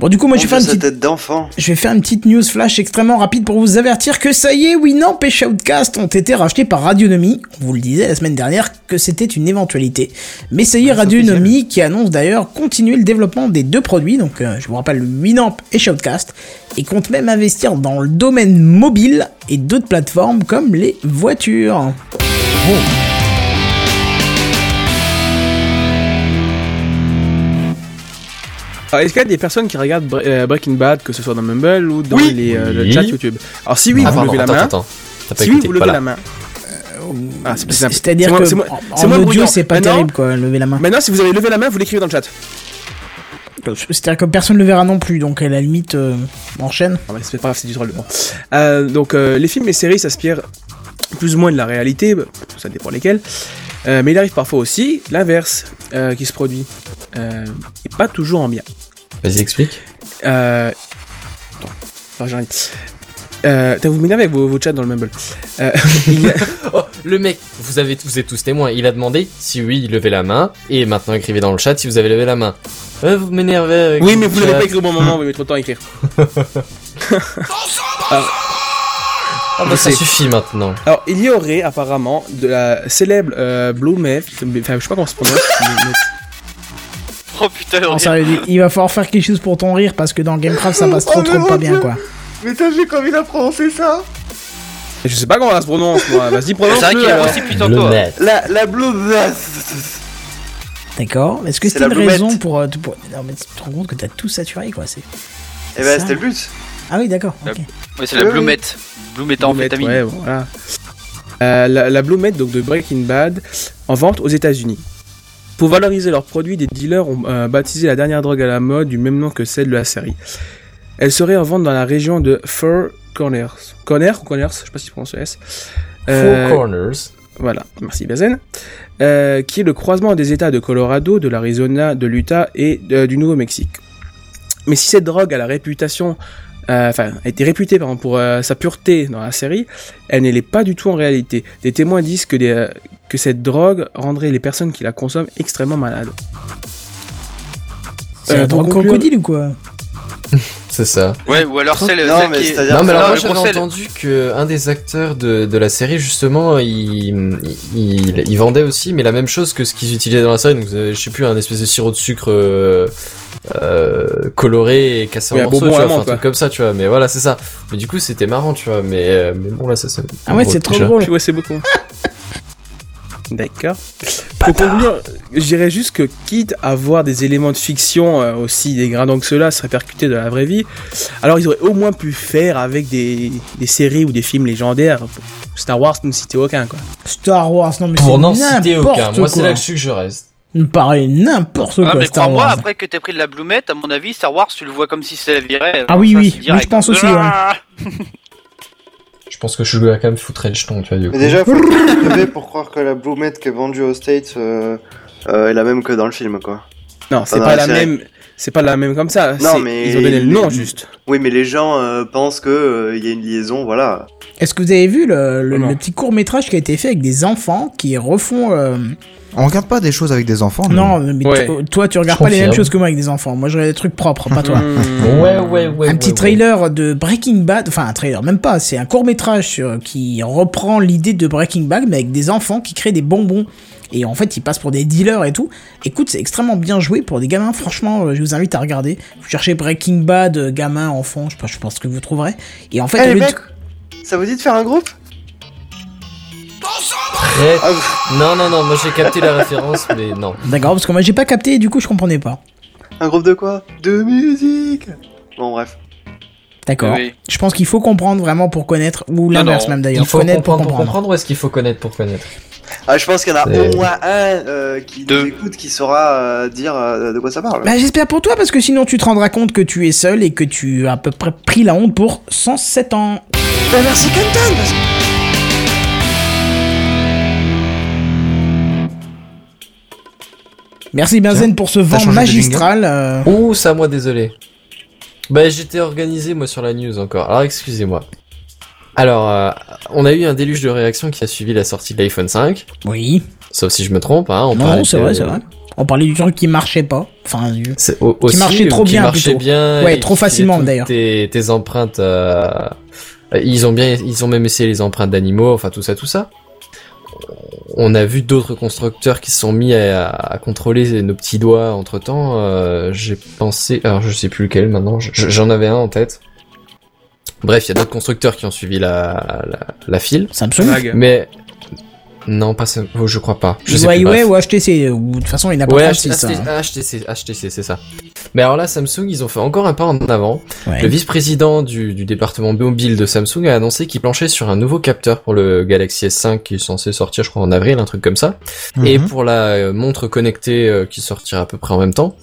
S2: Bon, du coup, moi, je vais faire
S3: Mon
S2: une
S3: Dieu, sa
S2: petite
S3: tête d'enfant.
S2: je vais faire une petite news flash extrêmement rapide pour vous avertir que ça y est, oui, non, Pêche Outcast ont été rachetés par Radionomie. On vous le disait la semaine dernière que c'était une éventualité. Mais ça y est,
S6: Ouais, c'est
S2: Radionomie qui annonce d'ailleurs continuer le développement des deux produits. Donc, euh, je vous rappelle, le Winamp et Shoutcast. Et compte même investir dans le domaine mobile et d'autres plateformes comme les voitures.
S4: Alors, est-ce qu'il y a des personnes qui regardent Bre- euh, Breaking Bad, que ce soit dans Mumble ou dans les, euh, le
S1: Oui.
S4: chat YouTube Alors si oui,
S1: Ah,
S4: vous
S1: pardon,
S4: levez la
S1: attends,
S4: main.
S1: attends. T'as pas
S4: Si oui,
S1: écouté.
S4: vous levez
S1: voilà.
S4: la main. Ah, c'est plus simple.
S2: Euh, C'est-à-dire
S4: C'est moi-
S2: que
S4: c'est moi-
S2: en-
S4: c'est
S2: en,
S4: moi le
S2: audio,
S4: brouillon.
S2: c'est pas
S4: Maintenant-
S2: terrible, quoi, lever la main.
S4: Maintenant, si vous avez levé la main, vous l'écrivez dans le chat.
S2: C'est-à-dire que personne ne le verra non plus, donc à la limite, euh, enchaîne.
S4: Ah, mais c'est pas grave, c'est du troll. Bon. Euh, donc, euh, les films et séries s'inspirent plus ou moins de la réalité, bah, ça dépend lesquels. Euh, mais il arrive parfois aussi l'inverse euh, qui se produit. Euh, et pas toujours en bien.
S1: Vas-y, explique.
S4: Euh... attends, Enfin, j'en ai- Euh, t'as- vous m'énervez avec vos, vos chats dans le mumble. Euh, [laughs] il y a-
S1: Oh, le mec, vous, avez, vous êtes tous témoins, il a demandé si oui, il levait la main, et maintenant écrivez dans le chat si vous avez levé la main. Euh, vous m'énervez avec
S4: Oui,
S1: le
S4: mais vous
S1: chat.
S4: l'avez pas écrit au bon [laughs] moment, vous avez trop de temps à écrire.
S1: Ah, bah, ça
S4: Je sais.
S1: suffit maintenant.
S4: Alors, il y aurait apparemment de la célèbre euh, Blue Meth, enfin, je sais pas comment se [laughs] prononce. mais- mais-
S5: Oh putain,
S2: Non,
S5: on est-
S2: sérieux, il va falloir faire quelque chose pour ton rire parce que dans Gamecraft
S4: [laughs]
S2: ça passe trop
S3: Oh,
S2: trop
S3: mais
S2: pas
S3: mon
S2: bien
S3: Dieu.
S2: quoi.
S3: Mais t'as vu comme il a prononcé ça
S4: Je sais pas comment ça se prononce,
S5: [laughs]
S4: moi. Vas-y,
S5: C'est vrai qu'il
S4: prononce-le.
S5: est
S4: alors.
S5: aussi puissant que
S1: Le
S5: toi.
S1: mec.
S3: La, la blue...
S2: D'accord. Est-ce que
S3: C'est
S2: c'était une
S3: la bloumette.
S2: raison pour, euh, te- pour- Non mais tu te rends compte que t'as tout saturé quoi. c'est-
S3: Eh ben,
S2: Ça.
S3: c'était le but.
S2: Ah oui d'accord. ok.
S4: Euh,
S5: Ouais, c'est la
S3: Oui, oui.
S5: bloumette. Bloumette en
S4: Blumette,
S5: amphétamine.
S4: ouais, voilà. Euh, la, la Blumette, donc de Breaking Bad, en vente aux États-Unis. Pour valoriser leurs produits, des dealers ont euh, baptisé la dernière drogue à la mode du même nom que celle de la série. Elle serait en vente dans la région de Four Corners. Corners ou Corners, je sais pas si je prononce le S. Euh,
S1: Four corners.
S4: voilà, merci Bazen. Euh, qui est le croisement des États de Colorado, de l'Arizona, de l'Utah et euh, du Nouveau-Mexique. Mais si cette drogue a la réputation, euh, enfin, a été réputée pardon, pour euh, sa pureté dans la série, elle ne l'est pas du tout en réalité. Des témoins disent que, des, euh, que cette drogue rendrait les personnes qui la consomment extrêmement malades.
S2: C'est
S4: Euh,
S2: un
S4: pour
S2: drôle de
S4: conclure-
S2: crocodile ou quoi
S1: C'est ça.
S5: Ouais, ou alors celle,
S3: Non,
S5: celle
S3: mais
S5: qui est-
S3: c'est-à-dire...
S1: Non, mais alors
S5: Non,
S1: moi
S5: le
S1: j'avais
S5: conseil-
S1: entendu que un des acteurs de, de la série justement il, il, il vendait aussi mais la même chose que ce qu'ils utilisaient dans la série donc euh, je sais plus un espèce de sirop de sucre euh, euh, coloré et cassé
S4: Oui,
S1: en
S4: un
S1: morceaux tu
S4: bonbon
S1: vois,
S4: allemand,
S1: enfin, un truc
S4: quoi.
S1: comme ça tu vois mais voilà c'est ça mais du coup c'était marrant tu vois mais, euh, mais bon là ça ça
S2: Ah ouais c'est trop
S1: déjà.
S2: drôle.
S4: Ouais, c'est beaucoup. D'accord. Pour conclure, je dirais juste que quitte à voir des éléments de fiction euh, aussi dégradants que cela se répercuter dans la vraie vie, alors ils auraient au moins pu faire avec des, des séries ou des films légendaires. Star Wars ne citait aucun quoi.
S2: Star Wars non mais
S1: pour n'en
S2: c'est
S1: citer aucun
S2: n'importe
S1: moi c'est là
S2: quoi.
S1: que je suis que je reste
S2: Il me paraît n'importe
S5: Ah,
S2: quoi
S5: mais
S2: Bah, Star
S5: crois-moi,
S2: Wars.
S5: après que t'aies pris de la bloumette, à mon avis, Star Wars, tu le vois comme si c'était la virée.
S2: Ah oui,
S5: Ça,
S2: oui.
S5: c'est
S2: Oui,
S5: direct.
S2: je pense aussi, ouais.
S5: Ah
S1: je pense que je vais quand même foutre le jeton tu vois du coup
S3: Mais déjà, [laughs] faut le lever pour croire que la blue qui est vendue aux States euh, euh, est la même que dans le film, quoi.
S4: Non, c'est
S3: non,
S4: pas la
S3: c'est vrai.
S4: même. C'est pas la même comme ça.
S3: Non,
S4: C'est-
S3: mais-
S4: ils ont donné le nom juste.
S3: Oui, mais les gens euh, pensent que euh, il y a une liaison, voilà.
S2: Est-ce que vous avez vu le, le-
S4: Non.
S2: le petit court métrage qui a été fait avec des enfants qui refont euh,
S6: [laughs] On regarde pas des choses avec des enfants. nous.
S2: Non mais
S4: Ouais.
S2: to- toi tu regardes
S1: Je
S2: pas les mêmes
S1: confirme.
S2: choses que moi avec des enfants. Moi je regarde des trucs propres
S3: Hmm.
S2: pas toi.
S4: Mmh.
S1: ouais ouais ouais
S2: un petit trailer de Breaking Bad, enfin un trailer, même pas, c'est un court métrage sur- qui reprend l'idée de Breaking Bad, mais avec des enfants qui créent des bonbons. Et en fait, ils passent pour des dealers et tout. Écoute, c'est extrêmement bien joué pour des gamins. Franchement, euh, je vous invite à regarder. Vous cherchez Breaking Bad, euh, gamin, enfant, je, sais pas, je pense que vous trouverez. Et en fait,
S3: Eh,
S2: au
S3: les
S2: lieu de-
S3: mecs, ça vous dit de faire un groupe Ah, pff,
S1: non non non moi j'ai capté la référence mais non
S2: D'accord, parce que moi j'ai pas capté et du coup je comprenais pas.
S3: Un groupe de quoi De musique Bon, bref.
S2: D'accord.
S5: Oui.
S2: Je pense qu'il faut comprendre vraiment pour connaître, ou l'inverse
S5: non,
S2: même d'ailleurs.
S1: il faut
S2: connaître
S1: comprendre
S2: pour
S1: pour comprendre ou est-ce qu'il faut connaître pour connaître
S3: Ah, je pense qu'il y en a
S1: Euh.
S3: au moins un euh, qui
S5: Deux.
S3: nous écoute qui saura euh, dire euh, de quoi ça parle.
S2: Bah, j'espère pour toi parce que sinon tu te rendras compte que tu es seul et que tu as à peu près pris la honte pour 107 ans.
S3: Bah, merci Kenton
S2: Merci Benzen pour ce vent
S6: changé de
S2: magistral. euh,
S1: Ouh, ça, moi, désolé. Bah, j'étais organisé, moi, sur la news encore. Alors, excusez-moi. Alors, euh, on a eu un déluge de réactions qui a suivi la sortie de l'iPhone 5.
S2: Oui.
S1: Sauf si je me trompe, hein. On
S2: Non,
S1: parlait
S2: c'est
S1: de-
S2: vrai, c'est vrai. On parlait du truc qui marchait pas. Enfin, du-
S1: C'est au- aussi,
S2: marchait trop
S1: qui
S2: bien,
S1: marchait
S2: plutôt.
S1: bien
S2: Ouais,
S1: et
S2: trop
S1: qui filait
S2: facilement,
S1: toutes
S2: d'ailleurs.
S1: Tes, tes empreintes, euh, ils ont bien, ils ont même essayé les empreintes d'animaux, enfin tout ça, tout ça. On a vu d'autres constructeurs qui se sont mis à, à contrôler nos petits doigts entre temps. euh, J'ai pensé, alors je sais plus lequel maintenant, je- j'en avais un en tête. Bref, il y a d'autres constructeurs qui ont suivi la, la, la file,
S2: Samsung.
S4: Vague.
S1: mais non, pas ça, oh, je crois pas. Je sais
S2: ouais,
S1: plus, bref.
S2: ouais, ou HTC. ou De toute façon, il n'a pas
S1: Ouais,
S2: de
S1: HTC,
S2: ça. hein.
S1: HTC, HTC, c'est ça. Mais alors là, Samsung, ils ont fait encore un pas en avant.
S2: Ouais.
S1: Le vice-président du, du département mobile de Samsung a annoncé qu'il planchait sur un nouveau capteur pour le Galaxy S5 qui est censé sortir, je crois, en avril, un truc comme ça. Et
S6: Mhm.
S1: pour la euh, montre connectée euh, qui sortira à peu près en même temps.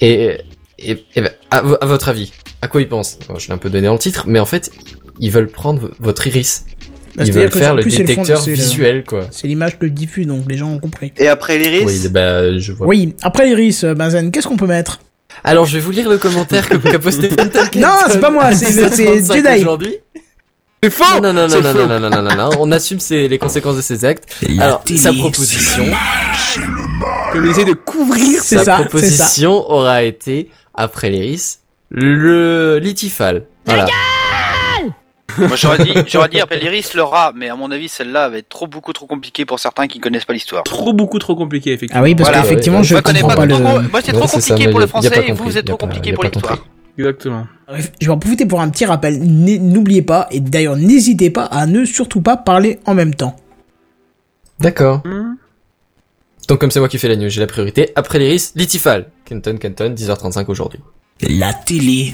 S1: Et, et, et ben, à, vo- à votre avis, à quoi ils pensent Bon, Je l'ai un peu donné en titre, mais en fait, ils veulent prendre v- votre iris.
S2: Bah,
S1: ils
S2: c'est-à-dire
S1: veulent
S2: que
S1: faire
S2: en
S1: le
S2: plus, c'est le fond- hein.
S1: détecteur
S2: c'est le-
S1: visuel, quoi.
S2: C'est l'image que je diffuse, donc les gens ont compris.
S3: Et après l'iris
S1: Oui, bah, je vois.
S2: Oui, après Iris, euh, Benzen, qu'est-ce qu'on peut mettre
S1: Alors, je vais vous lire le commentaire que- qu'a
S2: [laughs]
S1: posté Fanta Clayton
S2: Non, c'est pas moi,
S1: [laughs]
S2: c'est- c'est
S1: 1935
S2: Jedi. Oh
S1: aujourd'hui.
S4: C'est faux
S1: Non, non, non,
S4: C'est
S1: non,
S4: faux.
S1: non, non, non, non, non, non, on assume ses- les conséquences de ses actes. Alors, sa proposition,
S4: Comme essayer de couvrir.
S2: C'est
S1: sa
S2: ça, c'est ça.
S1: proposition aura été, après l'iris, le litifal. Voilà.
S5: Moi j'aurais dit, j'aurais dit appelle Iris le rat, mais à mon avis celle-là va être trop beaucoup trop compliquée pour certains qui connaissent pas l'histoire.
S4: Trop beaucoup trop compliqué, effectivement.
S2: Ah oui, parce
S5: Voilà,
S2: qu'effectivement,
S1: ouais,
S2: je
S5: Moi,
S1: connais
S2: comprends pas,
S5: trop gros-
S2: le...
S5: Moi c'est
S1: Ouais,
S5: trop
S1: c'est ça,
S5: compliqué
S1: mais
S5: pour
S1: y a-
S5: le
S1: y a pas
S5: français et vous
S1: compris,
S5: vous êtes
S1: y a
S5: trop
S1: pas- y
S5: compliqué
S1: a
S5: pour
S1: pas
S5: l'histoire.
S4: Exactement.
S2: Bref, je vais en profiter pour un petit rappel. N- N'oubliez pas, et d'ailleurs, n'hésitez pas à ne surtout pas parler en même temps.
S1: D'accord.
S4: Hmm.
S1: Donc, comme c'est moi qui fais la news, j'ai la priorité. Après l'iris, litifal. Kenton, Kenton, 10h35 aujourd'hui.
S8: La télé.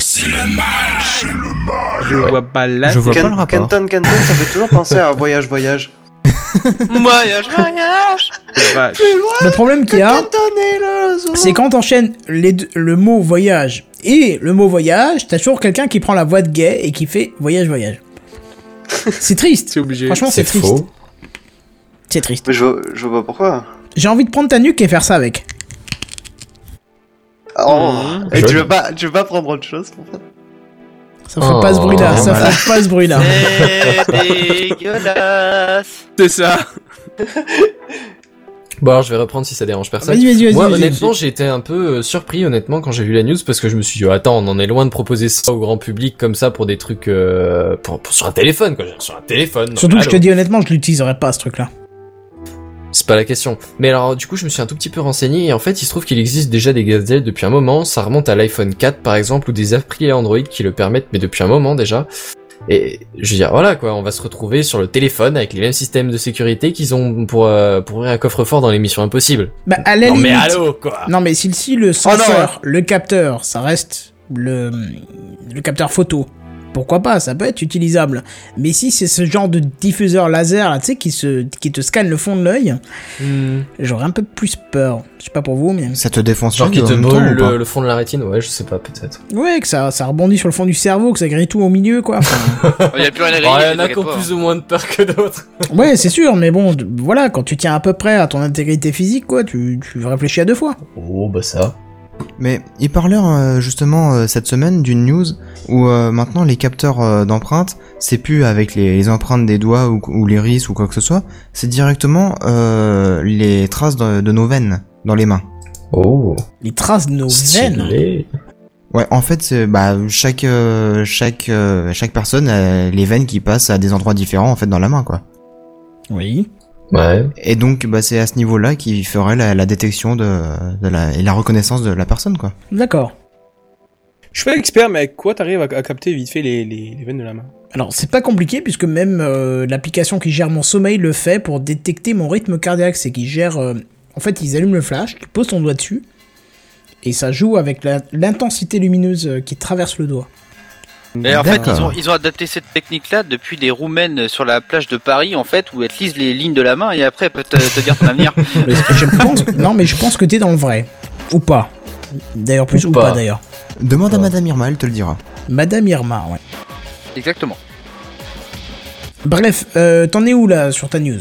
S4: Je vois pas là.
S6: Je vois pas le
S3: Ken-
S6: rapport.
S3: Kenton, Kenton, ça fait toujours penser à voyage, voyage.
S5: [laughs] Voyage, voyage.
S4: c'est pas-
S2: Le problème qu'il y a,
S3: Kenton est le zoo.
S2: Ah. c'est quand t'enchaînes les deux- le mot voyage et le mot voyage, t'as toujours quelqu'un qui prend la voix de gay et qui fait voyage, voyage. C'est triste.
S4: C'est obligé.
S2: Franchement, c'est
S1: C'est
S2: triste.
S1: faux.
S2: C'est triste.
S3: Mais je, vois- je vois pas pourquoi.
S2: J'ai envie de prendre ta nuque et faire ça avec.
S3: Oh.
S4: Mmh.
S3: Et tu
S1: Joli.
S3: veux pas, tu veux pas prendre autre chose pour ça
S2: Ça fait pas ce
S1: Oh,
S2: bruit-là. Ça
S1: voilà.
S2: fait pas ce bruit-là.
S5: C'est dégueulasse.
S4: C'est ça.
S1: Bon, alors, je vais reprendre si ça dérange personne.
S2: Vas-y, vas-y, vas-y.
S1: Moi,
S2: vas-y.
S1: honnêtement, j'ai été un peu euh, surpris, honnêtement, quand j'ai vu la news, parce que je me suis dit, attends, on en est loin de proposer ça au grand public comme ça pour des trucs, euh, pour, pour- sur un téléphone, quoi, sur un téléphone. non,
S2: Surtout
S1: mais
S2: que je te
S1: allô.
S2: dis honnêtement, je l'utiliserai pas ce truc-là.
S1: C'est pas la question. Mais alors, du coup, je me suis un tout petit peu renseigné, et en fait, il se trouve qu'il existe déjà des gazettes depuis un moment, ça remonte à l'iPhone 4, par exemple, ou des applis Android qui le permettent, mais depuis un moment déjà. Et je veux dire, voilà, quoi, on va se retrouver sur le téléphone avec les mêmes systèmes de sécurité qu'ils ont pour, euh, pour ouvrir un coffre-fort dans les missions impossibles.
S2: Bah, à la
S1: Non,
S2: limite.
S1: mais allô, Oh, quoi!
S2: Non, mais si, si le senseur, le capteur, ça reste le, le capteur photo. Pourquoi pas, ça peut être utilisable. Mais si c'est ce genre de diffuseur laser là, tu sais, qui, se, qui te scanne le fond de l'œil,
S1: Hmm.
S2: j'aurais un peu plus peur. Je sais pas pour vous, mais.
S6: Ça te défonce
S1: Genre
S6: les
S1: qui
S6: deux
S1: te
S6: en même temps
S1: brûle
S6: ou pas
S1: le, le fond de la rétine, ouais, je sais pas, peut-être.
S2: Ouais, que ça, ça rebondit sur le fond du cerveau, que ça grille tout au milieu, quoi.
S1: [laughs]
S2: Enfin,
S5: Il Bah, y a plus rien à
S1: Bah, Il y en
S5: gagner.
S1: a
S5: t'inquiète
S1: qui ont
S5: pas.
S1: plus ou moins de peur que d'autres.
S2: ouais, c'est sûr, mais bon, d- voilà, quand tu tiens à peu près à ton intégrité physique, quoi, tu, tu réfléchis à deux fois.
S1: Oh, bah ça.
S6: Mais il parlait euh, justement euh, cette semaine d'une news où euh, maintenant les capteurs euh, d'empreintes, c'est plus avec les, les empreintes des doigts ou, ou les risques ou quoi que ce soit, c'est directement euh, les traces de, de nos veines dans les mains.
S1: Oh,
S2: Les traces de nos veines.
S1: stylé.
S6: Ouais, en fait, c'est- bah, chaque euh, chaque euh, chaque personne a les veines qui passent à des endroits différents en fait dans la main quoi.
S2: Oui.
S1: Ouais.
S6: Et donc bah, c'est à ce niveau-là qu'il ferait la, la détection de, de la, et la reconnaissance de la personne quoi.
S2: D'accord.
S4: Je suis pas expert, mais avec quoi t'arrives à, à capter vite fait les, les, les veines de la main
S2: Alors, c'est pas compliqué puisque même euh, l'application qui gère mon sommeil le fait pour détecter mon rythme cardiaque. C'est qu'ils gèrent. euh, en fait, ils allument le flash, ils posent ton doigt dessus et ça joue avec la- l'intensité lumineuse euh, qui traverse
S1: [laughs]
S2: le doigt.
S5: Et en fait,
S6: D'accord.
S5: ils ont, ils ont adapté cette technique-là depuis des Roumaines sur la plage de Paris, en fait, où elles te lisent les lignes de la main et après elles peuvent te, te dire ton avenir.
S2: Mais je pense- non, mais je pense que t'es dans le vrai. Ou pas. D'ailleurs, plus
S1: Ou
S2: ou, pas,
S1: pas.
S2: d'ailleurs.
S6: Demande à Madame Irma, elle te le dira.
S2: Madame Irma, ouais.
S5: Exactement.
S2: Bref, euh, t'en es où là sur ta news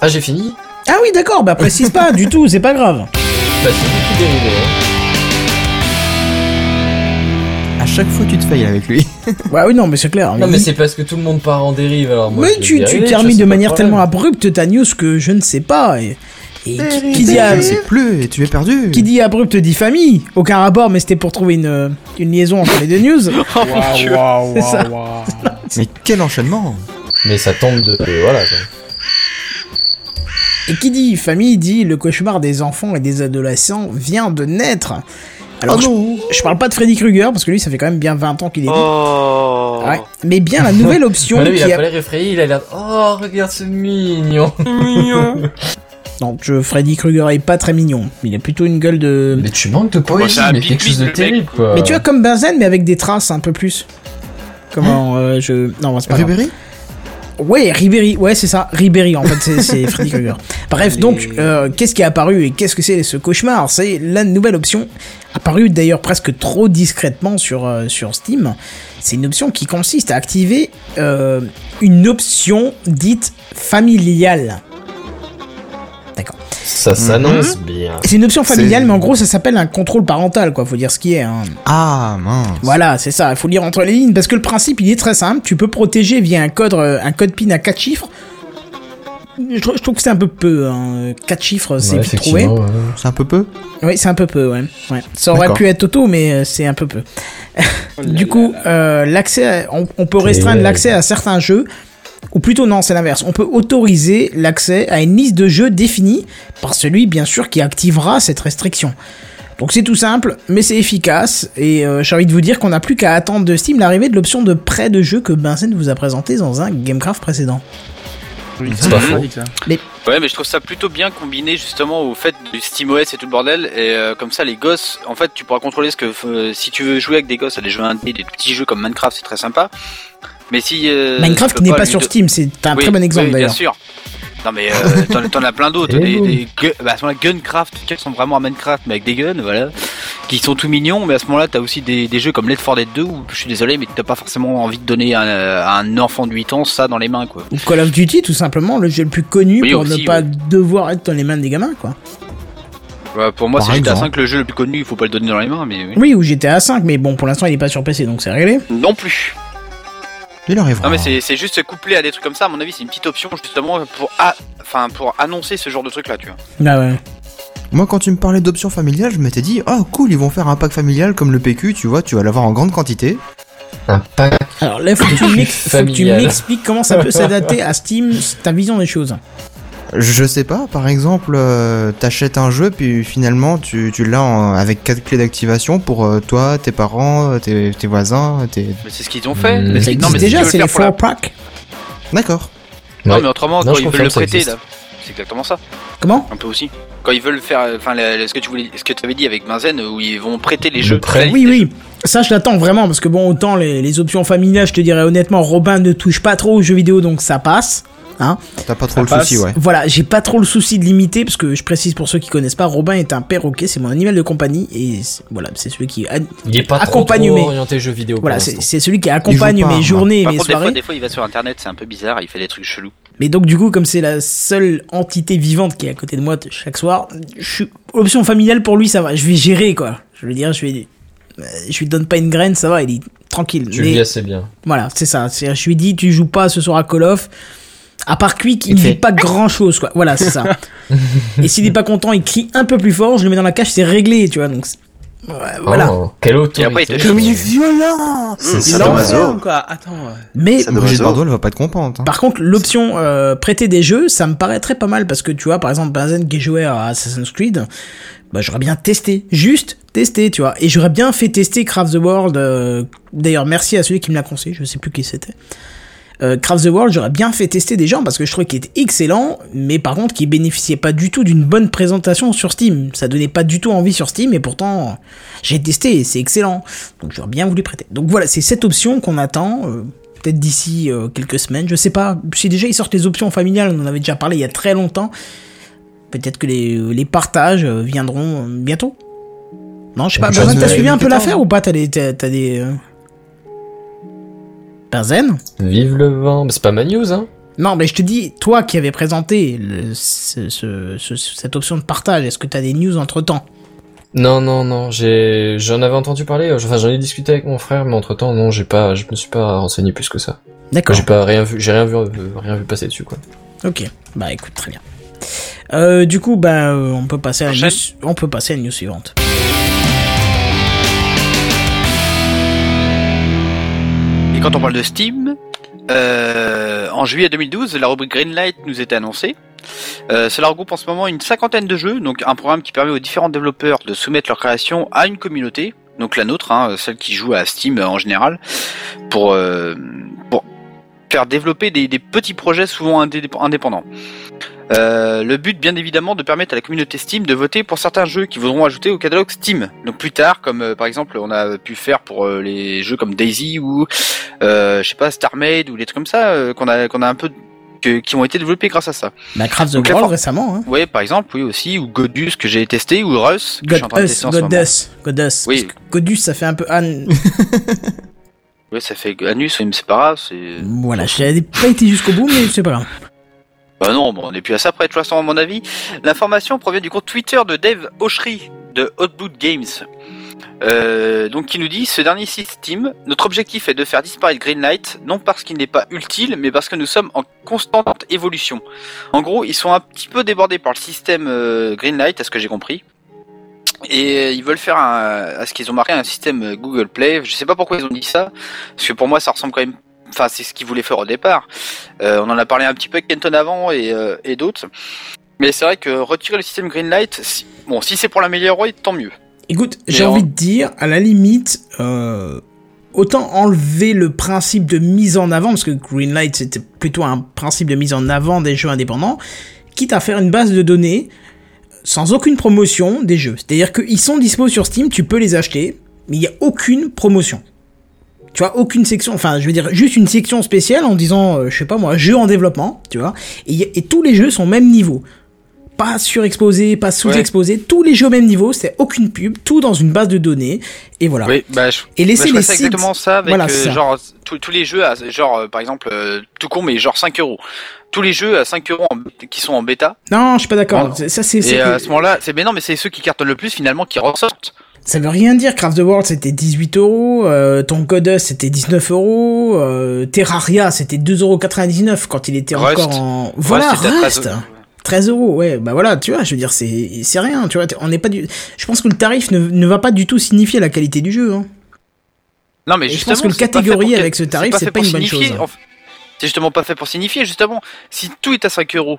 S1: Ah, j'ai fini
S2: Ah oui, d'accord, bah précise pas du tout, c'est pas grave.
S1: [laughs] Bah, c'est beaucoup dérivé. hein.
S6: À chaque fois, tu te failles avec lui.
S2: Ouais, oui, non, mais c'est clair.
S1: Non, Ah, mais c'est parce que tout le monde part en dérive, alors moi.
S2: mais tu, tu termines de manière tellement abrupte ta news que je ne sais pas. Et, et qui, qui dit,
S6: Je
S2: ab-
S6: sais plus et tu es perdu.
S2: qui dit abrupte dit famille. Aucun rapport, mais c'était pour trouver une, euh, une liaison entre les deux news.
S1: Oh,
S4: Waouh, waouh,
S2: C'est ça.
S4: waouh, waouh.
S6: Mais quel enchaînement
S1: Mais ça tombe de. euh, voilà, quoi.
S2: Et qui dit famille dit le cauchemar des enfants et des adolescents vient de naître. Alors, je- je, parle pas de Freddy Krueger parce que lui, ça fait quand même bien 20 ans qu'il est né.
S5: Oh.
S2: Ouais. Mais bien la nouvelle option
S1: Ah, lui,
S2: qui
S1: il a
S2: a-
S1: pas l'air effrayé, il a l'air. Oh, regarde ce mignon.
S4: Mignon.
S2: Non, je- Freddy Krueger est pas très mignon. Il a plutôt une gueule de.
S1: [laughs] Mais tu manques de
S5: Moi,
S1: poésie,
S5: c'est un
S1: mais
S5: big
S1: quelque chose
S5: big,
S1: de
S5: le mec.
S1: terrible, quoi.
S2: Mais tu vois, comme Benzen, mais avec des traces un peu plus. Comment euh, je. euh, Non, c'est pas grave.
S6: Ribéry
S2: Ouais, Ribéry, ouais, c'est ça, Ribéry, en fait, c'est- c'est Freddy Krueger. Bref, donc, euh, qu'est-ce qui est apparu et qu'est-ce que c'est ce cauchemar C'est la nouvelle option, apparue d'ailleurs presque trop discrètement sur, euh, sur Steam. C'est une option qui consiste à activer euh, une option dite familiale. D'accord.
S1: Ça s'annonce bien.
S2: C'est une option familiale,
S6: C'est-
S2: mais en gros, ça s'appelle un contrôle parental, quoi, faut dire ce qui est. hein.
S6: Ah, mince.
S2: Voilà, c'est ça, il faut lire entre les lignes parce que le principe il est très simple, tu peux protéger via un code euh, un code PIN à 4 chiffres. Je, trou- je trouve que c'est un peu peu, 4 chiffres c'est
S1: Ouais,
S2: vite trouvé.
S1: effectivement, ouais.
S6: C'est un peu peu
S2: Oui, c'est un peu peu, ouais. ouais. Ça aurait
S6: D'accord.
S2: pu être auto, mais euh, c'est un peu peu.
S5: Oh
S2: du coup, euh, l'accès, à- on, on peut restreindre
S1: Et-
S2: l'accès à certains jeux, ou plutôt non, c'est l'inverse. On peut autoriser l'accès à une liste de jeux définie par celui, bien sûr, qui activera cette restriction. Donc c'est tout simple, mais c'est efficace, et euh, j'ai envie de vous dire qu'on n'a plus qu'à attendre de Steam l'arrivée de l'option de prêt de jeu que Benzen vous a présenté dans un Gamecraft précédent.
S1: C'est hein. pas faux.
S4: Logique, ça.
S5: Ouais, mais je trouve ça plutôt bien combiné justement au fait du SteamOS et tout le bordel. Et euh, comme ça, les gosses, en fait, tu pourras contrôler ce que. euh, si tu veux jouer avec des gosses à des jeux indés, des petits jeux comme Minecraft, c'est très sympa. Mais si. euh,
S2: Minecraft
S5: tu
S2: qui
S5: peux
S2: n'est pas
S5: lui
S2: sur
S5: do-
S2: Steam, c'est un
S5: Oui,
S2: très bon exemple
S5: oui,
S2: d'ailleurs.
S5: Bien sûr. Non, mais
S2: [laughs]
S5: euh, t'en- t'en as plein d'autres.
S1: Et
S5: des,
S1: boum.
S5: des gu- bah, à ce moment-là, Guncraft, qui sont vraiment à Minecraft, mais avec des guns, voilà. Qui sont tout mignons, mais à ce moment-là, t'as aussi des, des jeux comme Left 4 Dead 2 où je suis désolé, mais t'as pas forcément envie de donner à, à un enfant de 8 ans ça dans les mains, quoi.
S2: Ou Call of Duty, tout simplement, le jeu le plus connu
S5: Oui,
S2: pour
S5: aussi,
S2: ne pas
S5: oui.
S2: devoir être dans les mains des gamins, quoi.
S5: Ouais, Bah, pour moi,
S6: Par
S5: c'est GTA
S6: exemple.
S5: 5 le jeu le plus connu, il faut pas le donner dans les mains, mais oui.
S2: Oui, ou GTA 5, mais bon, pour l'instant, il est pas sur PC, donc c'est réglé.
S5: Non plus.
S6: Il arrivera.
S5: Non mais c'est c'est juste couplé à des trucs comme ça. À mon avis, c'est une petite option justement pour a- enfin pour annoncer ce genre de truc là, tu vois.
S2: Bah ouais.
S6: Moi, quand tu me parlais d'options familiales, je m'étais dit, oh cool, ils vont faire un pack familial comme le PQ, tu vois, tu vas l'avoir en grande quantité.
S1: Un pack.
S2: Alors là, faut que tu
S5: [laughs]
S2: m'ex- faut que tu
S1: Familial.
S2: m'expliques comment ça peut s'adapter à Steam, ta vision des choses.
S6: Je sais pas, par exemple, euh, t'achètes un jeu, puis finalement, tu, tu l'as en- avec quatre clés d'activation pour euh, toi, tes parents, euh, tes, tes voisins, tes...
S5: Mais c'est ce qu'ils ont fait.
S1: Mmh.
S5: Mais
S2: Ça
S5: c'est- non,
S2: existe
S5: mais
S2: déjà,
S5: si tu veux
S2: c'est
S5: le
S2: les
S5: faire pour la-
S2: four packs.
S6: D'accord.
S5: Non
S1: Ouais.
S5: mais autrement
S1: Non,
S5: quand
S1: je
S5: ils veulent le
S1: confirme, ça
S5: prêter
S1: existe.
S5: là, c'est exactement ça.
S2: Comment
S5: Un peu aussi. Quand ils veulent faire, enfin la- la- ce que tu voulais, ce que tu avais dit avec Benzen, où ils vont prêter les
S1: Le
S5: jeux.
S1: prêt.
S2: Oui, oui. Ça, je l'attends vraiment, parce que bon, autant les, les options familiales, je te dirais honnêtement, Robin ne touche pas trop aux jeux vidéo, donc ça passe.
S6: T'as pas trop
S4: Ça
S6: le souci,
S4: passe.
S6: ouais.
S2: Voilà, j'ai pas trop le souci de limiter, parce que je précise pour ceux qui connaissent pas, Robin est un perroquet, c'est mon animal de compagnie, et c'est- voilà, c'est celui qui a-
S1: Il est pas trop,
S2: Accompagné,
S1: trop
S2: mais-
S1: orienté jeux vidéo. pour
S2: Voilà, c'est
S1: l'instant.
S2: c'est celui qui accompagne
S6: Il joue pas,
S2: mes
S6: hein.
S2: journées et
S5: Par
S2: mes
S5: contre, des fois,
S2: soirées.
S5: des fois, il va sur internet, c'est un peu bizarre, il fait des trucs chelous.
S2: Mais donc, du coup, comme c'est la seule entité vivante qui est à côté de moi t- chaque soir, je suis option familiale pour lui, ça va. Je vais gérer, quoi. Je veux dire, je vais. euh, Je lui donne pas une graine, ça va, il est tranquille.
S1: Tu
S2: Mais
S1: le vis assez bien.
S2: voilà, c'est ça. C'est- Je lui dis, tu joues pas ce soir à Call of. À part Quick, il ne
S6: fait-
S2: fait pas grand chose, quoi. Voilà, c'est ça. et s'il n'est pas content, il crie un peu plus fort, je le mets dans la cage, c'est réglé, tu vois. Donc, c'est- Ouais, voilà.
S1: Oh, quelle autorité.
S5: Et après, il te
S1: C'est-
S6: violent
S1: c'est
S3: Ça
S4: Il
S1: ça.
S3: dommage.
S4: l'enferme, quoi. Attends. ouais.
S2: Mais
S3: Ça me
S6: Brigitte
S3: réseau.
S6: Bardot, elle va pas être contente. hein.
S2: Par contre, l'option euh, prêter des jeux, ça me paraîtrait pas mal parce que tu vois, par exemple, Benzen qui jouait à Assassin's Creed, bah, j'aurais bien testé, juste testé, tu vois, et j'aurais bien fait tester Craft the World. euh, D'ailleurs, merci à celui qui me l'a conseillé, je sais plus qui c'était. Euh, Craft the World, j'aurais bien fait tester des gens parce que je trouvais qu'il était excellent, mais par contre, qui bénéficiait pas du tout d'une bonne présentation sur Steam. Ça donnait pas du tout envie sur Steam, et pourtant, j'ai testé et c'est excellent. Donc j'aurais bien voulu prêter. Donc voilà, c'est cette option qu'on attend. euh, Peut-être d'ici euh, quelques semaines, je sais pas. Si déjà ils sortent les options familiales, on en avait déjà parlé il y a très longtemps. Peut-être que les, les partages euh, viendront euh, bientôt. Non, je sais pas.
S1: Bah, Je
S2: Benzen,
S1: sais
S2: t'as
S1: pas.
S2: suivi un peu l'affaire ou pas T'as des. T'as t'as des. euh, Benzen
S1: Vive le vent. Mais C'est pas ma news, hein.
S2: Non, mais je te dis, toi qui avais présenté le- ce- ce- ce- cette option de partage, est-ce que t'as des news entre temps
S1: Non, non, non. J'ai, j'en avais entendu parler. euh, Enfin, j'en ai discuté avec mon frère, mais entre temps, non, j'ai pas, je me suis pas renseigné plus que ça.
S2: D'accord.
S1: J'ai pas rien vu, j'ai rien vu, euh, rien vu passer dessus, quoi.
S2: Ok, bah écoute, très bien. Euh, du coup, bah, euh, on, peut passer à la
S5: Enchaîne.
S2: news, on peut passer à la news suivante.
S5: Et quand on parle de Steam, euh, en juillet 2012, la rubrique Greenlight nous était annoncée. Euh, cela regroupe en ce moment une cinquantaine de jeux, donc un programme qui permet aux différents développeurs de soumettre leur création à une communauté, donc la nôtre, hein, celle qui joue à Steam euh, en général, pour, euh, pour faire développer des, des petits projets souvent indé- indépendants. Euh, le but, bien évidemment, de permettre à la communauté Steam de voter pour certains jeux qui voudront ajouter au catalogue Steam. Donc plus tard, comme euh, par exemple, on a pu faire pour euh, les jeux comme Daisy ou euh, je sais pas StarMade ou des trucs comme ça euh, qu'on a qu'on a un peu que- qui ont été développés grâce à ça.
S2: Bah, Craft the
S5: Donc, la
S2: World
S5: for-
S2: récemment, hein.
S5: Ouais, par exemple, oui aussi, ou Godus que j'ai testé, ou Russ que je suis en
S2: God
S5: train de
S2: Us,
S5: tester en
S2: God
S5: ce moment.
S2: Us, God Us.
S5: Oui.
S2: Parce que Godus, ça fait un peu Anne.
S5: [laughs] Ouais, ça fait Anus, oui, mais c'est pas grave, c'est...
S2: voilà, j'ai pas été jusqu'au bout, mais c'est pas grave.
S5: Bah non, bon, on est plus à ça près, de toute façon, à mon avis. L'information provient du compte Twitter de Dave Oshry de Hotboot Games. Euh, donc qui nous dit ce dernier site Steam, notre objectif est de faire disparaître Greenlight, non parce qu'il n'est pas utile, mais parce que nous sommes en constante évolution. En gros, ils sont un petit peu débordés par le système euh, Greenlight, à ce que j'ai compris. Et euh, ils veulent faire un, à ce qu'ils ont marqué un système euh, Google Play. Je sais pas pourquoi ils ont dit ça, parce que pour moi ça ressemble quand même. Enfin, c'est ce qu'ils voulaient faire au départ. Euh, on en a parlé un petit peu avec Kenton avant et, euh, et d'autres. Mais c'est vrai que retirer le système Greenlight, si, bon, si c'est pour l'améliorer, tant mieux.
S2: Écoute,
S5: Mais
S2: j'ai
S5: en-
S2: envie de dire, à la limite, euh, autant enlever le principe de mise en avant, parce que Greenlight c'était plutôt un principe de mise en avant des jeux indépendants, quitte à faire une base de données sans aucune promotion des jeux. C'est-à-dire qu'ils sont dispo sur Steam, tu peux les acheter, mais il n'y a aucune promotion. Tu vois, aucune section, enfin, je veux dire, juste une section spéciale en disant, euh, je sais pas moi, jeux en développement, tu vois, et, y a- et tous les jeux sont au même niveau pas surexposé, pas sous-exposé, tous les jeux au même niveau, c'est aucune pub, tout dans une base de données, et voilà.
S5: Oui, bah, je,
S2: Et
S5: bah,
S2: laisser
S5: je
S2: les
S5: ferais ça
S2: sites.
S5: exactement ça avec
S2: Voilà,
S5: euh,
S2: c'est ça.
S5: genre tous- tous les jeux, à, genre euh, par exemple euh, tout con mais genre 5 euros. Tous les jeux à 5 euros en- qui sont en bêta.
S2: Non, je suis pas d'accord.
S5: Non.
S2: C'est- Ça, c'est,
S5: Et euh,
S2: c'est-
S5: à ce moment-là, c'est mais non, mais c'est ceux qui cartonnent le plus finalement qui ressortent.
S2: ça veut rien dire. Craft the World, c'était 18 euros. euh, Ton Codus, c'était 19 euros. euh, Terraria, c'était 2,99 quand il était
S5: Rust.
S2: encore en. Voilà,
S5: c'était à 13
S2: Rust. 13 euros, ouais, bah voilà, tu vois, je veux dire, c'est, c'est rien, tu vois, on n'est pas du, je pense que le tarif ne, ne va pas du tout signifier la qualité du jeu, hein.
S5: Non, mais
S2: Et je
S5: justement,
S2: pense que le
S5: c'est pas fait
S2: catégorie
S5: pour-
S2: avec ce tarif, c'est
S5: fait
S2: pas
S5: pour
S2: une bonne
S5: signifier,
S2: chose.
S5: en fait. C'est justement pas fait pour signifier, justement. Si tout est à 5 euros,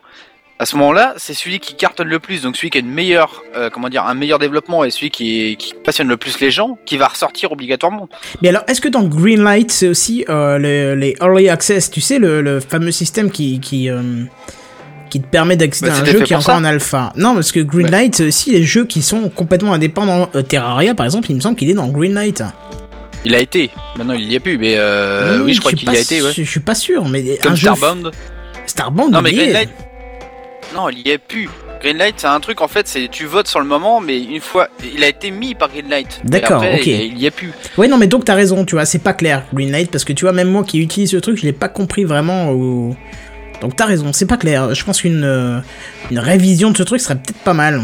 S5: à ce moment-là, c'est celui qui cartonne le plus, donc celui qui a une meilleure, euh, comment dire, un meilleur développement et celui qui, est- qui passionne le plus les gens, qui va ressortir obligatoirement.
S2: Mais alors, est-ce que dans Greenlight, c'est aussi euh, le- les Early Access, tu sais, le, le fameux système qui, qui, euh, qui te permet d'accéder
S5: Bah,
S2: à un
S5: c'était
S2: jeu
S5: fait
S2: qui est
S5: pour
S2: encore
S5: ça.
S2: en alpha Non, parce que Greenlight, c'est aussi les jeux qui sont complètement indépendants. Euh, Terraria, par exemple, il me semble qu'il est dans Greenlight.
S5: Il a été. Maintenant, il y est plus, mais euh,
S2: Hmm,
S5: oui, je crois
S2: suis
S5: qu'il
S2: pas
S5: y a été, ouais.
S2: su- Je suis pas sûr, mais
S5: Comme
S2: un jeu...
S5: Starbound.
S2: Starbound,
S5: Non, mais
S2: il y est.
S5: Greenlight. Non, il y est plus. Greenlight, c'est un truc, en fait, c'est tu votes sur le moment, mais une fois, il a été mis par Greenlight. Et
S2: D'accord,
S5: après,
S2: ok.
S5: Il il y est plus.
S2: Ouais, non, mais donc t'as raison, tu vois, c'est pas clair, Greenlight, parce que tu vois, même moi qui utilise ce truc, je l'ai pas compris vraiment. au- Donc t'as raison, c'est pas clair. Je pense qu'une euh, une révision de ce truc serait peut-être pas mal.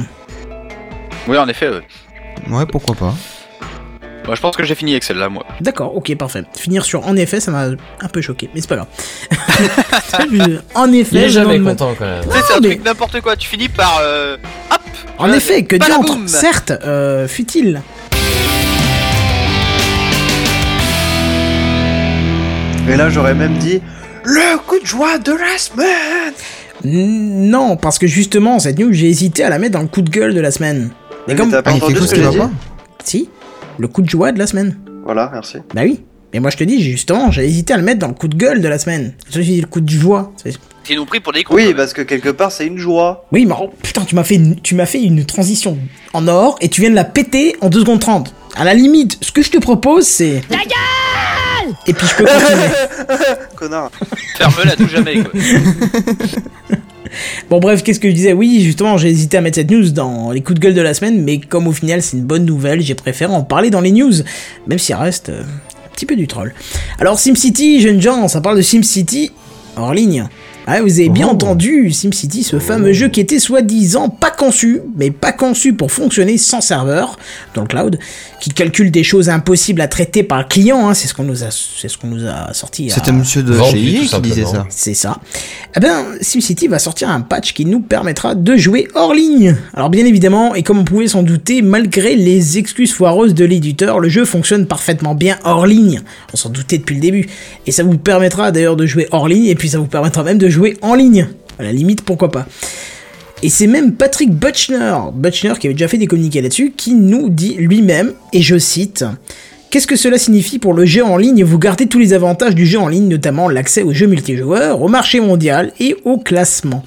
S5: Oui, en effet, ouais.
S6: Ouais, pourquoi pas.
S5: Moi, je pense que j'ai fini avec celle-là, moi.
S2: D'accord, ok, parfait. Finir sur en effet, ça m'a un peu choqué, mais c'est pas grave. [laughs] Je- en effet,
S1: Il est
S2: je
S1: jamais
S2: demande-
S1: content quand même.
S5: Tu sais, c'est un
S2: mais-
S5: truc n'importe quoi. Tu finis par. euh, Hop
S2: en
S5: Euh,
S2: effet, que
S5: balaboum
S2: diantre, certes, euh, fut-il.
S3: Et là, j'aurais même dit le coup de joie de la semaine.
S2: N- Non, parce que justement, cette news, j'ai hésité à la mettre dans le coup de gueule de la semaine. Mais
S3: Mais
S2: comme,
S3: t'as pas
S6: Ah, il y a
S3: entendu
S6: quelque
S3: ce
S6: chose
S3: que
S6: qui
S3: j'ai
S6: va
S3: dit
S6: pas
S2: si, le coup de joie de la semaine.
S3: Voilà, merci.
S2: Bah oui. Mais moi, je te dis, justement, j'ai hésité à le mettre dans le coup de gueule de la semaine. Je me suis dit le coup de joie. C'est-
S5: Ils nous pris pour des cons.
S3: Oui, parce que quelque part, c'est une joie.
S2: Oui, mais oh, putain, tu m'as fait, une- tu m'as fait une transition en or et tu viens de la péter en 2 secondes 30. À la limite, ce que je te propose, c'est. La gueule Et puis je peux continuer.
S3: Connard.
S5: Ferme-la à tout jamais, [laughs] quoi.
S2: bon, bref, qu'est-ce que je disais Oui, justement, j'ai hésité à mettre cette news dans les coups de gueule de la semaine, mais comme au final, c'est une bonne nouvelle, j'ai préféré en parler dans les news, même s'il reste euh, un petit peu du troll. Alors, SimCity, jeunes gens, ça parle de SimCity hors ligne. Ouais, vous avez bien
S6: Oh.
S2: entendu, SimCity, ce fameux jeu qui était soi-disant pas conçu, mais pas conçu pour fonctionner sans serveur, dans le cloud, qui calcule des choses impossibles à traiter par le client, hein, c'est ce qu'on nous a, c'est ce qu'on nous a sorti. à-
S6: C'était monsieur de
S1: Vendu,
S6: chez
S1: tout
S6: EA qui
S1: simplement.
S6: disait ça.
S2: c'est ça. Eh bien, SimCity va sortir un patch qui nous permettra de jouer hors ligne. Alors bien évidemment, et comme on pouvait s'en douter, malgré les excuses foireuses de l'éditeur, le jeu fonctionne parfaitement bien hors ligne. On s'en doutait depuis le début. Et ça vous permettra d'ailleurs de jouer hors ligne, et puis ça vous permettra même de jouer en ligne. À la limite, pourquoi pas. Et c'est même Patrick Butchner, Butchner qui avait déjà fait des communiqués là-dessus, qui nous dit lui-même, et je cite, Qu'est-ce que cela signifie pour le jeu en ligne et vous gardez tous les avantages du jeu en ligne, notamment l'accès aux jeux multijoueurs, au marché mondial et au classement.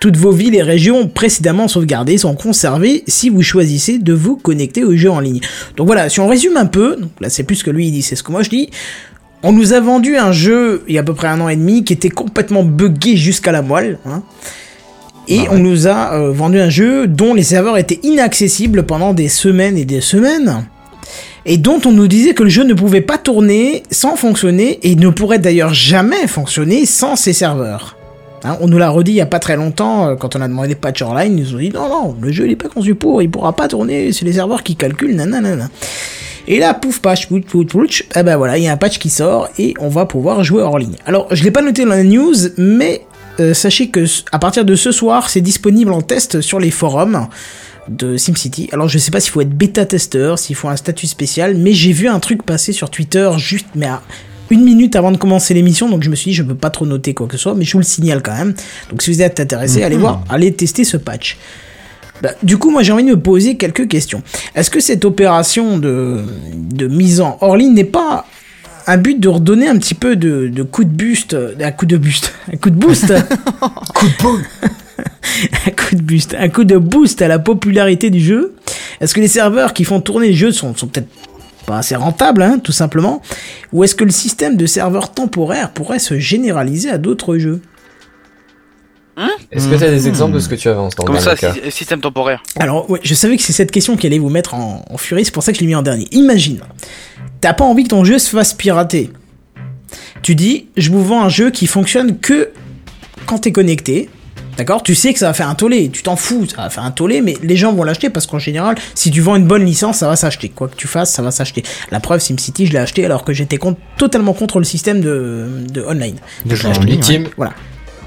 S2: Toutes vos villes et régions précédemment sauvegardées sont conservées si vous choisissez de vous connecter au jeu en ligne. Donc voilà, si on résume un peu, donc là c'est plus ce que lui il dit, c'est ce que moi je dis, on nous a vendu un jeu il y a à peu près un an et demi qui était complètement buggé jusqu'à la moelle. hein. Et on nous a euh, vendu un jeu dont les serveurs étaient inaccessibles pendant des semaines et des semaines. Et dont on nous disait que le jeu ne pouvait pas tourner sans fonctionner et ne pourrait d'ailleurs jamais fonctionner sans ces serveurs. Hein, on nous l'a redit il n'y a pas très longtemps, euh, quand on a demandé des patchs online, ils nous ont dit non, non, le jeu il n'est pas conçu pour, il pourra pas tourner, c'est les serveurs qui calculent, nanana. Et là, pouf, patch, pouf, pouf, pouf, eh ben voilà, il y a un patch qui sort et on va pouvoir jouer hors ligne. Alors, je l'ai pas noté dans la news, mais euh, sachez que c- à partir de ce soir, c'est disponible en test sur les forums de SimCity. Alors, je sais pas s'il faut être bêta-testeur, s'il faut un statut spécial, mais j'ai vu un truc passer sur Twitter juste, mais à une minute avant de commencer l'émission, donc je me suis dit, je peux pas trop noter quoi que ce soit, mais je vous le signale quand même. Donc, si vous êtes intéressé, allez voir, allez tester ce patch. Bah, du coup, moi j'ai envie de me poser quelques questions. Est-ce que cette opération de, de mise en hors ligne n'est pas un but de redonner un petit peu de, de coup de buste, un coup de buste, [laughs] un coup de boost, coup de un coup de buste, un coup de boost à la popularité du jeu Est-ce que les serveurs qui font tourner le jeu sont, sont peut-être pas assez rentables, hein, tout simplement Ou est-ce que le système de serveurs temporaires pourrait se généraliser à d'autres jeux
S1: Est-ce que t'as
S2: Hmm.
S1: des exemples de ce que tu avances dans
S5: Comme
S1: le
S5: ça,
S1: dernier cas
S5: sy- système temporaire.
S2: Alors, ouais, je savais que c'est cette question qui allait vous mettre en, en furie, c'est pour ça que je l'ai mis en dernier. Imagine, t'as pas envie que ton jeu se fasse pirater. Tu dis, je vous vends un jeu qui fonctionne que quand t'es connecté. D'accord Tu sais que ça va faire un tollé, tu t'en fous, ça va faire un tollé, mais les gens vont l'acheter parce qu'en général, si tu vends une bonne licence, ça va s'acheter. Quoi que tu fasses, ça va s'acheter. La preuve, SimCity, je l'ai acheté alors que j'étais contre- totalement contre le système de, de online.
S6: De
S2: Je
S6: jeu
S2: l'ai
S6: en
S2: acheté.
S6: ligne, ouais.
S1: Victime,
S2: Voilà.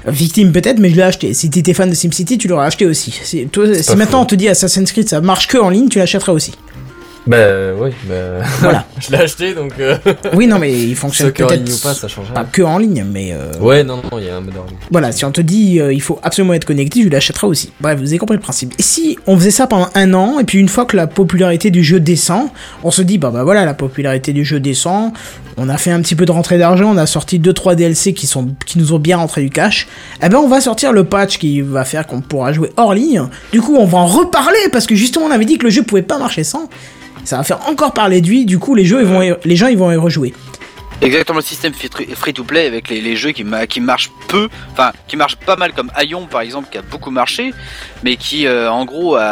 S2: Victime peut-être, mais je l'ai acheté. Si t'étais fan de SimCity, tu l'aurais acheté aussi. Si, toi, si
S1: pas
S2: maintenant
S1: faux.
S2: on te dit Assassin's Creed, ça marche que en ligne, tu l'achèterais aussi.
S1: bah oui, bah... [laughs]
S2: Voilà.
S1: je l'ai acheté donc euh...
S2: Oui, non,
S1: [laughs]
S2: mais il fonctionne
S1: ce que en
S2: peut-être
S1: ligne ou pas, ça change
S2: pas
S1: rien.
S2: que en ligne, mais euh,
S1: Ouais, non, non, il y a un mode en ligne.
S2: voilà. Si on te dit euh, il faut absolument être connecté, tu l'achèteras aussi. Bref, vous avez compris le principe. Et si on faisait ça pendant un an, et puis une fois que la popularité du jeu descend, on se dit bah bah voilà, la popularité du jeu descend. On a fait un petit peu de rentrée d'argent, on a sorti 2-3 DLC qui sont qui nous ont bien rentré du cash. Eh ben on va sortir le patch qui va faire qu'on pourra jouer hors ligne. Du coup, on va en reparler parce que justement on avait dit que le jeu pouvait pas marcher sans. Ça va faire encore parler de lui. Du coup, les jeux ils vont y- les gens ils vont y rejouer.
S5: Exactement le système free to play avec les, les jeux qui, ma- qui marchent peu, enfin qui marchent pas mal comme Aion par exemple qui a beaucoup marché, mais qui euh, en gros a,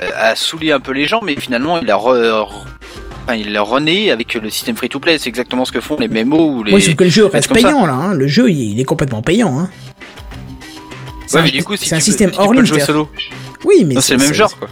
S5: a saoulé un peu les gens, mais finalement il a re- re- enfin, il a rené avec le système free to play. C'est exactement ce que font les MMO ou les.
S2: Oui, sauf que le jeu reste
S5: comme ça.
S2: payant là. hein. Le jeu, il, il est complètement payant. Hein. C'est
S5: Ouais,
S2: un-
S5: mais du coup, si
S2: c'est un
S5: tu peux-
S2: système
S5: si tu
S2: hors
S5: peux le
S2: ligne.
S5: jouer
S2: c'est-
S5: solo.
S2: Oui, mais
S5: Non, c'est le même
S2: ça-
S5: genre quoi.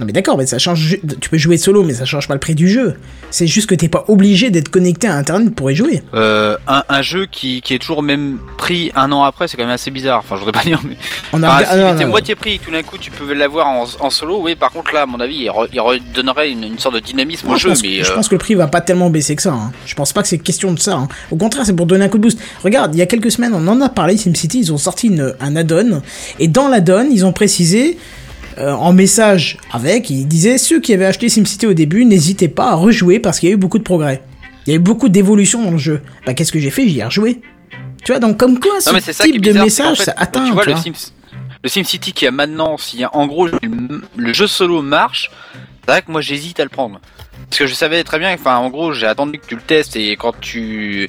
S2: Non, mais d'accord, mais ça change. ju- Tu peux jouer solo, mais ça change pas le prix du jeu. C'est juste que t'es pas obligé d'être connecté à Internet pour y jouer.
S5: Euh, un, un jeu qui, qui est toujours au même prix un an après, c'est quand même assez bizarre. Enfin, je voudrais pas dire, mais.
S2: On rega-
S5: Enfin, Bah, si
S2: ah, non,
S5: c'était
S2: non,
S5: moitié prix, tout d'un coup tu pouvais l'avoir en, en solo, oui, par contre là, à mon avis, il, re- il redonnerait une, une sorte de dynamisme
S2: Moi,
S5: au
S2: je,
S5: jeu,
S2: pense,
S5: mais.
S2: je
S5: euh,
S2: pense que le prix va pas tellement baisser que ça. hein. Je pense pas que c'est question de ça. hein. Au contraire, c'est pour donner un coup de boost. Regarde, il y a quelques semaines, on en a parlé, SimCity, ils ont sorti une- un add-on. Et dans l'add-on, ils ont précisé euh, en message avec, ils disaient ceux qui avaient acheté SimCity au début, n'hésitez pas à rejouer parce qu'il y a eu beaucoup de progrès. Il y a eu beaucoup d'évolution dans le jeu. Bah, qu'est-ce que j'ai fait J'y ai rejoué. Tu vois, donc comme quoi, ce
S5: Non, mais c'est ça qui est
S2: type de
S5: bizarre,
S2: message,
S5: c'est qu'en
S2: ça
S5: fait,
S2: atteint.
S5: Tu vois,
S2: tu
S5: le,
S2: vois.
S5: Sims, le SimCity qui a maintenant, si en gros le, le jeu solo marche, c'est vrai que moi j'hésite à le prendre. Parce que je savais très bien, enfin en gros j'ai attendu que tu le testes et quand tu...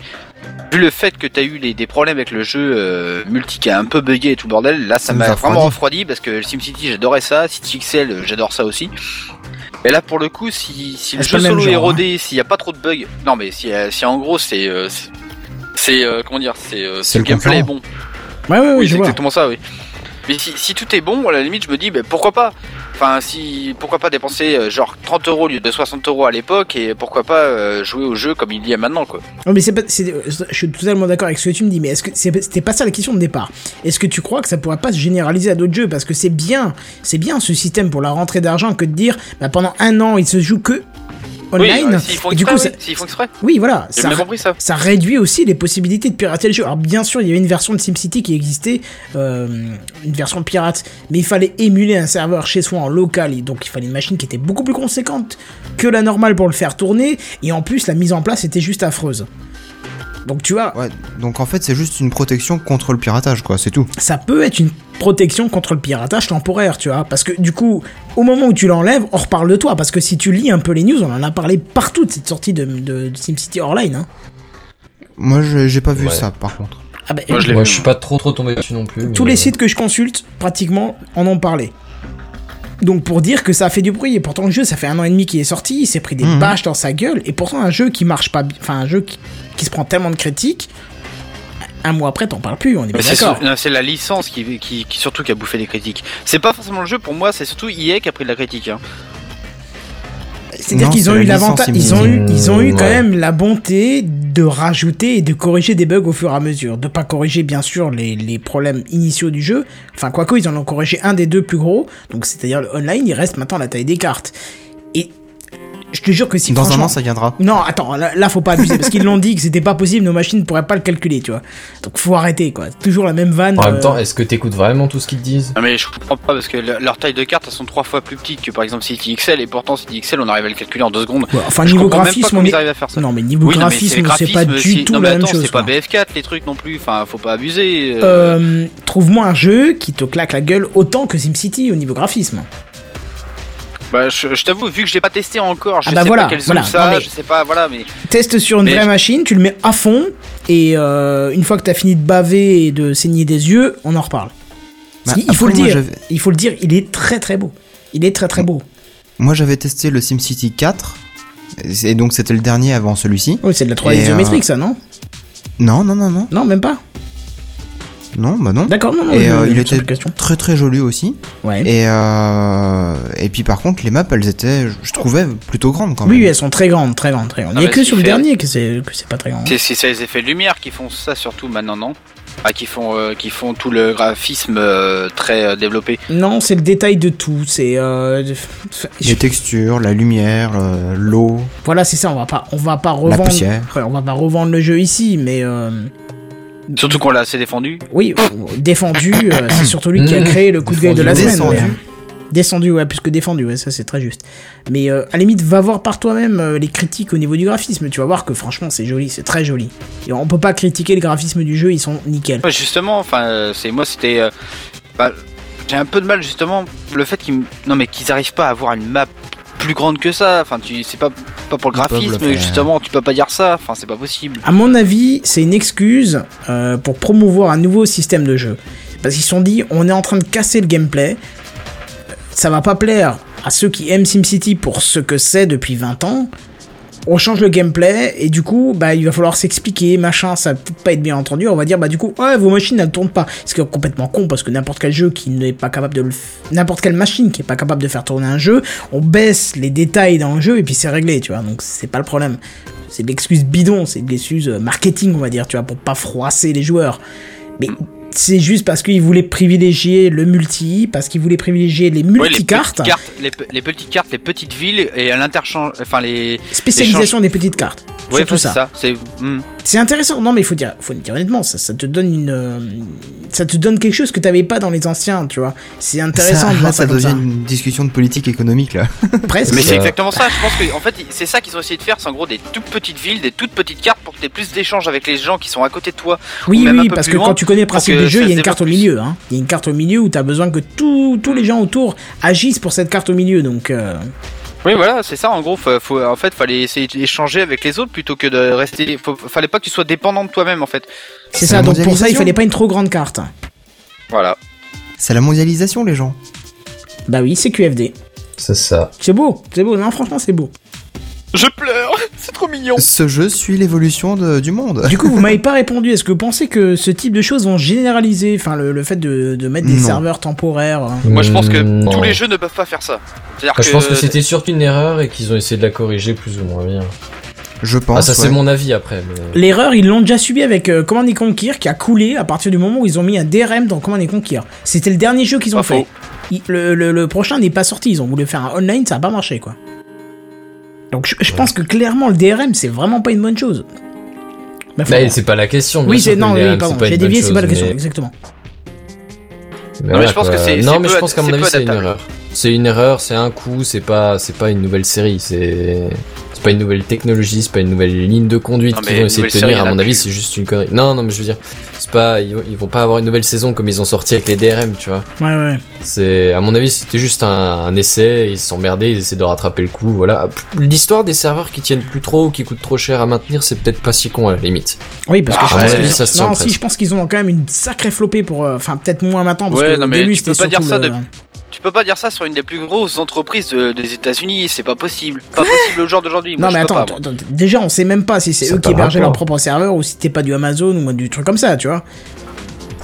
S5: Vu le fait que t'as eu les- des problèmes avec le jeu euh, multi qui a un peu bugué et tout le bordel, là ça
S6: Ça nous
S5: m'a
S6: a
S5: vraiment
S6: refroidi.
S5: refroidi parce que le SimCity j'adorais ça, CityXL euh, j'adore ça aussi. Et là pour le coup, si, si le
S2: C'est pas
S5: jeu
S2: le même
S5: solo est
S2: genre, hein.
S5: rodé, s'il n'y a pas trop de bugs, non mais si, euh, si en gros c'est... euh, c'est- c'est euh, comment dire, c'est euh,
S6: C'est
S5: si le
S6: le
S5: gameplay est
S6: concurrent.
S5: bon.
S2: Ouais, ouais, ouais,
S5: Oui,
S2: je
S5: c'est
S2: vois.
S5: exactement ça, oui. Mais si, si tout est bon, à la limite, je me dis, ben, pourquoi pas Enfin, si, pourquoi pas dépenser euh, genre 30 euros au lieu de 60 euros à l'époque et pourquoi pas euh, jouer au jeu comme il y a maintenant, quoi.
S2: Non, mais c'est pas. c'est- je suis totalement d'accord avec ce que tu me dis, mais est-ce que c'est- c'était pas ça la question de départ Est-ce que tu crois que ça pourrait pas se généraliser à d'autres jeux Parce que c'est bien, c'est bien ce système pour la rentrée d'argent que de dire, bah, pendant un an, il se joue que online.
S5: Oui, euh, s'ils font
S2: Et du coup,
S5: exprès,
S2: ça-
S5: oui, s'ils font exprès.
S2: oui, voilà,
S5: J'ai
S2: ça,
S5: bien compris ça.
S2: ça réduit aussi les possibilités de pirater le jeu. Alors bien sûr, il y avait une version de SimCity qui existait, euh, une version pirate, mais il fallait émuler un serveur chez soi en local, et donc il fallait une machine qui était beaucoup plus conséquente que la normale pour le faire tourner, et en plus la mise en place était juste affreuse. Donc tu vois,
S6: Ouais, donc en fait, c'est juste une protection contre le piratage, quoi, c'est tout.
S2: ça peut être une protection contre le piratage temporaire, tu vois. Parce que du coup, au moment où tu l'enlèves, on reparle de toi. Parce que si tu lis un peu les news, on en a parlé partout de cette sortie de, de, de SimCity Online. hein.
S6: Moi, je- j'ai pas vu
S1: Ouais.
S6: ça, par contre.
S2: Ah ben,
S5: Moi, je l'ai
S1: Moi,
S5: vu.
S1: je suis pas trop trop tombé dessus non plus.
S2: tous
S1: mais- euh,
S2: les sites que je consulte, pratiquement, en ont parlé. Donc pour dire que ça a fait du bruit, et pourtant le jeu, ça fait un an et demi qu'il est sorti, il s'est pris des
S6: Mhm.
S2: bâches dans sa gueule, et pourtant un jeu qui marche pas, bi- enfin un jeu qui, qui se prend tellement de critiques, un mois après t'en parles plus, on est
S5: Mais
S2: bien
S5: Bah, c'est
S2: d'accord.
S5: sur- non, c'est la licence qui, qui, qui- surtout qui a bouffé des critiques. C'est pas forcément le jeu pour moi, c'est surtout EA qui a pris de la critique. hein.
S2: C'est-à-dire
S6: Non,
S2: qu'ils ont
S6: c'est
S2: eu
S6: la
S2: l'avantage,
S6: licence,
S2: ils ont eu, ils ont eu quand
S1: Ouais.
S2: même la bonté de rajouter et de corriger des bugs au fur et à mesure, de pas corriger bien sûr les, les problèmes initiaux du jeu. Enfin, quoique ils en ont corrigé un des deux plus gros, donc c'est-à-dire le online, il reste maintenant la taille des cartes. Et je te jure que si
S6: Dans un
S2: franchement-
S6: an, ça viendra.
S2: non, attends, là, là, faut pas abuser parce qu'ils l'ont dit que c'était pas possible, nos machines ne pourraient pas le calculer, tu vois. Donc faut arrêter quoi. Toujours la même vanne.
S1: En
S2: euh,
S1: même temps, est-ce que t'écoutes vraiment tout ce qu'ils te disent
S5: Non, mais je comprends pas parce que le- leur taille de carte elles sont trois fois plus petites que par exemple City XL et pourtant City XL on arrive à le calculer en deux secondes.
S2: ouais, enfin
S5: je
S2: niveau
S5: comprends même pas
S2: graphisme,
S5: comment
S2: on est.
S5: ils arrivent à faire ça.
S2: Non mais niveau
S5: Oui, non, mais c'est
S2: graphisme,
S5: les
S2: c'est pas
S5: graphismes,
S2: du
S5: c'est-
S2: tout
S5: non, mais
S2: la même
S5: attends,
S2: chose.
S5: C'est pas
S2: quoi.
S5: BF4 les trucs non plus, enfin faut pas abuser. euh.
S2: Euh, Trouve-moi un jeu qui te claque la gueule autant que SimCity au niveau graphisme.
S5: Bah, je, je t'avoue, vu que je l'ai pas testé encore,
S2: Ah
S5: je sais
S2: bah voilà,
S5: pas quels
S2: voilà,
S5: sont ça,
S2: non, mais- Hein
S5: je sais pas, voilà, mais
S2: Teste sur une
S5: Mais
S2: vraie
S5: je-
S2: machine, tu le mets à fond, et euh, une fois que t'as fini de baver et de saigner des yeux, on en reparle.
S6: Bah,
S2: Si, il faut le
S6: après, moi,
S2: dire,
S6: j'avais-
S2: il faut le dire, il est très très beau. Il est très très beau.
S6: Moi, j'avais testé le SimCity 4, et donc c'était le dernier avant celui-ci.
S2: Oh, c'est de la 3D
S6: Et,
S2: isométrique ça, non
S6: Non, non, non, non,
S2: Non, même pas
S6: non, bah non.
S2: D'accord, Eh. non, non,
S6: Et
S2: je-
S6: euh,
S2: je-
S6: il
S2: je-
S6: était
S2: question.
S6: très très joli aussi.
S2: Ouais.
S6: Et, euh, et puis par contre, les maps, elles étaient, je- je trouvais, plutôt grandes quand même.
S2: Oui, oui, elles sont très grandes, très grandes, très grandes.
S5: Ah
S2: Il y a
S5: bah,
S2: que
S5: si
S2: sur le
S5: fait-
S2: dernier que c'est que c'est pas très grand.
S5: c'est c'est- c'est les effets de lumière qui font ça surtout maintenant, non Ah, qui font, euh, qui font tout le graphisme euh, très euh, développé.
S2: Non, c'est le détail de tout. C'est euh, de-
S6: Les textures, la lumière, euh, l'eau.
S2: voilà, c'est ça. On va pas, on va pas revendre.
S6: poussière.
S2: ouais, on va pas revendre le jeu ici, mais euh,
S5: Surtout qu'on l'a assez défendu.
S2: oui, défendu. euh, c'est surtout lui qui a créé le coup de gueule de la semaine.
S6: Descendu.
S2: ouais. Descendu, ouais, plus que défendu, ouais, ça c'est très juste. Mais euh, à la limite, va voir par toi-même euh, les critiques au niveau du graphisme. Tu vas voir que franchement, c'est joli, c'est très joli. Et on peut pas critiquer le graphisme du jeu, ils sont nickel.
S5: Ouais, justement, enfin, euh, c'est moi, c'était. euh, bah, j'ai un peu de mal justement le fait qu'ils, m- non mais qu'ils arrivent pas à avoir une map plus grande que ça. Enfin, tu, c'est pas pas pour le
S6: Ils peuvent le
S5: graphisme,
S6: faire.
S5: justement, tu peux pas dire ça. Enfin, c'est pas possible.
S2: À mon avis, c'est une excuse euh, pour promouvoir un nouveau système de jeu. Parce qu'ils se sont dit, on est en train de casser le gameplay. Ça va pas plaire à ceux qui aiment SimCity pour ce que c'est depuis 20 ans. On change le gameplay et du coup, bah, il va falloir s'expliquer, machin, ça va peut-être pas être bien entendu. On va dire, bah, du coup, ouais, vos machines elles tournent pas. Ce qui est complètement con parce que n'importe quel jeu qui n'est pas capable de le. f- N'importe quelle machine qui est pas capable de faire tourner un jeu, on baisse les détails dans le jeu et puis c'est réglé, tu vois. Donc c'est pas le problème. C'est de l'excuse bidon, c'est de l'excuse euh, marketing, on va dire, tu vois, pour pas froisser les joueurs. Mais c'est juste parce qu'ils voulaient privilégier le multi, parce qu'ils voulaient privilégier les
S5: Ouais, les
S2: multicartes,
S5: petites cartes, les, pe- les petites cartes, les petites villes et à l'interchange, enfin les.
S2: spécialisation des petites cartes.
S5: Ouais,
S2: surtout
S5: bah, c'est
S2: ça.
S5: ça. C'est. hmm.
S2: C'est intéressant. Non, mais il faut dire, faut le dire honnêtement, ça, ça te donne une, euh, ça te donne quelque chose que t'avais pas dans les anciens, tu vois. C'est intéressant
S6: Ça,
S2: de
S6: [laughs] là,
S2: voir ça,
S6: ça
S2: comme
S6: devient une discussion de politique économique là.
S2: ça. Presque.
S5: Mais c'est
S1: Euh,
S5: exactement ça, je pense que en fait c'est ça qu'ils ont essayé de faire, c'est en gros des toutes petites villes, des toutes petites cartes pour que tu aies plus d'échanges avec les gens qui sont à côté de toi.
S2: Oui,
S5: même un
S2: oui,
S5: peu
S2: parce
S5: plus
S2: que
S5: loin
S2: quand tu connais le principe
S5: que
S2: du jeu,
S5: ça
S2: il y a
S5: se
S2: une carte au
S5: développe
S2: milieu. hein. Il y a une carte au milieu où t'as besoin que tous tous les gens autour agissent pour cette carte au milieu. Donc, euh,
S5: Oui voilà, c'est ça en gros, faut, faut- en fait fallait essayer d'échanger avec les autres plutôt que de rester, faut- fallait pas que tu sois dépendant de toi-même en fait.
S2: c'est
S6: C'est
S2: ça.
S6: la
S2: Donc pour ça, il
S6: mondialisation.
S2: fallait pas une trop grande carte.
S5: Voilà.
S6: C'est la mondialisation, les gens.
S2: Bah oui, c'est QFD.
S1: C'est ça.
S2: C'est beau, c'est beau. Non, franchement, c'est beau.
S5: Je pleure, [laughs] c'est trop mignon.
S6: Ce jeu suit l'évolution de- du monde.
S2: Du coup, vous m'avez pas répondu. Est-ce que vous pensez que ce type de choses vont généraliser, enfin, le, le fait de, de mettre des
S6: Non.
S2: serveurs temporaires hein
S5: Moi je pense que
S1: Hmm,
S5: tous
S1: non.
S5: les jeux ne peuvent pas faire ça. C'est-à-dire
S1: Enfin, Je pense que c'était surtout une erreur et qu'ils ont essayé de la corriger plus ou moins bien.
S6: [laughs] Je pense.
S1: Ah, ça c'est
S6: ouais.
S1: mon avis après. mais-
S2: L'erreur, ils l'ont déjà subi avec euh, Command and Conquer qui a coulé à partir du moment où ils ont mis un DRM dans Command and Conquer. C'était le dernier jeu qu'ils ont
S5: Pas
S2: fait.
S5: faux.
S2: Il- le, le- le prochain n'est pas sorti. Ils ont voulu faire un online, ça a pas marché quoi. Donc je, je pense que clairement le DRM c'est vraiment pas une bonne chose. Mais faut
S1: Là,
S2: voir.
S1: c'est pas la question. bien
S2: oui,
S1: sûr
S2: c'est
S1: que
S2: non,
S1: le
S2: oui,
S1: DRM,
S2: pardon,
S1: pas une
S2: j'ai
S1: bonne
S2: dévié, c'est
S1: chose,
S2: pas la question,
S1: mais-
S2: exactement.
S5: Non, mais
S1: voilà,
S5: je pense
S1: quoi.
S5: que c'est-
S1: Non,
S5: c'est
S1: mais
S5: peu
S1: je pense qu'à mon
S5: ad-
S1: avis,
S5: c'est peu
S1: c'est une
S5: adaptable.
S1: erreur. C'est une erreur, c'est un coup, c'est pas, c'est pas une nouvelle série, c'est, c'est pas une nouvelle technologie, c'est pas une nouvelle ligne de conduite
S5: Non, mais
S1: qu'ils vont essayer de
S5: nouvelle série,
S1: tenir.
S5: il y en
S1: À
S5: a
S1: mon avis,
S5: plus.
S1: c'est juste une connerie. Non, non, mais je veux dire, c'est pas, ils, vont- ils vont pas avoir une nouvelle saison comme ils ont sorti avec les DRM, tu vois.
S2: Ouais, ouais.
S1: C'est, à mon avis, c'était juste un, un essai, ils se sont merdés, ils essaient de rattraper le coup, voilà. L'histoire des serveurs qui tiennent plus trop ou qui coûtent trop cher à maintenir, c'est peut-être pas si con à la limite.
S2: Oui, parce que
S1: Ah,
S2: je
S1: ouais,
S2: pense
S1: ça se
S2: qu'ils
S1: tient
S2: non, si,
S1: presque.
S2: je pense qu'ils ont quand même une sacrée flopée pour, euh, enfin peut-être moins maintenant parce
S5: Ouais,
S2: que
S5: non,
S2: au
S5: mais
S2: début
S5: tu peux
S2: c'était
S5: pas dire
S2: surtout
S5: ça
S2: le-
S5: de- Tu peux pas dire ça sur une des plus grosses entreprises de- des États-Unis, c'est pas possible. Pas possible au jour d'aujourd'hui.
S2: Non
S1: Bah,
S5: moi,
S2: mais
S5: je peux
S2: attends,
S5: pas, moi.
S2: attends, attends, déjà on sait même pas si c'est
S1: Ça
S2: eux
S1: n'a
S2: qui
S1: pas
S2: hébergeaient leur
S1: rapport.
S2: propre serveur ou si c'était pas du Amazon ou du truc comme ça, tu vois.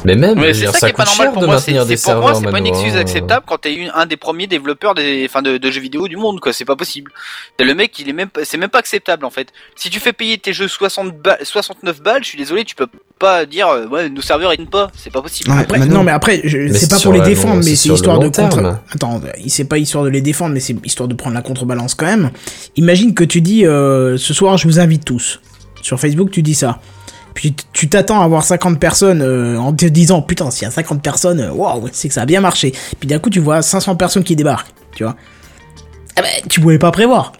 S1: Mais même, je
S5: Mais
S1: veux
S5: c'est
S1: dire,
S5: ça, qui est pas
S1: coûte
S5: normal
S1: cher
S5: pour
S1: de
S5: moi. C'est
S1: maintenir des
S5: c'est pour moi,
S1: serveurs
S5: c'est pas une
S1: maintenant,
S5: excuse
S1: hein.
S5: acceptable quand t'es une- un des premiers développeurs des, enfin, de, de jeux vidéo du monde, quoi. C'est pas possible. Et Le mec, il est même, pas- c'est même pas acceptable en fait. Si tu fais payer tes jeux 60 balles, 69 balles, je suis désolé, tu peux pas dire, euh, ouais, nos serveurs ils tiennent pas. C'est pas possible.
S6: Ouais,
S2: Après,
S6: Manon,
S2: non mais après, je- c'est
S1: c'est
S2: pas
S1: sur
S2: pour les
S1: la long-
S2: défendre,
S1: c'est
S2: mais c'est
S1: sur le
S2: histoire de
S1: long terme.
S2: contre. Attends, euh, c'est pas histoire de les défendre, mais c'est histoire de prendre la contrebalance quand même. Imagine que tu dis euh, ce soir, je vous invite tous. Sur Facebook, tu dis ça. Puis t- tu t'attends à avoir 50 personnes euh, en te disant putain, s'il y a 50 personnes, euh, waouh, c'est que ça a bien marché. Puis d'un coup, tu vois 500 personnes qui débarquent, tu vois. Ah bah, tu pouvais pas prévoir.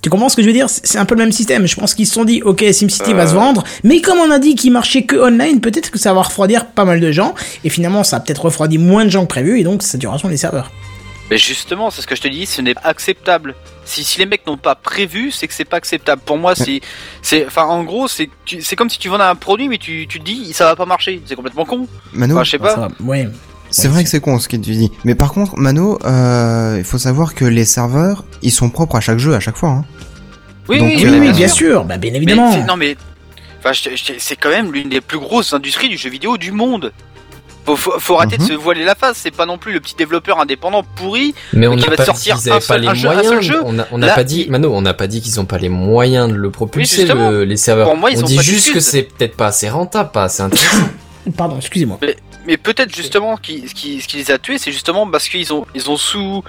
S2: Tu comprends ce que je veux dire C'est c'est un peu le même système. Je pense qu'ils se sont dit, ok, SimCity va se
S5: Euh.
S2: vendre, mais comme on a dit qu'il marchait que online, peut-être que ça va refroidir pas mal de gens, et finalement ça a peut-être refroidi moins de gens que prévu, et donc saturation des serveurs.
S5: Mais Ben justement, c'est ce que je te dis, ce n'est pas acceptable. Si, si les mecs n'ont pas prévu, c'est que c'est pas acceptable. Pour moi, c'est, c'est, enfin, en gros, c'est, tu- c'est comme si tu vendais un produit, mais tu, tu te dis, ça va pas marcher. C'est complètement con.
S6: Mano,
S1: Ah,
S5: Enfin, je sais
S2: Enfin,
S5: pas.
S2: Ah, ça va, ouais.
S6: c'est vrai que c'est con ce que tu dis. Mais par contre, Mano, euh, il faut savoir que les serveurs, ils sont propres à chaque jeu à chaque fois. hein.
S5: Oui,
S6: Donc,
S5: oui,
S2: Oui,
S5: oui,
S6: euh,
S2: oui,
S5: oui,
S2: bien sûr, bah, bien
S5: Mais
S2: évidemment.
S5: c'est- non mais, enfin, je- je- c'est quand même l'une des plus grosses industries du jeu vidéo du monde. Faut, faut, faut arrêter
S6: Mhm.
S5: de se voiler la face. C'est pas non plus le petit développeur indépendant pourri.
S1: Mais on
S5: qui
S1: n'a
S5: va
S1: pas
S5: te sortir
S1: dit qu'ils avaient
S5: un seul-
S1: pas
S5: un
S1: les
S5: jeu- un seul
S1: moyens.
S5: jeu.
S1: On n'a on n'a
S5: Là,
S1: pas dit,
S5: il-
S1: Mano, on n'a pas dit qu'ils n'ont pas les moyens de le propulser,
S5: Oui, justement.
S1: le- les serveurs.
S5: Pour moi, ils
S1: on
S5: ont
S1: dit
S5: pas
S1: juste que
S5: d'excuses.
S1: c'est peut-être pas assez rentable, pas assez intéressant.
S2: Pardon, excusez-moi.
S5: Mais peut-être justement qui, ce qui, ce qui les a tués, c'est justement parce qu'ils ont ils ont sous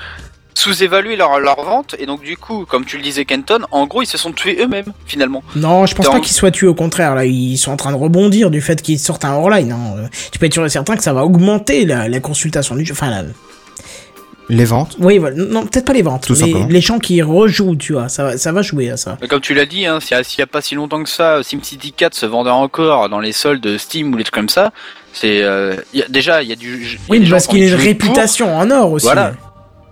S5: sous-évalué leur, leur vente et donc du coup, comme tu le disais Kenton, en gros ils se sont tués eux-mêmes finalement.
S2: Non, je pense
S5: Dans-
S2: pas qu'ils soient tués, au contraire, là, ils sont en train de rebondir du fait qu'ils sortent un online. hein. Euh, Tu peux être sûr et certain que ça va augmenter la, la consultation du jeu. Enfin, la-
S6: Les ventes.
S2: oui, voilà. non, peut-être pas les ventes,
S6: Tout
S2: mais
S6: simplement.
S2: les gens qui rejouent, tu vois, ça, va- ça va jouer à ça.
S5: Mais Comme tu l'as dit, hein, s'il y, a- s'il y a pas si longtemps que ça, SimCity 4 se vendait encore dans les soldes Steam ou les trucs comme ça. C'est euh, il y a- déjà il y a du il y a
S2: Oui,
S5: des
S2: mais
S5: gens
S2: parce
S5: qui ont
S2: qu'il a
S5: tué
S2: une
S5: pour.
S2: réputation en or aussi.
S5: Voilà.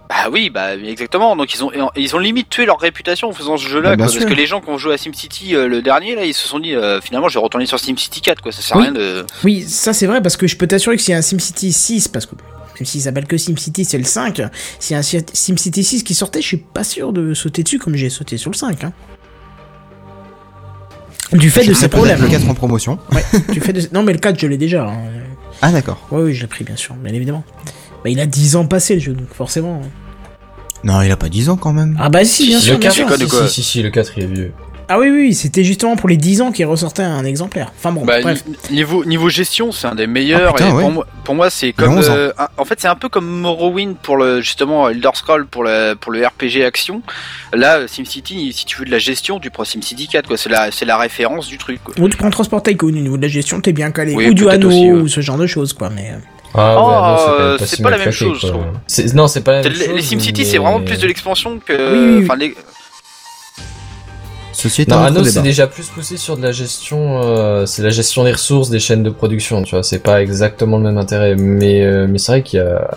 S5: Bah oui, bah exactement. Donc ils ont ils ont limite tué leur réputation en faisant ce jeu-là,
S6: Bah, bien
S5: quoi. parce
S6: sûr.
S5: que les gens qui ont joué à SimCity euh, le dernier là, ils se sont dit euh, finalement je vais retourner sur SimCity 4 quoi. Ça sert à
S2: Oui.
S5: rien de.
S2: Oui, ça c'est vrai parce que je peux t'assurer que s'il y a un SimCity 6, parce que même s'il s'appelle que SimCity, c'est le 5, s'il y a un Si- SimCity 6 qui sortait, je suis pas sûr de sauter dessus comme j'ai sauté sur le 5. hein. Du
S5: Ah,
S2: fait de
S6: Ça
S2: ces
S6: peut être
S2: problèmes.
S6: le 4 en promotion.
S2: hein. Du fait de... Non, mais le 4, je l'ai déjà. hein.
S6: Ah d'accord.
S2: Ouais, oui, je l'ai pris, bien sûr, bien évidemment. Bah, il a 10 ans passé le jeu, donc forcément.
S6: Non, il a pas 10 ans quand même.
S2: Ah, bah si, bien sûr, bien sûr.
S1: si, si, si, si, le 4 il est vieux.
S2: Ah, oui, oui, c'était justement pour les 10 ans qu'il ressortait un exemplaire. Enfin bon,
S5: Bah,
S2: bref.
S5: ni- niveau niveau gestion, c'est un des meilleurs.
S6: Ah, putain,
S5: et
S6: ouais.
S5: pour, moi, pour moi, c'est
S6: Il y a
S5: comme
S6: 11 ans.
S1: hein.
S5: euh, un- en fait c'est un peu comme Morrowind pour le justement Elder Scroll pour le pour le RPG action. Là, euh, SimCity, si tu veux de la gestion, tu prends SimCity 4 quoi. C'est la c'est la référence du truc. Quoi.
S2: Ou tu prends Transport Tycoon au niveau de la gestion, t'es bien calé.
S5: Oui,
S2: ou du
S5: peut-être
S2: anneau,
S5: aussi, ouais.
S2: ou ce genre de choses, quoi, mais. euh,
S1: Ah,
S5: Oh,
S1: non, quand même
S5: euh, c'est
S1: si
S5: pas
S1: mal
S5: la même
S1: claqué,
S5: chose,
S1: quoi.
S5: je trouve.
S1: C'est- Non, c'est pas la même
S5: Les,
S1: chose.
S5: les SimCity,
S1: mais-
S5: c'est vraiment plus de l'expansion
S2: Oui,
S5: que.
S2: oui, oui.
S5: Enfin, les-
S6: Ceci est
S1: Non,
S6: un autre
S1: Anno, c'est
S6: débat.
S1: déjà plus poussé sur de la gestion, euh, c'est la gestion des ressources des chaînes de production, tu vois, c'est pas exactement le même intérêt, mais, euh, mais c'est vrai qu'il y a,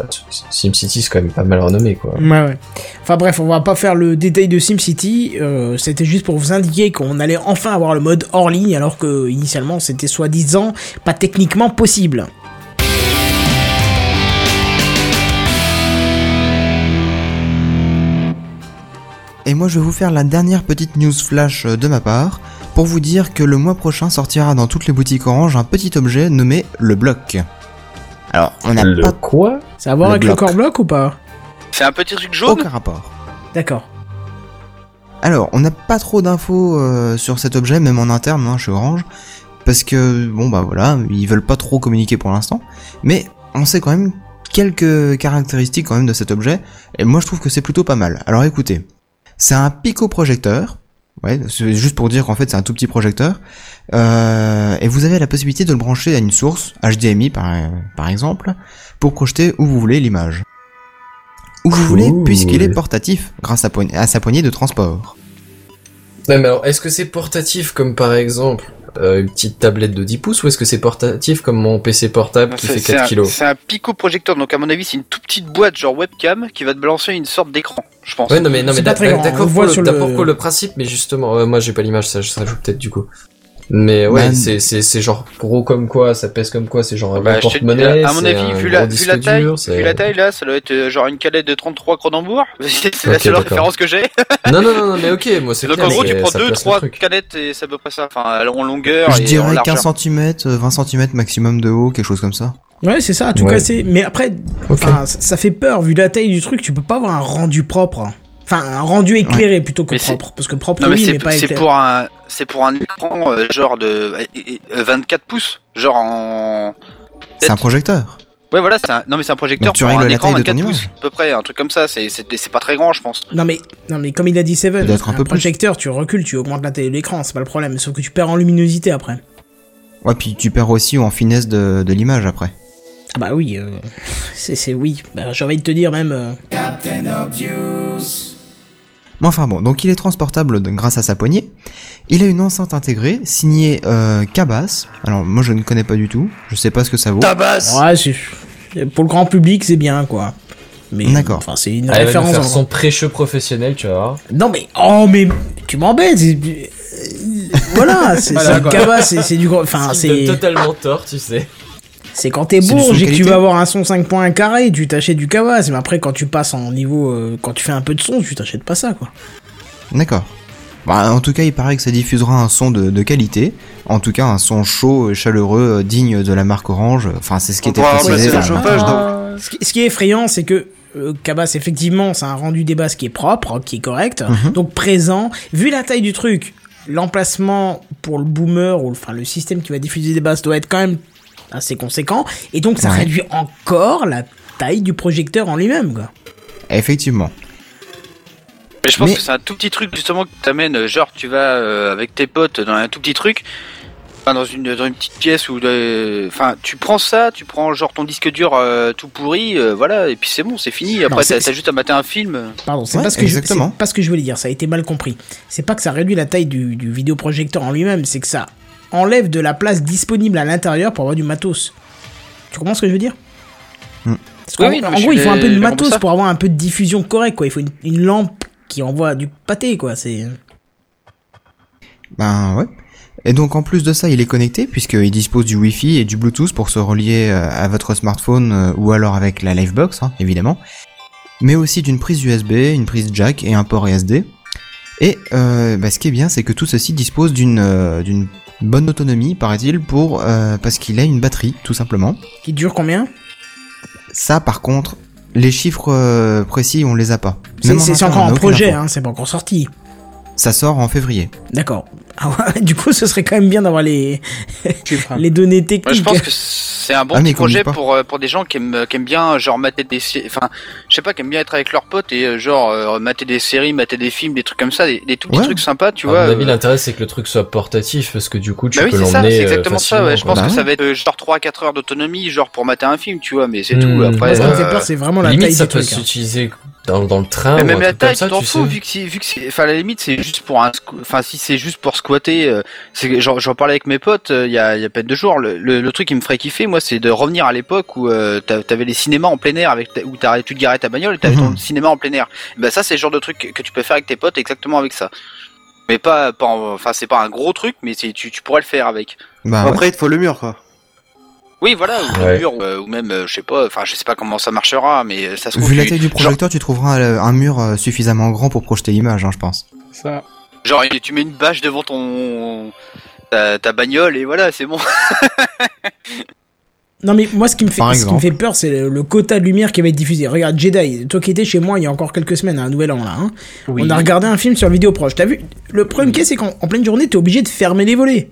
S1: SimCity c'est quand même pas mal renommé, quoi.
S2: Ouais, ouais. Enfin bref, on va pas faire le détail de SimCity. euh, c'était juste pour vous indiquer qu'on allait enfin avoir le mode hors ligne, alors que initialement c'était soi-disant pas techniquement possible.
S6: Et moi, je vais vous faire la dernière petite news flash euh, de ma part pour vous dire que le mois prochain sortira dans toutes les boutiques Orange un petit objet nommé le bloc. Alors, on n'a
S1: Le
S6: pas
S1: quoi
S2: Ça a à voir
S6: Le
S2: avec le
S6: bloc.
S2: core bloc ou pas
S5: c'est un petit truc jaune.
S6: aucun rapport.
S2: D'accord.
S6: Alors, on n'a pas trop d'infos euh, sur cet objet, même en interne hein, chez Orange, parce que, bon bah voilà, ils veulent pas trop communiquer pour l'instant, mais on sait quand même quelques caractéristiques quand même de cet objet, et moi je trouve que c'est plutôt pas mal. Alors écoutez, C'est un picoprojecteur. Ouais, c'est juste pour dire qu'en fait c'est un tout petit projecteur. Euh, et vous avez la possibilité de le brancher à une source, HDMI par, par exemple, pour projeter où vous voulez l'image. Où vous voulez,
S1: Cool.
S6: puisqu'il est portatif grâce à, poign- à sa poignée de transport.
S1: Non, mais alors, est-ce que c'est portatif comme par exemple euh, une petite tablette de 10 pouces ou est-ce que c'est portatif comme mon PC portable qui fait
S5: C'est- c'est
S1: 4
S5: un-
S1: kilos
S5: C'est un pico projecteur, donc à mon avis, c'est une toute petite boîte genre webcam qui va te balancer une sorte d'écran, je pense.
S1: Ouais, non, mais, non,
S2: C'est
S1: mais
S2: pas
S1: d'ac-
S2: très grand, hein.
S1: d'ac-
S2: on
S1: d'accord
S2: le
S1: pour,
S2: voit
S1: le-
S2: sur
S1: d'accord
S2: le-
S1: pour le principe, mais justement, ouais, moi j'ai pas l'image, ça, ça joue peut-être du coup. Mais ouais,
S6: Man.
S1: c'est, c'est, c'est genre gros comme quoi, ça pèse comme quoi, c'est genre un
S5: Bah,
S1: gros
S5: je te-
S1: porte-monnaie,
S5: à mon
S1: c'est
S5: avis,
S1: un
S5: vu
S1: gros
S5: la, vu,
S1: disque
S5: la taille,
S1: dur, c'est-
S5: vu la taille là, ça doit être euh, genre une calette de 33 Cronenbourg. [laughs] C'est la
S1: Ok,
S5: seule
S1: d'accord.
S5: référence que j'ai.
S1: Non, non, non, non, mais ok, moi c'est
S5: Donc
S1: clair,
S5: en gros,
S1: c'est-
S5: tu prends
S1: ça
S5: 2
S1: place le
S5: 3
S1: truc.
S5: canettes et c'est à peu près ça. Enfin, en longueur
S6: Je
S5: et en
S6: dirais
S5: largeur.
S6: 15 cm, 20 cm maximum de haut, quelque chose comme ça.
S2: Ouais, c'est ça, en tout
S1: Ouais.
S2: cas, c'est. Mais après,
S1: Ok.
S2: enfin, ça ça fait peur, vu la taille du truc, tu peux pas avoir un rendu propre. Enfin, un rendu éclairé plutôt que
S5: Mais c'est-
S2: propre. Parce que propre,
S5: Non mais
S2: oui, mais
S5: c'est
S2: pas
S5: c'est
S2: éclairé.
S5: pour un c'est pour un écran euh, genre de euh, euh, 24 pouces, genre en
S6: C'est un projecteur.
S5: Ouais voilà, c'est un... non mais c'est un projecteur
S6: Donc tu
S5: pour
S6: règles
S5: un
S6: la
S5: écran
S6: taille de ton
S5: 24
S6: image.
S5: pouces à peu près, un truc comme ça, c'est c'est c'est pas très grand, je pense.
S2: Non mais, non mais comme il a dit Seven,
S6: Peut-être un
S2: un,
S6: peu plus.
S2: projecteur, tu recules, tu augmentes la taille de l'écran, c'est pas le problème, sauf que tu perds en luminosité après.
S6: Ouais, puis tu perds aussi en finesse de, de l'image après.
S2: Ah bah oui, euh, c'est c'est oui. Bah, J'ai envie de te dire même, euh,
S6: Mais enfin bon, donc il est transportable de- grâce à sa poignée. Il a une enceinte intégrée signée euh, Cabas. Alors moi je ne connais pas du tout, je sais pas ce que ça vaut.
S2: ouais, c'est- pour le grand public c'est bien quoi. Mais
S6: D'accord.
S2: Enfin c'est une
S1: Allez, Ah, va nous
S2: référence.
S1: faire
S2: en-
S1: son prêcheux professionnel, tu vas voir.
S2: Non mais oh mais tu m'embêtes. c'est- euh, [laughs] Voilà, c'est
S4: Voilà,
S2: c'est
S4: quoi.
S2: Kaba, c'est c'est du gros. Enfin
S1: Ce qui me donne
S2: c'est
S1: totalement tort, tu sais.
S2: c'est quand t'es
S6: c'est du son de
S2: bourge et que tu
S6: qualité.
S2: vas avoir un son 5 points carré, tu t'achètes du Kaba. Mais après quand tu passes en niveau, euh, quand tu fais un peu de son, tu t'achètes pas ça quoi.
S6: D'accord. Bah, en tout cas, il paraît que ça diffusera un son de, de qualité. En tout cas, un son chaud et chaleureux, euh, digne de la marque Orange. Enfin, c'est ce qui
S3: On
S6: était
S3: pourra
S6: précisé.
S3: remplacer le
S6: par la marque.
S3: chauffage donc.
S2: Ce qui, ce qui est effrayant, c'est que euh, Cabas, effectivement, c'est un rendu des bases qui est propre, qui est correct, donc présent. Vu la taille du truc, l'emplacement pour le boomer ou le- enfin le système qui va diffuser des bases doit être quand même assez conséquent, et donc ça
S6: Ouais.
S2: réduit encore la taille du projecteur en lui-même. quoi.
S6: Effectivement.
S5: Mais je pense
S6: Mais-
S5: que c'est un tout petit truc justement que t'amènes, euh, genre tu vas euh, avec tes potes dans un tout petit truc, enfin, dans une dans une petite pièce ou de- enfin tu prends ça, tu prends genre ton disque dur euh, tout pourri, euh, voilà et puis c'est bon, c'est fini. Après
S2: c'est-
S5: t'as t'as juste à mater un film.
S2: Pardon, c'est
S6: Ouais,
S2: pas ce que je-
S6: exactement.
S2: c'est pas ce que je voulais dire, ça a été mal compris. C'est pas que ça réduit la taille du, du vidéoprojecteur en lui-même, c'est que ça enlève de la place disponible à l'intérieur pour avoir du matos. Tu comprends ce que je veux dire
S6: Hmm.
S2: Parce qu'en-
S5: Ah Oui, oui, non, mais
S2: en
S5: je
S2: gros, il faut un
S5: l'ai-
S2: peu de
S5: j'ai compris
S2: matos
S5: ça.
S2: pour avoir un peu de diffusion correcte, quoi. Il faut une, une lampe qui envoie du pâté, quoi. C'est
S6: Ben ouais. Et donc en plus de ça, il est connecté puisqu'il dispose du Wi-Fi et du Bluetooth pour se relier euh, à votre smartphone euh, ou alors avec la Livebox, hein, évidemment. Mais aussi d'une prise USB, une prise jack et un port SD. Et euh, bah, ce qui est bien, c'est que tout ceci dispose d'une euh, d'une bonne autonomie, paraît-il, pour euh, parce qu'il a une batterie, tout simplement.
S2: qui dure combien
S6: Ça, par contre, les chiffres euh, précis, on les a pas.
S2: C'est
S6: Même
S2: c'est
S6: interne,
S2: encore
S6: on a
S2: en
S6: aucune
S2: projet,
S6: info.
S2: hein, c'est pas encore sorti.
S6: Ça sort en février.
S2: D'accord. Ah ouais, [laughs] du coup, ce serait quand même bien d'avoir les,
S4: Chiffre, hein.
S2: les données
S5: Ah. Ouais,
S2: techniques.
S5: je pense que c'est un bon
S6: Ah, mais
S5: petit
S6: ils connaissent
S5: projet
S6: pas.
S5: pour euh, pour des gens qui aiment qui aiment bien genre mater des sé- enfin je sais pas qui aiment bien être avec leurs potes et euh, genre euh, mater des séries, mater des films, des trucs comme ça, des, des tout petits
S6: Ouais. Ah,
S5: trucs sympas, tu
S1: à
S5: vois.
S1: mon avis,
S5: euh,
S1: l'intérêt, c'est que le truc soit portatif, parce que du coup, tu
S5: bah oui,
S1: peux
S5: c'est
S1: l'emmener.
S5: ça, c'est
S1: euh,
S5: exactement ça. ouais. Je
S1: facilement,
S5: pense
S1: quoi.
S5: que
S6: Bah
S5: ça va être euh, genre 3 à 4 heures d'autonomie, genre pour mater un film, tu vois, mais c'est
S1: Hmm.
S5: tout.
S2: Moi,
S5: Après,
S2: ce qui me fait
S5: euh,
S2: peur, c'est vraiment la
S1: Limite,
S2: taille
S1: ça
S2: du
S1: peut
S2: truc. hein.
S1: s'utiliser dans, dans le train.
S5: mais
S1: Ah, ou
S5: même
S1: un
S5: la
S1: truc comme
S5: taille,
S1: ça,
S5: tu t'en
S1: tu sais.
S5: fous, vu que c'est, vu que c'est, enfin, à la limite, c'est juste pour un, squ- enfin, si c'est juste pour squatter, euh, c'est, j'en, j'en parlais avec mes potes, euh, il y a, il y a peine de jours, le, le, le truc qui me ferait kiffer, moi, c'est de revenir à l'époque où, euh, t'a- t'avais les cinémas en plein air avec, ta- où t'arrêtes, tu te garais ta bagnole et t'avais ton
S6: Mhm.
S5: cinéma en plein air. Ben, ça, c'est le genre de truc que tu peux faire avec tes potes exactement avec ça. Mais pas, pas en- enfin, c'est pas un gros truc, mais c'est, tu, tu pourrais le faire avec.
S6: Bah,
S2: Ah,
S6: ouais.
S3: Après, il te faut le mur quoi.
S5: Oui, voilà, ou, le
S1: Ouais.
S5: mur, ou, euh, ou même, euh, je sais pas, enfin, je sais pas comment ça marchera, mais euh, ça se trouve,
S6: Vu la
S5: tu-
S6: taille du
S5: genre-
S6: projecteur, tu trouveras euh, un mur euh, suffisamment grand pour projeter l'image, hein, je pense.
S4: Ça.
S5: Genre, il- tu mets une bâche devant ton. Ta, ta bagnole et voilà, c'est bon.
S2: Non mais moi ce qui me fait,
S6: Par
S2: ce qui me
S6: exemple.
S2: fait peur c'est le, le quota de lumière qui va être diffusé. Regarde Jedi, toi qui étais chez moi il y a encore quelques semaines à un nouvel an là. hein.
S4: Oui.
S2: On a regardé un film sur vidéo proche. T'as vu Le problème qu'il y a, c'est qu'en en pleine journée t'es obligé de fermer les volets.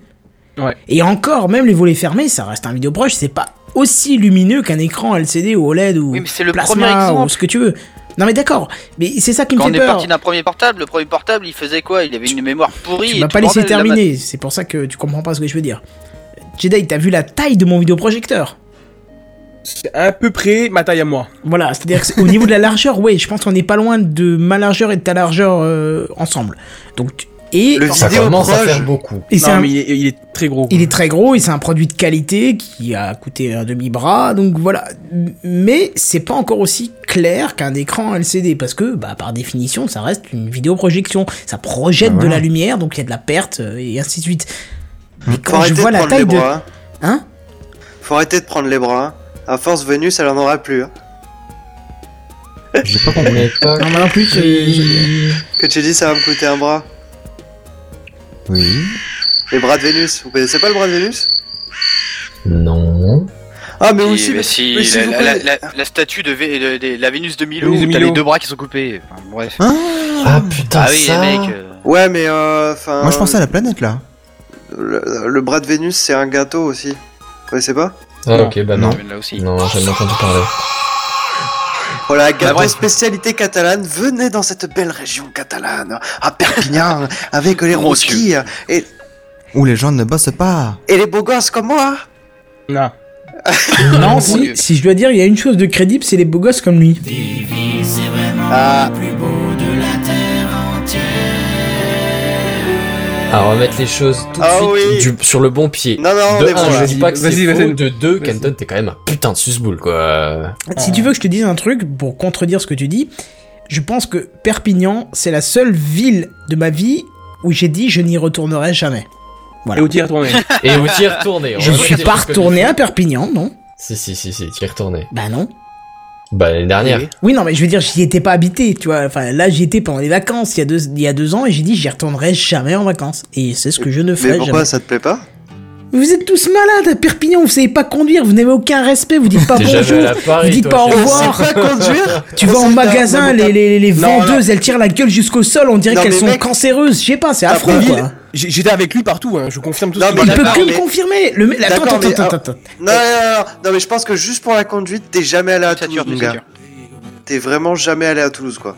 S4: Ouais.
S2: Et encore même les volets fermés ça reste un vidéo proche c'est pas aussi lumineux qu'un écran LCD ou OLED ou
S5: Oui, mais c'est le
S2: plasma
S5: premier
S2: ou
S5: exemple.
S2: ce que tu veux. Non mais d'accord, mais c'est ça qui me
S5: Quand on
S2: fait
S5: est
S2: peur.
S5: parti d'un premier portable, le premier portable, il faisait quoi Il avait une mémoire pourrie.
S2: Tu
S5: et
S2: m'as
S5: tout
S2: pas
S5: le
S2: laissé
S5: bordel, là,
S2: terminer, c'est pour ça que tu comprends pas ce que je veux dire. Jedi, t'as vu la taille de mon vidéoprojecteur
S4: C'est à peu près ma taille à moi.
S2: Voilà, c'est-à-dire que c'est- au niveau de la largeur, ouais, je pense qu'on est pas loin de ma largeur et de ta largeur euh, ensemble. Donc, tu- et
S3: Le
S1: Ça
S3: Vidéo
S1: commence à
S3: proche.
S1: faire beaucoup.
S2: et c'est
S4: non,
S2: un-
S4: mais il est, il est très gros.
S2: il est très gros et c'est un produit de qualité qui a coûté un demi-bras, donc voilà. Mais c'est pas encore aussi clair qu'un écran LCD parce que, bah, par définition, ça reste une vidéoprojection. Ça projette de
S6: Bah
S2: la
S6: voilà. Hum.
S2: lumière, donc il y a de la perte euh, et ainsi de suite. Mais
S3: Faut
S2: quand je
S3: arrêter de
S2: vois la
S3: prendre les
S2: taille de.
S3: bras.
S2: Hein
S3: Faut arrêter de prendre les bras. hein. À force Vénus, elle en aura plus. hein.
S1: J'ai pas compris.
S2: Non, mais en plus, euh,
S3: Que tu dis, ça va me coûter un bras.
S6: Oui.
S3: Les bras de Vénus. Vous connaissez pas le bras de Vénus
S1: Non.
S3: Ah, mais
S5: Mais
S3: aussi.
S5: mais si,
S3: mais si
S5: la,
S3: vous
S5: la-
S3: connaissez-
S5: la- la statue de, Vé- de- de- la Vénus de Milo,
S4: Vénus de
S5: où t'as
S4: Milo.
S5: les deux bras qui sont coupés. Enfin, bref.
S1: Ah putain,
S5: ah oui,
S1: ça.
S5: les mecs. euh,
S3: Ouais, mais euh, enfin.
S6: Moi je pensais à la planète là.
S3: Le, le bras de Vénus, c'est un gâteau aussi. Vous connaissez pas
S1: Ah ok, bah non.
S5: mais Là aussi.
S1: Non, j'ai jamais entendu parler.
S3: Voilà, gâteau
S5: bref.
S3: Oh, spécialité catalane. Venez dans cette belle région catalane,
S2: [laughs]
S3: à Perpignan, avec les
S5: Mon
S3: rosquilles et,
S6: Où les gens ne bossent pas.
S3: et les beaux gosses comme moi.
S4: Non.
S2: Non,
S5: Mon
S2: si,
S5: Dieu.
S2: si je dois dire, il y a une chose de crédible, c'est les beaux gosses comme lui.
S3: Ah,
S1: Alors, on va mettre les choses tout de
S3: Ah
S1: suite
S3: oui.
S1: du- sur le bon pied.
S3: non, non, on
S1: de
S3: est bon
S1: un,
S3: là.
S1: je dis pas que
S4: Vas-y,
S1: c'est
S4: vas-y.
S1: faux. De deux,
S4: Vas-y.
S1: Kenton, t'es quand même un putain de susboule, quoi.
S2: Si tu veux que je te dise un truc pour contredire ce que tu dis, je pense que Perpignan, c'est la seule ville de ma vie où j'ai dit je n'y retournerai jamais.
S4: Et où t'y es retourné
S1: Et où t'y es retourné.
S2: [laughs]
S1: on va
S2: Je ne
S1: mettre
S2: suis
S1: les
S2: pas
S1: choses comme
S2: retourné
S1: il
S2: à Perpignan, non
S1: faut. Si, si, si, si, t'y es retourné.
S2: Bah non.
S1: Bah, l'année dernière.
S2: Oui, non, mais je veux dire, j'y étais pas habité, tu vois. Enfin, là, j'y étais pendant les vacances, il y a deux, il y a deux ans, et j'ai dit j'y retournerai jamais en vacances. Et c'est ce que je ne
S3: Mais
S2: ferai jamais.
S3: pourquoi ça te plaît pas
S2: Vous êtes tous malades à Perpignan, vous savez pas conduire, vous n'avez aucun respect, vous dites pas
S1: T'es jamais
S2: bonjour.
S1: allé à Paris.
S2: Ah vous dites
S1: toi,
S2: pas au
S1: Kenton.
S2: revoir.
S3: Pas conduire
S2: [laughs] Tu vas en
S3: Ah, C'est
S2: magasin,
S3: un-
S2: les, les, les
S4: Non,
S2: vendeuses, elles tirent la gueule jusqu'au sol, on dirait
S3: Non,
S2: qu'elles
S3: mais
S2: sont
S3: mec,
S2: cancéreuses, je sais pas, c'est
S3: t'as
S2: affreux
S3: pas vu
S2: quoi.
S4: J'ai- J'étais avec lui partout, hein, je confirme tout
S3: Non,
S4: ce qu'il
S3: mais
S2: Il
S4: dit.
S2: peut
S3: D'accord,
S2: que le
S3: mais-
S2: confirmer. Le... mec- Attends,
S3: D'accord,
S2: attends,
S3: mais-
S2: attends, attends, attends.
S3: Non, non, non, non, mais je pense que juste pour la conduite, t'es jamais allé à
S5: Ça tue,
S3: Toulouse, mon
S5: ça
S3: gars.
S5: tue.
S3: T'es vraiment jamais allé à Toulouse, quoi.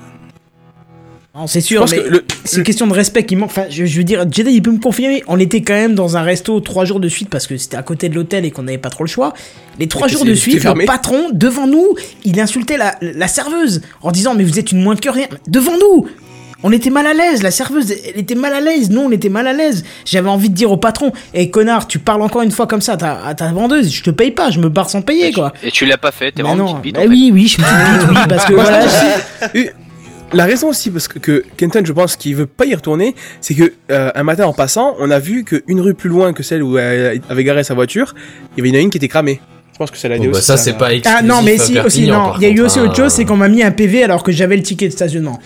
S2: Non, C'est
S4: Je
S2: sûr,
S4: pense
S2: mais
S4: que le-
S2: c'est une question de respect qui manque. Enfin, je, je veux dire, Jedi, il peut me confirmer. On était quand même dans un resto trois jours de suite parce que c'était à côté de l'hôtel et qu'on n'avait pas trop le choix. Les trois
S4: Et que
S2: jours de
S4: c'est-
S2: suite,
S4: c'était fermé.
S2: le patron, devant nous, il insultait la, la serveuse en disant Mais vous êtes une moins que rien. Devant nous on était mal à l'aise, la serveuse, elle était mal à l'aise, nous on était mal à l'aise. J'avais envie de dire au patron, hé connard, tu parles encore une fois comme ça à ta, à ta vendeuse, je te paye pas, je me barre sans payer
S5: Et tu,
S2: quoi.
S5: et tu l'as pas fait, t'es
S2: Bah
S5: vraiment une
S2: non,
S5: petite bite.
S2: bah
S5: en fait.
S2: oui, oui, je suis une petite bite, oui, parce [laughs] que voilà, je-
S4: Et euh, La raison aussi parce que, que Kenton, je pense qu'il veut pas y retourner, c'est que euh, un matin en passant, on a vu qu'une rue plus loin que celle où elle avait garé sa voiture, il y en a une qui était cramée. Je pense que ça l'a dit
S1: Bon, bah,
S4: aussi,
S1: ça, c'est pas
S2: Ah
S1: exclusif
S2: non,
S1: à
S2: mais si, aussi,
S1: Perpignan,
S2: non.
S1: par
S2: Il y a eu
S1: contre,
S2: aussi
S1: hein.
S2: autre chose, c'est qu'on m'a mis un PV alors que j'avais le ticket de stationnement.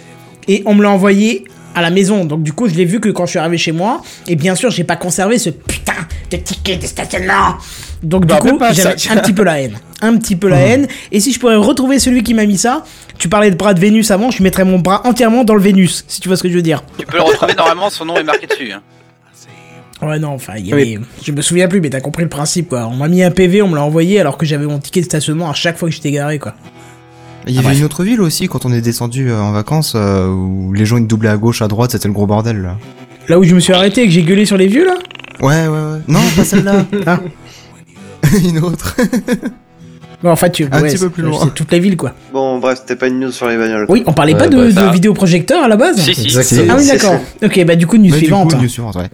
S2: Et on me l'a envoyé à la maison. Donc, du coup, je l'ai vu que quand je suis arrivé chez moi. Et bien sûr, j'ai pas conservé ce putain de ticket de stationnement. Donc, du
S4: Bah,
S2: coup,
S4: même pas ça,
S2: j'avais
S4: tu
S2: un petit peu la haine. Un petit peu la
S1: Hmm.
S2: haine. Et si je pourrais retrouver celui qui m'a mis ça, tu parlais de bras de Vénus avant, je mettrais mon bras entièrement dans le Vénus, si tu vois ce que je veux dire.
S5: Tu peux le retrouver normalement, son nom est marqué dessus. hein.
S2: Ouais, non, enfin, il y avait... je me souviens plus, mais t'as compris le principe, quoi. On m'a mis un PV, on me l'a envoyé alors que j'avais mon ticket de stationnement à chaque fois que j'étais garé, quoi.
S6: Il y avait une autre ville aussi quand on est descendu euh, en vacances euh, où les gens ils doublaient à gauche, à droite, c'était le gros bordel là.
S2: Là où je me suis arrêté et que j'ai gueulé sur les vieux, là
S6: Ouais, ouais, ouais. Non, pas [laughs] celle-là.
S2: Ah.
S6: une autre.
S2: Ouais, en fait, tu
S6: Un
S2: ouais,
S6: petit peu
S2: c'est-
S6: plus loin.
S2: C'est toute la ville, quoi.
S3: Bon, bref, c'était pas une news sur les bagnoles.
S2: Oui, on parlait
S1: Ouais,
S2: pas de,
S1: bah, ça-
S2: de vidéoprojecteur à la base.
S5: Si, si.
S1: Exactement.
S2: Ah oui,
S3: C'est-
S2: d'accord. Ok, bah du coup, news
S6: Mais du coup,
S2: suivante.
S6: news suivante, ouais.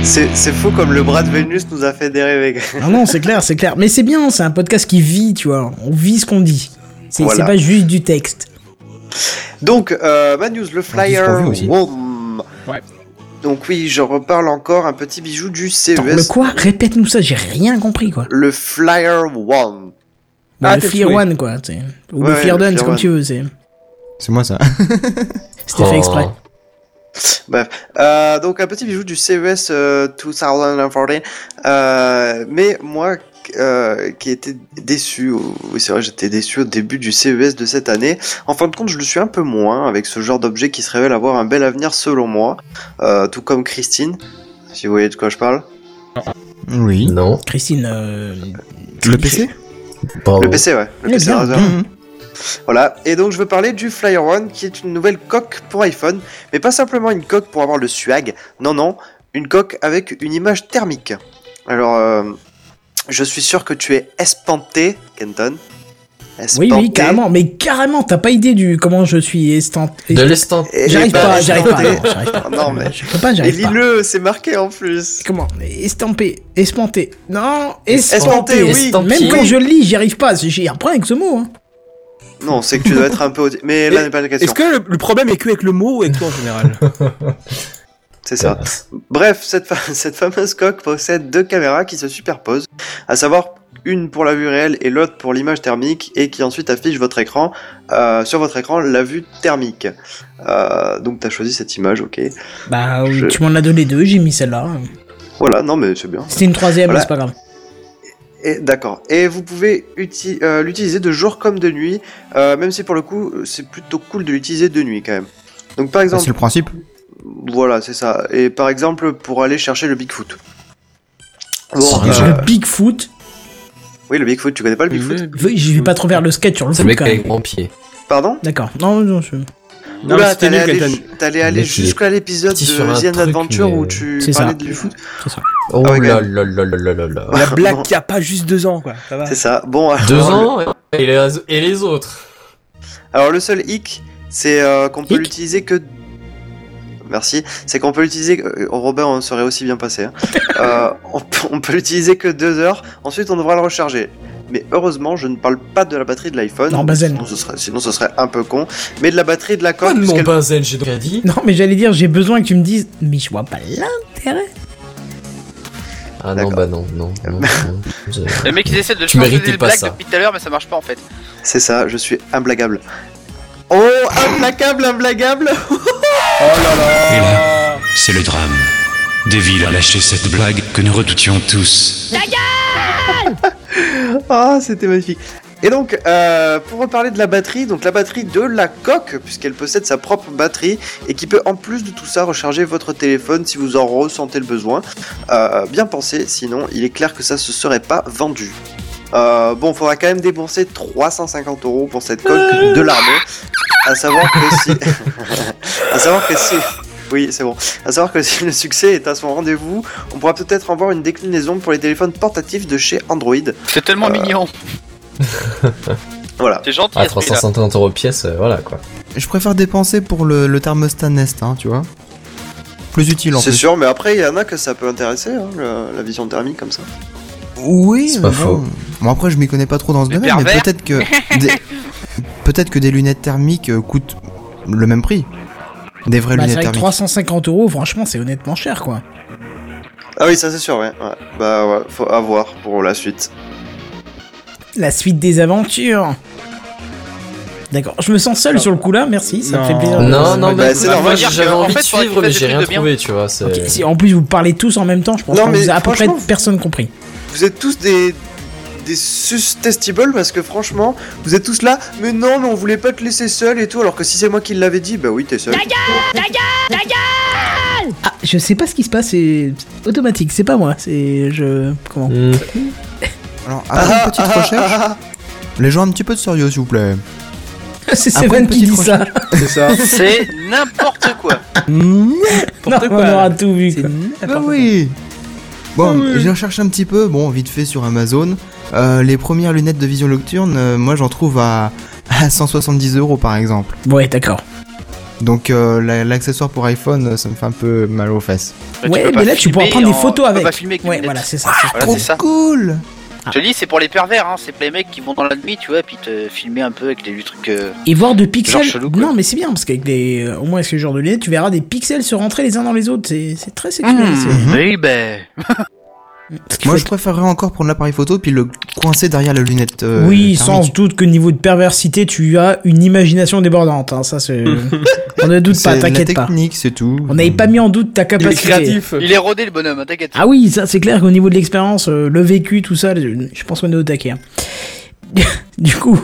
S3: C'est c'est fou comme le bras de Vénus nous a fait dériver.
S2: Ah non, c'est clair, c'est clair. Mais c'est bien, c'est un podcast qui vit, tu vois. On vit ce qu'on dit. C'est
S3: Voilà.
S2: c'est pas juste du texte.
S3: Donc, euh, ma news, le
S6: On dit ce qu'on
S3: flyer.
S6: veut aussi.
S3: Wom.
S4: Ouais.
S3: Donc oui, je reparle encore un petit bijou du
S2: Attends, le
S3: CES,
S2: quoi Répète-nous ça, j'ai rien compris, quoi.
S3: le Flyer One.
S2: Bah,
S4: Ah,
S2: le
S4: t'es
S2: Fear
S4: fou, oui.
S2: One, quoi. tu sais. Ou
S3: Ouais,
S2: le
S3: ouais,
S2: Fear
S3: le
S2: Dance,
S3: Fear
S2: comme
S3: One.
S2: tu veux. c'est-
S6: C'est moi ça.
S2: C'était fait exprès.
S1: Oh.
S3: Euh, donc un petit bijou du CES euh, 2014. Euh, mais moi euh, qui étais déçu, oui c'est vrai j'étais déçu au début du CES de cette année, en fin de compte je le suis un peu moins avec ce genre d'objet qui se révèle avoir un bel avenir selon moi, euh, tout comme Christine, si vous voyez de quoi je parle.
S6: [laughs] Oui.
S1: Non.
S2: Christine, euh,
S6: Le PC
S1: Bravo.
S3: Le PC, ouais. Le
S2: Eh
S3: PC
S2: bien,
S3: Razer.
S6: Mhm.
S3: Voilà, et donc je veux parler du Flyer One qui est une nouvelle coque pour iPhone, mais pas simplement une coque pour avoir le swag, non, non, une coque avec une image thermique. Alors, euh, je suis sûr que tu es espanté, Kenton.
S2: Oui, oui,
S3: Espanté.
S2: carrément. Mais carrément, t'as pas idée du comment je suis estant.
S1: De l'estant.
S3: Et-
S2: J'arrive
S3: et ben,
S2: pas, j'arrive
S3: [laughs]
S2: pas,
S3: espanté.
S2: non, j'arrive pas.
S3: Non, mais-
S2: Je peux pas,
S3: Et
S2: j'arrive pas.
S3: lis-le, c'est marqué en plus.
S2: Comment Estampé, espanté. Non,
S3: Espanté,
S2: espanté.
S3: oui.
S1: Estampillé.
S2: Même quand je le lis, j'y arrive pas. J'ai un problème avec ce mot. hein.
S3: Non, c'est que tu dois être un peu. audi- Mais là, n'est pas la question.
S4: Est-ce que le, le problème est que avec le mot ou avec toi en général
S3: C'est ça. Bref, cette, fa- [laughs] cette fameuse coque possède deux caméras qui se superposent, à savoir une pour la vue réelle et l'autre pour l'image thermique, et qui ensuite affiche votre écran, euh, sur votre écran la vue thermique. Euh, donc t'as choisi cette image, ok.
S2: Bah,
S3: Je-
S2: tu m'en as donné deux, j'ai mis celle-là.
S3: Voilà, non mais c'est bien.
S2: C'était une troisième,
S3: Voilà.
S2: mais c'est pas grave.
S3: Et- D'accord. Et vous pouvez uti- euh, l'utiliser de jour comme de nuit, euh, même si pour le coup c'est plutôt cool de l'utiliser de nuit quand même. Donc par
S6: Ah, C'est
S3: exemple,
S6: le principe.
S3: voilà, c'est ça. Et par exemple pour aller chercher le Bigfoot. Bon,
S1: Sans
S3: euh,
S1: raison.
S2: Le Bigfoot.
S3: oui, le Bigfoot, tu connais pas le Bigfoot
S2: Je vais pas trop vers le sketch sur le
S1: C'est
S2: foot
S1: le mec
S2: quand
S1: avec
S2: même.
S1: grand pied.
S3: Pardon
S2: D'accord. Non, non, je-
S4: Non, mais
S3: Oula,
S4: c'était
S3: t'allais
S4: nul,
S3: aller,
S4: Kenton.
S3: ju- t'allais aller
S1: mec, il est
S3: jusqu'à l'épisode
S1: petit sur
S3: de
S1: un
S3: The End
S1: truc,
S3: Adventure
S1: mais-
S3: où tu
S2: C'est ça.
S3: parlais du foot.
S2: c'est ça.
S1: Oh
S3: Ah ouais,
S1: là
S3: quand
S1: là là là là là là.
S4: La blague
S3: Non.
S4: qui a pas juste deux ans, quoi. Ça va.
S3: C'est ça. Bon, alors,
S1: Deux
S3: le-
S1: ans et les, et les autres.
S3: alors le seul hic, c'est euh, qu'on peut
S2: Hic
S3: l'utiliser que. Merci. C'est qu'on peut l'utiliser. euh, Robin en serait aussi bien passé. [laughs] hein. Euh, on, peut- on peut l'utiliser que deux heures. Ensuite, on devra le recharger. Mais heureusement, je ne parle pas de la batterie de l'iPhone.
S2: Non, bah zen.
S3: Sinon, ce serait, sinon, ce serait un peu con. Mais de la batterie de la
S1: Quoi
S3: coque.
S1: de mon
S3: puisqu'elle-
S1: bazen, j'ai donc dit.
S2: Non, mais j'allais dire, j'ai besoin que tu me dises, mais je vois pas l'intérêt.
S1: Ah non,
S3: D'accord.
S1: bah non, non,
S2: [laughs]
S1: non. non. Je- Ah,
S5: Les mecs, ils essaient de
S1: Tu
S5: faire
S1: méritais
S5: des
S1: pas
S5: blagues
S1: ça.
S5: depuis tout à l'heure, mais ça marche pas en fait.
S3: C'est ça. Je suis imblagable. Oh, implacable, imblagable.
S9: Et là, c'est le drame. Deville a lâché cette blague que nous redoutions tous.
S3: Ah, c'était magnifique. Et donc, euh, pour reparler de la batterie, donc la batterie de la coque, puisqu'elle possède sa propre batterie et qui peut en plus de tout ça recharger votre téléphone si vous en ressentez le besoin. Euh, bien pensé, sinon il est clair que ça se serait pas vendu. Euh, bon, faudra quand même débourser 350 euros pour cette coque de l'armée. À savoir que si, [laughs] à savoir que si, oui c'est bon. À savoir que si le succès est à son rendez-vous, on pourra peut-être en voir une déclinaison pour les téléphones portatifs de chez Android.
S5: C'est tellement mignon.
S3: Voilà.
S5: C'est gentil.
S1: Ah,
S5: à ce prix-là.
S1: 350 euros pièce, euh, voilà quoi.
S6: Je préfère dépenser pour le, le thermostat Nest, hein, tu vois. Plus utile en
S3: C'est
S6: plus.
S3: sûr, mais après, il y en a que ça peut intéresser, hein, le- la vision thermique comme ça.
S6: Oui,
S1: C'est pas
S6: mais
S1: faux.
S6: bon. Bon après je m'y connais pas trop dans ce
S5: Les
S6: domaine, mais
S5: pervers.
S6: peut-être que
S5: [laughs]
S6: des... peut-être que des lunettes thermiques euh, coûtent le même prix. Des vraies
S2: Bah, c'est
S6: lunettes
S2: vrai que
S6: thermiques.
S2: 350 euros, franchement, c'est honnêtement cher, quoi.
S3: Ah oui, ça c'est sûr, ouais. ouais. Bah ouais, faut avoir pour la suite.
S2: La suite des aventures. D'accord, je me sens seul sur le coup là, merci, ça me
S4: Non.
S2: fait plaisir.
S1: Non,
S2: Ah, C'est
S1: non,
S2: pas
S1: mais
S3: bah, c'est
S1: moi,
S3: normal.
S5: Dire
S1: j'avais
S5: que, en
S1: envie
S5: fait,
S1: de
S5: faudrait
S1: suivre, mais
S5: qu'il fasse
S1: j'ai
S5: des
S1: rien
S5: trucs de bien.
S1: trouvé, tu vois. c'est-
S2: grave. Ok, si- en plus, vous parlez tous en même temps, je pense
S3: Non,
S2: que
S3: mais
S2: vous avez à peu près
S3: franchement-
S2: personne compris.
S3: Vous êtes tous des des sus-testibles parce que franchement, vous êtes tous là, mais non, mais on voulait pas te laisser seul et tout, alors que si c'est moi qui l'avais dit, bah oui, t'es seul.
S2: Ah, je sais pas ce qui se passe, c'est automatique, c'est pas moi, c'est. Je. Comment
S1: Hmm.
S6: Alors après une petite recherche,
S3: ah,
S6: les gens un petit peu de sérieux s'il vous plaît.
S2: [laughs] Ah, C'est
S6: Après
S2: Seven
S6: une
S2: qui dit
S6: petite
S2: ça. [laughs]
S4: C'est ça.
S5: C'est n'importe quoi.
S2: Non,
S4: N'importe
S2: on
S4: quoi.
S2: aura tout vu.
S4: C'est
S2: quoi.
S4: n'importe
S6: Bah
S4: quoi.
S6: oui Bon,
S2: Ah
S4: Oui.
S6: j'ai recherché un petit peu, bon, vite fait sur Amazon. Euh, les premières lunettes de vision nocturne, euh, moi j'en trouve à, [laughs] à 170 euros par exemple.
S2: Ouais, d'accord.
S6: Donc euh, la- l'accessoire pour iPhone, euh, ça me fait un peu mal aux fesses.
S5: tu
S2: Ouais,
S5: peux pas
S2: mais là, tu pourras
S5: filmer
S2: prendre des
S5: en-
S2: photos
S5: tu peux
S2: avec.
S5: pas filmer avec tes
S2: Ouais,
S5: lunettes.
S2: voilà, c'est ça.
S5: Voilà,
S6: Trop
S5: c'est ça.
S6: cool
S5: Je te dis, c'est pour les pervers, hein. c'est pour les mecs qui vont dans la nuit, tu vois, et puis te filmer un peu avec des trucs. euh,
S2: Et voir de pixels.
S5: Genre chelou, quoi.
S2: non, mais c'est bien parce qu'avec des, euh, au moins avec ce genre de lunettes, tu verras des pixels se rentrer les uns dans les autres. C'est, c'est très sexuel.
S5: Hmm.
S6: Mhm.
S5: Oui, ben.
S2: c'est-
S6: Moi je préférerais encore prendre l'appareil photo puis le coincer derrière la lunette. euh,
S2: oui,
S6: thermique.
S2: sans doute que niveau de perversité, tu as une imagination débordante. hein, ça, c'est. On ne doute pas,
S6: C'est
S2: t'inquiète
S6: La
S2: pas.
S6: technique, c'est tout.
S2: On n'avait pas mis en doute ta
S4: Il est
S2: capacité.
S4: créatif.
S5: Il est rodé le bonhomme, hein, t'inquiète.
S2: Ah oui, ça c'est clair qu'au niveau de l'expérience, euh, le vécu, tout ça, je je pense qu'on est au taquet. hein. [laughs] du coup,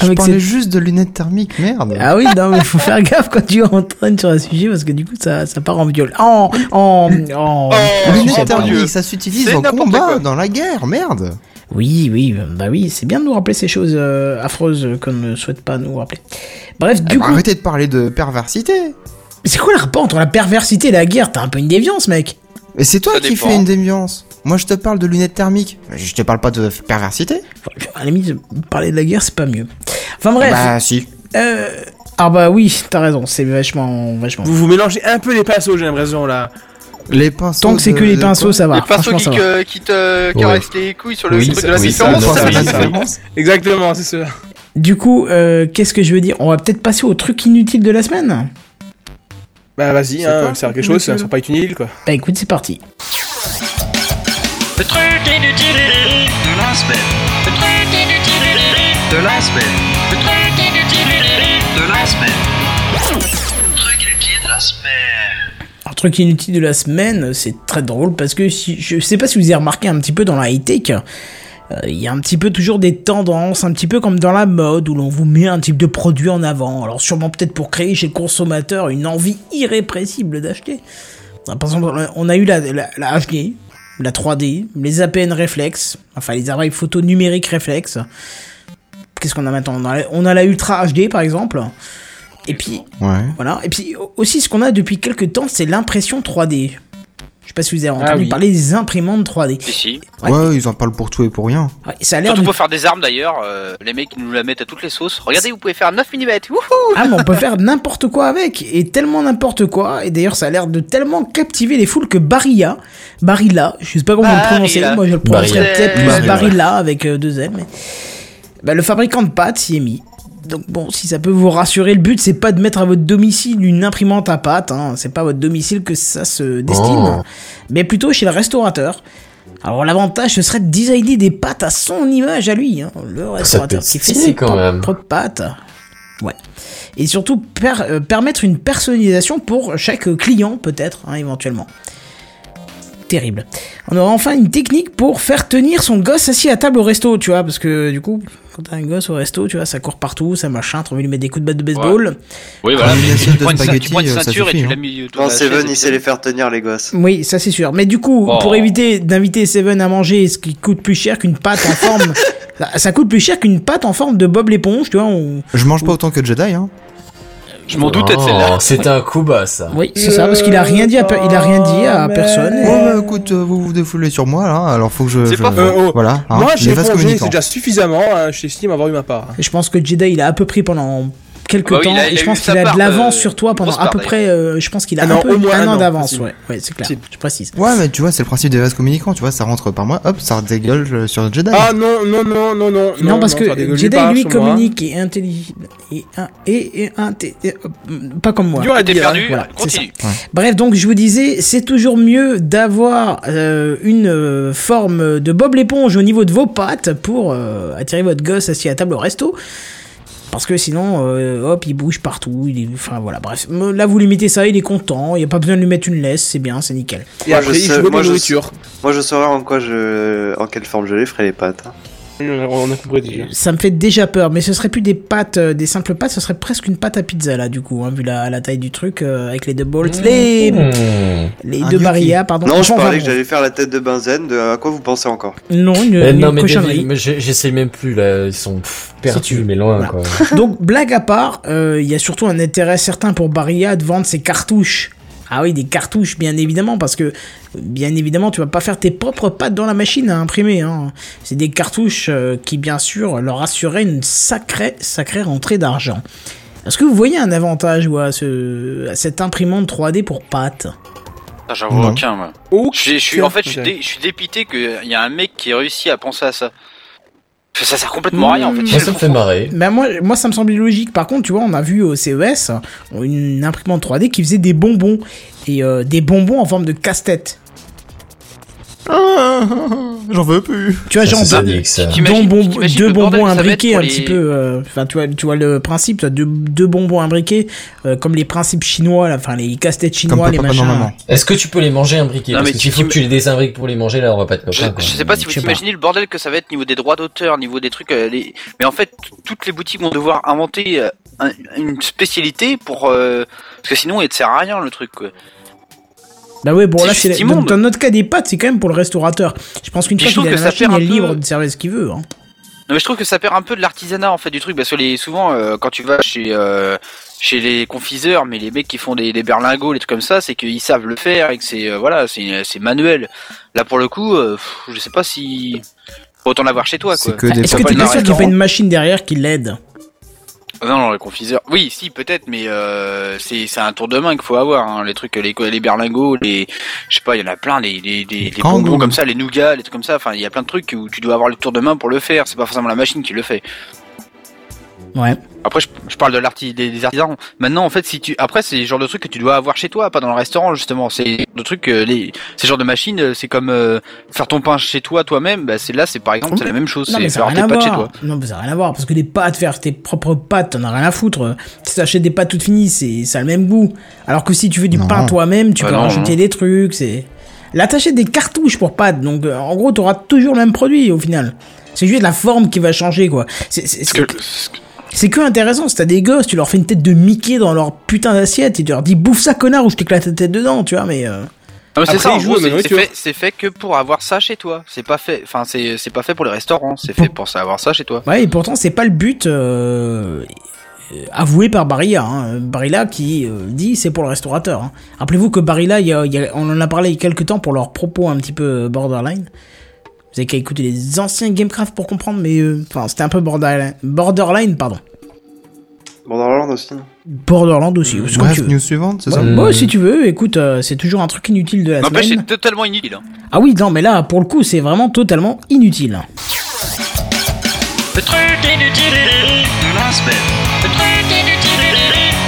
S6: Je
S2: avec
S6: parlais
S2: cette...
S6: juste de lunettes thermiques, merde.
S2: Ah oui, non, mais faut faire gaffe quand tu entraînes sur un sujet parce que du coup, ça, ça part en viol. En. En. en...
S5: Oh,
S2: en
S5: mon
S6: lunettes
S2: sucette, pardon.
S5: Dieu.
S6: thermiques, ça s'utilise
S5: C'est
S6: en
S5: n'importe
S6: combat,
S5: quoi.
S6: dans la guerre, merde.
S2: Oui, oui, bah oui, c'est bien de nous rappeler ces choses euh, affreuses euh, qu'on ne souhaite pas nous rappeler. Bref,
S6: Eh
S2: du
S6: ben,
S2: coup,
S6: Arrêtez de parler de perversité.
S2: c'est quoi le rapport entre la perversité et la guerre T'as un peu une déviance, mec.
S6: Mais c'est toi
S5: Ça
S6: qui
S5: dépend.
S6: fais une déviance. Moi, je te parle de lunettes thermiques. Je te parle pas de perversité.
S2: Enfin, À la limite, parler de la guerre, c'est pas mieux. Enfin bref,
S6: Bah, si.
S2: euh, ah bah oui, t'as raison, c'est vachement, vachement.
S4: Vous vous mélangez un peu les pinceaux, j'ai l'impression là.
S6: Les pinceaux.
S2: Tant que c'est
S6: de-
S2: que les
S6: de
S2: pinceaux,
S6: quoi
S2: ça va.
S5: Les pinceaux
S2: franchement,
S5: qui,
S2: ça va.
S5: que- qui te caressent les couilles sur le
S1: Oui,
S5: truc
S1: ça-
S5: de la
S1: oui,
S6: Ah,
S1: ça,
S5: différence,
S1: non,
S5: ça,
S1: ça,
S5: oui.
S1: ça.
S4: Exactement, c'est ça.
S2: Du coup, euh, qu'est-ce que je veux dire On va peut-être passer au truc inutile de la semaine.
S4: Bah vas-y,
S6: quoi,
S4: hein, ça sert à quelque chose,
S6: inutile
S4: ça ne sera pas utile quoi.
S2: Bah écoute, c'est parti.
S5: Le truc inutile de la semaine. Le truc inutile de la semaine. Le truc inutile de la semaine. Le truc inutile de la semaine.
S2: Un truc inutile de la semaine, c'est très drôle parce que si, je sais pas si vous avez remarqué un petit peu dans la high-tech, euh, il y a un petit peu toujours des tendances, un petit peu comme dans la mode où l'on vous met un type de produit en avant. Alors sûrement peut-être pour créer chez le consommateur une envie irrépressible d'acheter. Par exemple, on a eu la, la, la HD, la 3D, les APN réflexes, enfin les appareils photo numériques réflexes. Qu'est-ce qu'on a maintenant on a, la- on a la Ultra HD par exemple. Et puis,
S6: Ouais.
S2: voilà. Et puis au- aussi, ce qu'on a depuis quelques temps, c'est l'impression 3D. Je sais pas si vous avez entendu
S4: Ah oui.
S2: parler des imprimantes 3D.
S5: Ici.
S2: Ouais.
S6: ouais. ils en parlent pour tout et pour rien.
S2: Ouais, ça a l'air
S5: Surtout
S2: de...
S5: pour faire des armes d'ailleurs, euh, les mecs ils nous la mettent à toutes les sauces. Regardez, vous pouvez faire 9 mm. Wouhou
S2: Ah, mais on peut faire n'importe quoi avec. Et tellement n'importe quoi. Et d'ailleurs, ça a l'air de tellement captiver les foules que Barilla, Barilla, je sais pas comment on le prononcer,
S5: Barilla.
S2: moi je le prononcerais
S5: Barilla.
S2: peut-être plus Barilla,
S5: Barilla.
S2: avec euh, deux L, mais. Bah, le fabricant de pâtes y est mis. Donc bon, si ça peut vous rassurer, le but c'est pas de mettre à votre domicile une imprimante à pâte, hein. c'est pas à votre domicile que ça se destine,
S1: Oh.
S2: mais plutôt chez le restaurateur. Alors l'avantage ce serait de designer des pâtes à son image à lui, hein. le restaurateur
S1: peut
S2: qui
S1: être
S2: fait
S1: stylé,
S2: ses
S1: quand même.
S2: propres pâtes. Ouais. Et surtout per- euh, permettre une personnalisation pour chaque client peut-être, hein, éventuellement. Terrible. On aura enfin une technique pour faire tenir son gosse assis à table au resto, tu vois, parce que du coup, quand t'as un gosse au resto, tu vois, ça court partout, ça machin, t'as envie de lui mettre des coups de batte de baseball.
S5: Oui,
S6: voilà, mais tu prends
S5: prends
S6: une
S5: une,
S6: ceinture- tu prends une
S5: ceinture et tu
S6: la
S5: l'as mis.
S3: Non, Seven, il sait les faire tenir, les gosses.
S2: Oui, ça c'est sûr. Mais du coup,
S5: Oh.
S2: pour éviter d'inviter Seven à manger ce qui coûte plus cher qu'une pâte en [laughs] forme. ça, ça coûte plus cher qu'une pâte en forme de Bob l'éponge, tu vois. on-
S6: Je mange pas autant que Jedi, hein.
S5: Je m'en doutais de celle-là.
S1: Oh, C'est un coup bas ça.
S2: Oui, c'est ça, parce qu'il a rien dit à, pe- il a rien dit à personne.
S6: Bon, bah, écoute, euh, vous vous défoulez sur moi, là. Alors, faut que je.
S5: C'est
S6: je-
S5: pas faux.
S4: Euh, oh.
S6: Voilà. hein,
S4: Moi j'ai
S6: les vases
S4: répondu, c'est
S6: communicants.
S4: déjà suffisamment, hein, j'estime avoir eu ma part.
S2: Je pense que Jedi, il a à peu près pendant quelques
S5: Ah bah oui,
S2: temps,
S5: il a- il
S2: et
S5: a
S2: je
S5: eu
S2: pense
S5: sa
S2: qu'il a
S5: part
S2: de
S5: de-
S2: l'avance sur toi
S5: une
S2: pendant
S5: grosse
S2: à peu
S5: part,
S2: près, euh, je pense qu'il a
S4: Un
S2: un,
S4: an,
S2: peu
S4: Ah au moins
S2: un,
S4: un
S2: an
S4: an,
S2: d'avance,
S4: facile.
S2: ouais, ouais c'est clair,
S4: Facile.
S2: je précise.
S6: Ouais, mais tu vois, c'est le principe des vases communicants, tu vois, ça rentre par moi, hop, ça dégueule euh, sur Jedi.
S4: Ah non, non, non, non, non.
S2: Non, parce
S4: ça
S2: que
S4: dégueule
S2: Jedi,
S4: pas
S2: lui,
S4: sur moi, hein.
S2: communique et est intelligible. Et, un- et, et, un- et- et- euh, pas comme moi.
S4: Dur à
S5: T'es
S4: dire, hein.
S5: perdu,
S2: voilà,
S5: continue.
S2: Bref, donc je vous disais, c'est toujours mieux d'avoir euh, une euh, forme de Bob l'éponge au niveau de vos pattes pour euh, attirer votre gosse assis à table au resto. Parce que sinon, euh, hop, il bouge partout. Il est... Enfin voilà, bref. Me- Là, vous lui mettez ça, il est content. Il n'y a pas besoin de lui mettre une laisse, c'est bien, c'est nickel.
S4: Et
S3: Moi,
S4: après,
S3: je
S4: il
S3: sais-
S4: joue à
S3: moi,
S4: la
S3: je-
S4: nourriture.
S3: Moi, je saurais en quoi je. en quelle forme je les ferai les pattes. hein.
S4: On a compris déjà.
S2: Ça me fait déjà peur, mais ce serait plus des pâtes, euh, des simples pâtes, ce serait presque une pâte à pizza là, du coup, hein, vu la, la taille du truc euh, avec les deux bolts,
S1: Mmh.
S2: les,
S1: Hmm.
S2: les
S6: Un
S2: deux
S6: gnocchi.
S2: barillas, pardon.
S3: Non, je
S2: Enfin,
S3: parlais
S2: bon.
S3: que j'allais faire la tête de Benzen, de à quoi vous pensez encore
S2: Non, une,
S1: Eh
S2: une
S1: non mais
S2: cochonnerie.
S1: David, mais j'ai- j'essaye même plus là, ils sont pff,
S2: tu-
S1: perdus mais loin
S2: voilà. [laughs]
S1: quoi.
S2: Donc, blague à part, euh, il y a surtout un intérêt certain pour Barilla de vendre ses cartouches. Ah oui, des cartouches, bien évidemment, parce que, bien évidemment, tu vas pas faire tes propres pattes dans la machine à imprimer. Hein. C'est des cartouches euh, qui, bien sûr, leur assuraient une sacrée, sacrée rentrée d'argent. Est-ce que vous voyez un avantage ouais, à, ce, à cette imprimante 3D pour pattes
S5: Ah, J'en vois
S6: Non.
S5: aucun, moi.
S4: Oh,
S5: Je suis- je suis, en fait, je suis,
S4: tiens.
S5: dé- je suis dépité qu'il y a un mec qui réussit à penser à ça. Parce que Ça sert complètement à rien, en fait.
S1: Moi Mmh, ça me fait marrer.
S2: Ben moi, moi, ça me semblait logique. Par contre, tu vois, on a vu au CES une imprimante 3D qui faisait des bonbons. Et euh, des bonbons en forme de casse-tête.
S6: Ah, J'en veux plus.
S2: Tu vois,
S1: Ça,
S2: genre,
S1: c'est
S2: deux-
S1: sadique, ça.
S5: T'imagines-
S2: deux bonbons-
S5: t'imagines
S2: deux
S5: le bordel
S2: bonbons
S5: que ça va être
S2: imbriqués
S5: pour
S2: un
S5: les-
S2: petit peu. euh, Enfin, tu vois, tu vois le principe, tu vois, deux, deux bonbons imbriqués, euh, comme les principes chinois, là, enfin les casse-têtes
S6: Comme
S2: chinois, les
S6: papa,
S2: machins.
S6: maman, maman.
S1: Est-ce que tu peux les manger imbriqués
S5: Non,
S1: Parce
S5: mais
S1: que
S5: tu-
S1: s'il faut que tu les désimbriques pour les manger là on va pas être
S5: Je,
S1: copains. quoi.
S5: je sais pas si vous
S2: Je sais pas.
S5: imaginez le bordel que ça va être niveau des droits d'auteur, niveau des trucs. euh, les- Mais en fait, toutes les boutiques vont devoir inventer euh, un- une spécialité pour. euh, Parce que sinon, il ne sert à rien le truc. Quoi.
S2: Bah ouais, bon
S5: C'est
S2: là, c'est
S5: juste
S2: dans,
S5: immonde.
S2: dans notre cas des pâtes, c'est quand même pour le restaurateur. Je pense qu'une
S5: Puis
S2: fois qu'il
S5: je trouve
S2: a la
S5: que ça
S2: machine,
S5: perd un
S2: il est
S5: peu-
S2: libre de servir ce qu'il veut. Hein.
S5: Non mais je trouve que ça perd un peu de l'artisanat en fait du truc parce que les souvent euh, quand tu vas chez euh, chez les confiseurs mais les mecs qui font des, des berlingots les trucs comme ça c'est qu'ils savent le faire et que c'est euh, voilà c'est c'est manuel. Là pour le coup euh, pff, je sais pas si faut autant l'avoir chez toi quoi.
S6: C'est que des
S2: Est-ce que
S5: pas
S2: t'es
S5: de
S2: pas sûr qu'il n'y a pas
S5: restaurant.
S2: une machine derrière qui l'aide
S5: Non, non, les confiseurs. Oui, si, peut-être, mais euh, c'est c'est un tour de main qu'il faut avoir. hein. Les trucs, les, les berlingots, les, je sais pas, il y en a plein, les, les, les, les
S6: kangourous.
S5: bonbons comme ça, les nougats, les trucs comme ça. Enfin, il y a plein de trucs où tu dois avoir le tour de main pour le faire. C'est pas forcément la machine qui le fait.
S2: Ouais.
S5: Après, je, je parle de l'arti, des, des artisans. Maintenant, en fait, si tu, après, c'est le genre de truc que tu dois avoir chez toi, pas dans le restaurant justement. C'est le truc, euh, les, ces genres de machines, euh, c'est comme euh, faire ton pain chez toi, toi-même. Bah, c'est là, c'est par exemple, c'est la même chose.
S2: Non, mais
S5: C'est
S2: ça n'a
S5: faire
S2: rien
S5: tes
S2: à
S5: pâtes
S2: voir.
S5: chez toi.
S2: Non, mais ça n'a rien à voir. Parce que les pâtes, faire tes propres pâtes, t'en as rien à foutre. Si t'achètes des pâtes toutes finies, c'est, ça a le même goût. Alors que si tu fais du
S6: Non.
S2: pain toi-même, tu
S5: Bah
S2: peux
S5: non,
S2: rajouter
S5: non.
S2: des trucs. C'est... Là, t'achètes des cartouches pour pâtes. Donc, euh, en gros, t'auras toujours le même produit au final. C'est juste la forme qui va changer, quoi. C'est, c'est, c'est, c'est que intéressant. Si t'as des gosses, tu leur fais une tête de Mickey dans leur putain d'assiette et tu leur dis bouffe ça, connard, ou je t'éclate la tête dedans, tu vois. Mais. euh,
S5: Non, mais c'est
S4: Après,
S5: ça, en
S4: ils jouent
S5: gros,
S4: à la
S5: c'est c'est
S4: nourriture.
S5: fait, c'est fait que pour avoir ça chez toi. C'est pas fait, enfin, c'est c'est pas fait pour les restaurants, c'est fait pour ça- avoir ça chez toi.
S2: Ouais, et pourtant, c'est pas le but euh, euh, avoué par Barilla. hein. Barilla qui euh, dit c'est pour le restaurateur. hein. Rappelez-vous que Barilla, il y a- il y a- on en a parlé il y a quelques temps pour leurs propos un petit peu euh, borderline. Vous avez qu'à écouter les anciens Gamecraft pour comprendre, mais euh, enfin, c'était un peu borderline, borderline, pardon.
S3: Borderland aussi.
S2: Borderland aussi, ce que
S6: Bref,
S2: tu veux.
S6: news suivante, c'est ça
S2: Ouais, bah, si tu veux, écoute, euh, c'est toujours un truc inutile de la
S5: N'empêche,
S2: semaine.
S5: c'est totalement inutile. hein.
S2: Ah oui, non, mais là, pour le coup, c'est vraiment totalement inutile.
S5: Le truc inutile de la semaine. Le truc inutile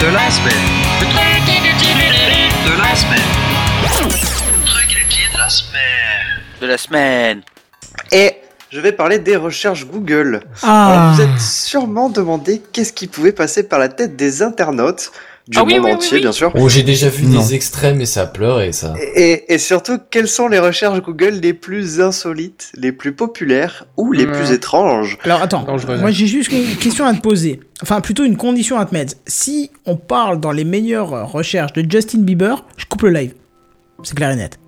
S5: de la semaine. Le truc inutile de la semaine. Le truc inutile de la semaine. De la semaine.
S3: Et je vais parler des recherches Google. Alors,
S2: Ah,
S3: vous êtes sûrement demandé qu'est-ce qui pouvait passer par la tête des internautes du
S5: Ah
S3: monde
S5: oui, oui, oui,
S3: entier,
S5: oui.
S3: bien sûr.
S1: Oh, j'ai déjà vu
S6: Non.
S1: des extrêmes et ça a pleuré, ça.
S3: Et, et surtout, quelles sont les recherches Google les plus insolites, les plus populaires ou les
S4: Hmm.
S3: plus étranges
S2: Alors attends,
S4: Dangereux.
S2: moi j'ai juste une question à te poser, enfin plutôt une condition à te mettre. Si on parle dans les meilleures euh, recherches de Justin Bieber, je coupe le live. C'est clair et net.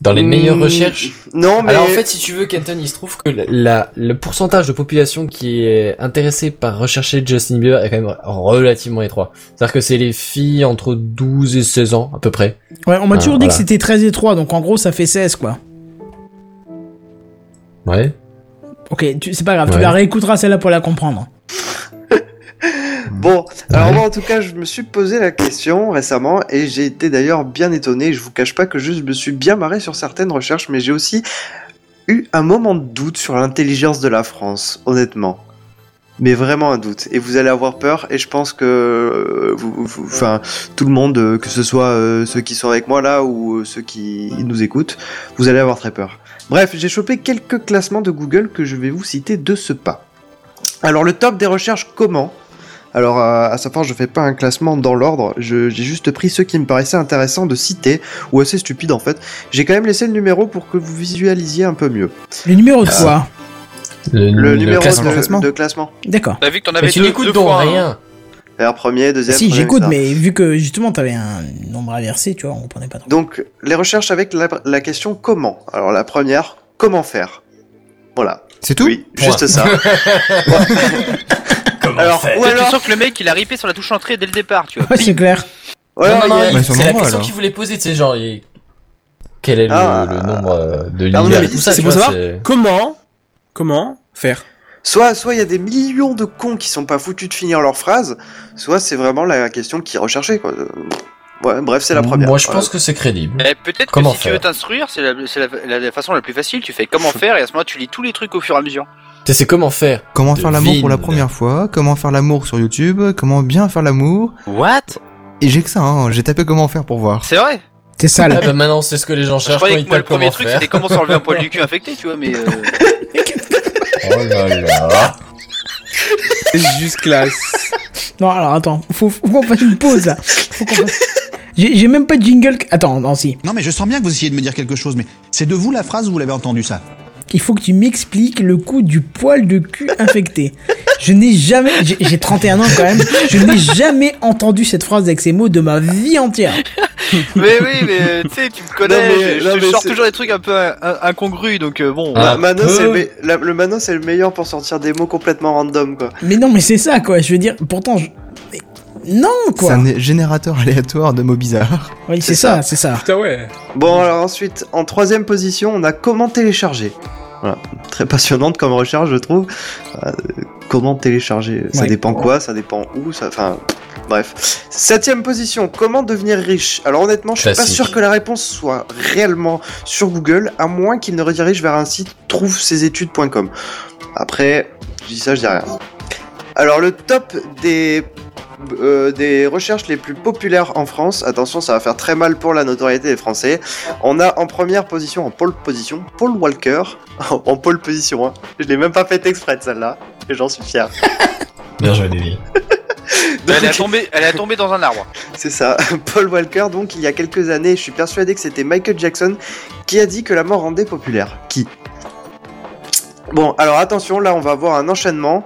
S1: Dans les
S3: Hmm.
S1: meilleures recherches.
S3: Non, mais
S1: Alors en fait, si tu veux, Kenton, il se trouve que la, la- le pourcentage de population qui est intéressée par rechercher Justin Bieber est quand même relativement étroit. C'est-à-dire que c'est les filles entre 12 et 16 ans, à peu près.
S2: Ouais, on m'a
S1: Ah,
S2: toujours dit
S1: voilà.
S2: que c'était très étroit, donc en gros ça fait 16 quoi.
S1: Ouais.
S2: Ok, tu- c'est pas grave, tu
S1: Ouais.
S2: la réécouteras celle-là pour la comprendre.
S3: bon, alors moi en tout cas, je me suis posé la question récemment et j'ai été d'ailleurs bien étonné. Je vous cache pas que je me suis bien marré sur certaines recherches, mais j'ai aussi eu un moment de doute sur l'intelligence de la France, honnêtement. Mais vraiment un doute. Et vous allez avoir peur. Et je pense que, euh, vous- vous- enfin, tout le monde, euh, que ce soit euh, ceux qui sont avec moi là ou euh, ceux qui nous écoutent, vous allez avoir très peur. Bref, j'ai chopé quelques classements de Google que je vais vous citer de ce pas. Alors le top des recherches comment alors à, à savoir, je fais pas un classement dans l'ordre. je- J'ai juste pris ceux qui me paraissaient intéressants de citer ou assez stupides en fait. J'ai quand même laissé le numéro pour que vous visualisiez un peu mieux.
S2: Le numéro de quoi
S3: Le numéro
S6: classement.
S3: de,
S6: Classement.
S3: de classement.
S2: D'accord.
S5: T'as vu que t'en
S1: Mais
S5: avais
S1: tu
S5: deux,
S1: n'écoutes
S5: deux
S1: donc
S5: fois. hein.
S1: rien.
S3: Alors premier, deuxième.
S2: si
S3: troisième,
S2: j'écoute,
S3: etc.
S2: mais vu que justement t'avais un nombre inversé, tu vois, on comprenait pas trop.
S3: Donc les recherches avec la, la question comment. Alors la première, comment faire. Voilà.
S6: C'est tout
S3: oui, juste ça. alors ou
S5: Ouais, tu
S3: alors.
S5: sens que le mec il a ripé sur la touche entrée dès le départ, tu vois.
S2: Ouais, c'est clair.
S3: Ouais,
S1: Non, non,
S3: non,
S1: il-
S6: mais sûrement
S1: c'est la
S6: moi,
S1: question
S6: alors.
S1: qu'il voulait poser, tu sais, genre, il- quel est le,
S3: Ah.
S1: le nombre euh, de
S3: Ah,
S1: l'hiver
S3: mais
S1: et tout ça,
S4: c'est
S1: tu
S4: pour
S1: vois,
S4: savoir.
S1: c'est-
S4: Comment Comment faire
S3: Soit, soit il y a des millions de cons qui sont pas foutus de finir leur phrase, soit c'est vraiment la question qui est recherchée, quoi. Euh, Ouais, bref, c'est la première.
S1: Moi, je
S3: Voilà.
S1: pense que c'est crédible.
S5: Eh, peut-être que
S1: Comment
S5: si tu veux
S1: faire
S5: t'instruire, c'est la, c'est la- la- la façon la plus facile. Tu fais comment faire et à ce moment-là, tu lis tous les trucs au fur et à mesure.
S1: Tu sais, c'est comment faire
S6: Comment faire l'amour pour la
S1: Devine.
S6: première fois Comment faire l'amour sur YouTube Comment bien faire l'amour
S5: What
S6: Et j'ai que ça, hein, j'ai tapé comment faire pour voir.
S5: C'est vrai.
S2: C'est ça
S1: Ah [laughs]
S2: là.
S1: bah maintenant, c'est ce que les gens
S5: Je
S1: cherchent quand
S5: croyais
S1: ils
S5: que moi, le
S1: tapent
S5: premier
S1: comment
S5: truc,
S1: faire.
S5: c'était comment s'enlever un poil [laughs] du cul infecté, tu vois, mais. euh,
S1: Oh là là.
S4: Juste classe.
S2: Non, alors attends, faut, faut qu'on fasse une pause là. Faut qu'on fasse- J'ai j'ai même pas de jingle. Attends, non, si.
S10: Non mais je sens bien que vous essayez de me dire quelque chose, mais c'est de vous la phrase ou vous l'avez entendu ça
S2: Il faut que tu m'expliques le coup du poil de cul infecté. Je n'ai jamais, j'ai j'ai 31 ans quand même, je n'ai jamais entendu cette phrase avec ces mots de ma vie entière.
S5: Mais oui, mais tu sais, tu me connais,
S3: Non, mais-
S5: je,
S3: non,
S5: je
S3: mais
S5: sors
S3: c'est-
S5: toujours des trucs un peu in- in- incongrus, donc euh, bon.
S1: Ah.
S5: bah,
S1: Un
S3: Manos,
S1: peu.
S3: c'est le, me- la- le Manos est le meilleur pour sortir des mots complètement random, quoi.
S2: Mais non, mais c'est ça, quoi. Je veux dire, pourtant, je- mais non,
S6: C'est
S2: quoi.
S6: un é- générateur aléatoire de mots bizarres.
S2: Oui, c'est
S3: c'est
S2: ça, c'est ça. [laughs]
S4: [laughs] Putain, ouais.
S3: Bon,
S1: Mm.
S3: alors ensuite, en troisième position, on a comment télécharger. Voilà, très passionnante comme recherche, je trouve. Euh, comment télécharger Ça
S2: Ouais.
S3: dépend quoi Ça dépend où Ça, enfin, bref. Septième position, comment devenir riche Alors honnêtement, je suis pas
S1: Classique.
S3: sûr que la réponse soit réellement sur Google, à moins qu'il ne redirige vers un site trouvesesétudes.com. Après, je dis ça, je dis rien. Alors le top des euh, des recherches les plus populaires en France. Attention, ça va faire très mal pour la notoriété des Français. On a en première position, en pole position, Paul Walker. [laughs] en pole position, hein. Je l'ai même pas fait exprès de celle-là. Et j'en suis fier.
S1: Bien joué, Davy.
S5: elle, est
S3: Donc,
S5: tombée, elle est tombée dans un arbre.
S1: Ah.
S3: c'est ça. [laughs] Paul Walker, donc, il y a quelques années, je suis persuadé que c'était Michael Jackson qui a dit que la mort rendait populaire. Qui Bon, alors attention, là, on va avoir un enchaînement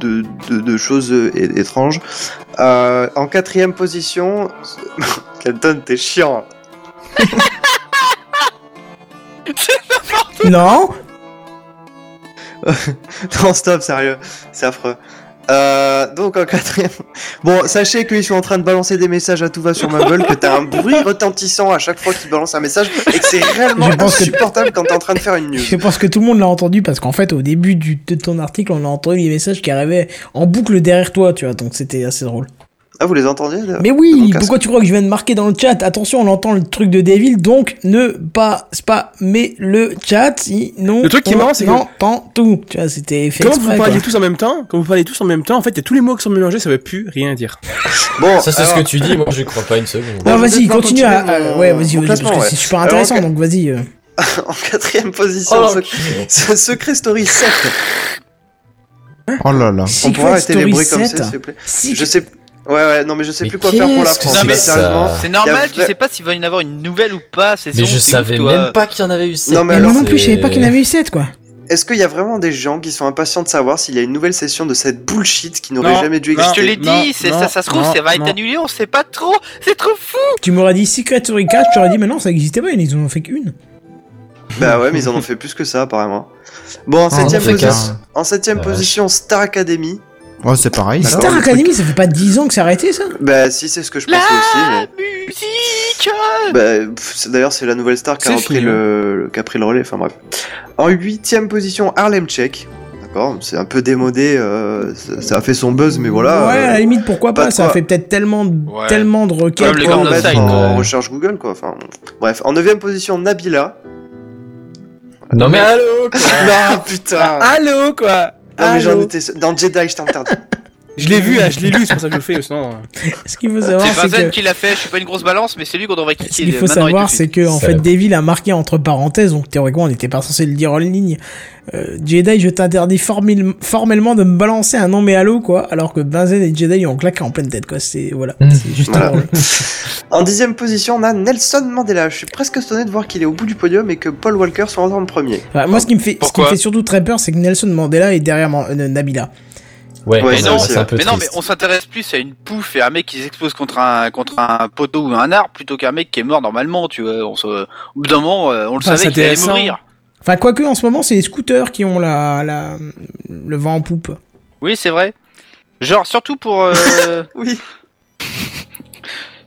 S3: de, de- de choses euh, é- étranges. Euh, en quatrième position, [laughs] Kenton, t'es chiant.
S2: Non
S3: [laughs] Non, stop, sérieux, c'est affreux. Euh, donc en quatrième. Bon, sachez que je suis en train de balancer des messages à tout va sur Mumble, que t'as un bruit retentissant à chaque fois qu'il balance un message et que c'est réellement
S2: Je pense que-
S3: insupportable quand t'es en train de faire une news.
S2: Je pense que tout le monde l'a entendu parce qu'en fait, au début du, de ton article, on a entendu les messages qui arrivaient en boucle derrière toi, tu vois, donc c'était assez drôle.
S3: Ah, vous les entendiez là
S2: Mais
S3: De mon
S2: oui,
S3: casque.
S2: pourquoi tu crois que je viens de marquer dans le chat Attention, on entend le truc de Devil, donc ne pas spammer le chat, sinon
S4: Le truc qui est
S2: on
S4: marrant, c'est que-
S2: entend tout. Tu vois, c'était fait
S4: Quand vous
S2: exprès,
S4: parlez
S2: quoi.
S4: tous en même temps, quand vous parlez tous en même temps, en fait, il y a tous les mots qui sont mélangés, ça veut plus rien dire.
S3: Bon,
S1: Ça, c'est
S3: Oh, alors,
S1: ce que tu dis, moi, je crois pas une seconde.
S2: Non,
S3: Bon,
S2: vas-y,
S3: peut-être
S2: continue à...
S3: continuer
S2: à-
S3: mon-
S2: ouais,
S3: mon
S2: vas-y, vas-y, parce
S3: classement,
S2: que
S3: ouais.
S2: c'est super
S3: Alors,
S2: intéressant,
S3: ok.
S2: donc vas-y. euh.
S3: en quatrième position,
S1: Oh,
S3: ce- ce Secret Story 7.
S6: Oh là là.
S3: On pourra
S2: Secret
S3: arrêter les
S2: Story
S3: bruits comme
S2: 7.
S3: ça, s'il vous plaît.
S2: Secret-
S3: Je sais. Ouais, ouais, non, mais je sais
S1: Mais
S3: plus quoi faire pour la
S1: qu'est-ce que
S3: France.
S5: c'est
S3: mais
S5: que ça
S3: sérieusement.
S5: C'est
S3: Y a
S5: normal, tu
S3: vrai-
S5: sais pas s'ils vont en avoir une nouvelle ou pas, c'est
S1: Mais
S5: c'est
S1: je
S5: ouf,
S1: savais
S5: toi.
S1: même pas qu'il y en avait eu sept.
S3: Non, mais
S2: Mais
S3: alors,
S2: moi non plus, je savais
S1: c'est-
S2: pas qu'il y en avait eu 7, quoi.
S3: Est-ce qu'il y a vraiment des gens qui sont impatients de savoir s'il y a une nouvelle session de cette bullshit qui n'aurait
S4: Non,
S3: jamais
S4: non.
S3: dû
S5: Je
S3: exister
S5: te l'ai
S4: Non,
S5: dit, c'est-
S4: non,
S5: ça, ça se trouve,
S4: non,
S5: ça va être
S4: non.
S5: annulé, on sait pas trop, c'est trop fou
S2: Tu m'aurais dit Secret Story 4, je t'aurais dit, mais non, ça existait pas, ils en ont fait qu'une.
S3: Bah ouais, mais ils en ont fait plus que ça, apparemment. Bon, en
S6: Ah,
S3: septième,
S1: on en fait
S3: position,
S6: qu'un.
S3: en septième
S1: Ah,
S3: position, Star Academy.
S6: Oh, c'est pareil. ça.
S3: Alors,
S2: Star
S3: le truc-
S2: Academy, ça fait pas 10 ans que c'est arrêté, ça
S3: Bah si, c'est ce que je pensais
S5: La
S3: aussi.
S5: musique
S3: Mais... Bah, pff, c'est- D'ailleurs, c'est la nouvelle star qui a,
S4: C'est
S3: repris
S4: fini,
S3: le... qui a pris le relais, enfin bref. En huitième position, Harlem Check. D'accord, c'est un peu démodé, euh, ça, ça a fait son buzz, mais voilà.
S2: ouais, à la
S3: euh,
S2: limite, pourquoi
S3: pas
S2: pas,
S3: de
S2: Ça
S3: quoi.
S2: fait peut-être tellement, de-
S5: Ouais.
S2: tellement de requêtes. euh,
S5: Comme les
S3: on va
S5: grands
S2: quoi.
S5: Gordon
S3: mettre
S5: Side,
S3: en
S1: ouais.
S3: recherche Google, quoi. Enfin, bref, en neuvième position, Nabila.
S1: Non, mais
S4: allô, quoi.
S3: [laughs] non, putain
S4: Ah, Allô, quoi.
S3: Non, mais j'en
S4: Allô.
S3: étais. Dans Jedi, je t'interdis.
S4: Je l'ai vu, hein, je l'ai lu, c'est pour ça que je le fais, sinon. euh,
S2: Ce qu'il faut
S5: C'est
S2: savoir, c'est
S5: Vinzen
S2: que.
S5: qui l'a fait, je suis pas une grosse balance, mais c'est lui qu'on devrait
S2: Ce
S5: quitter
S2: qu'il faut
S5: maintenant et tout de
S2: savoir,
S5: suite.
S2: c'est que en
S1: Ça
S2: fait,
S1: va.
S2: Devil a marqué entre parenthèses, donc théoriquement, on n'était pas censé le dire en ligne. Euh, Jedi, je t'interdis formil- formellement de me balancer un nom mais allô quoi, alors que Benzen et Jedi lui ont claqué en pleine tête quoi. C'est voilà,
S1: Mm.
S2: c'est juste
S3: Voilà.
S2: drôle.
S3: En dixième position, on a Nelson Mandela. Je suis presque étonné de voir qu'il est au bout du podium et que Paul Walker soit encore en premier.
S2: Enfin, moi, ce qui me fait, ce qui me
S5: Pourquoi
S2: fait surtout très peur, c'est que Nelson Mandela est derrière Man- euh, Nabila.
S1: Ouais,
S3: Ouais,
S1: c'est
S5: non,
S1: c'est un peu
S5: Mais non, mais
S1: triste.
S5: on s'intéresse plus à une pouffe et à un mec qui s'expose contre un, contre un poteau ou un arbre plutôt qu'un mec qui est mort normalement, tu vois. On se, au bout d'un moment, euh, on le
S4: Enfin,
S5: savait qu'il allait
S4: c'est
S5: mourir.
S2: Enfin, quoique en ce moment, c'est les scooters qui ont la, la le vent en poupe.
S5: Oui, c'est vrai. Genre, surtout pour, euh,
S3: Oui.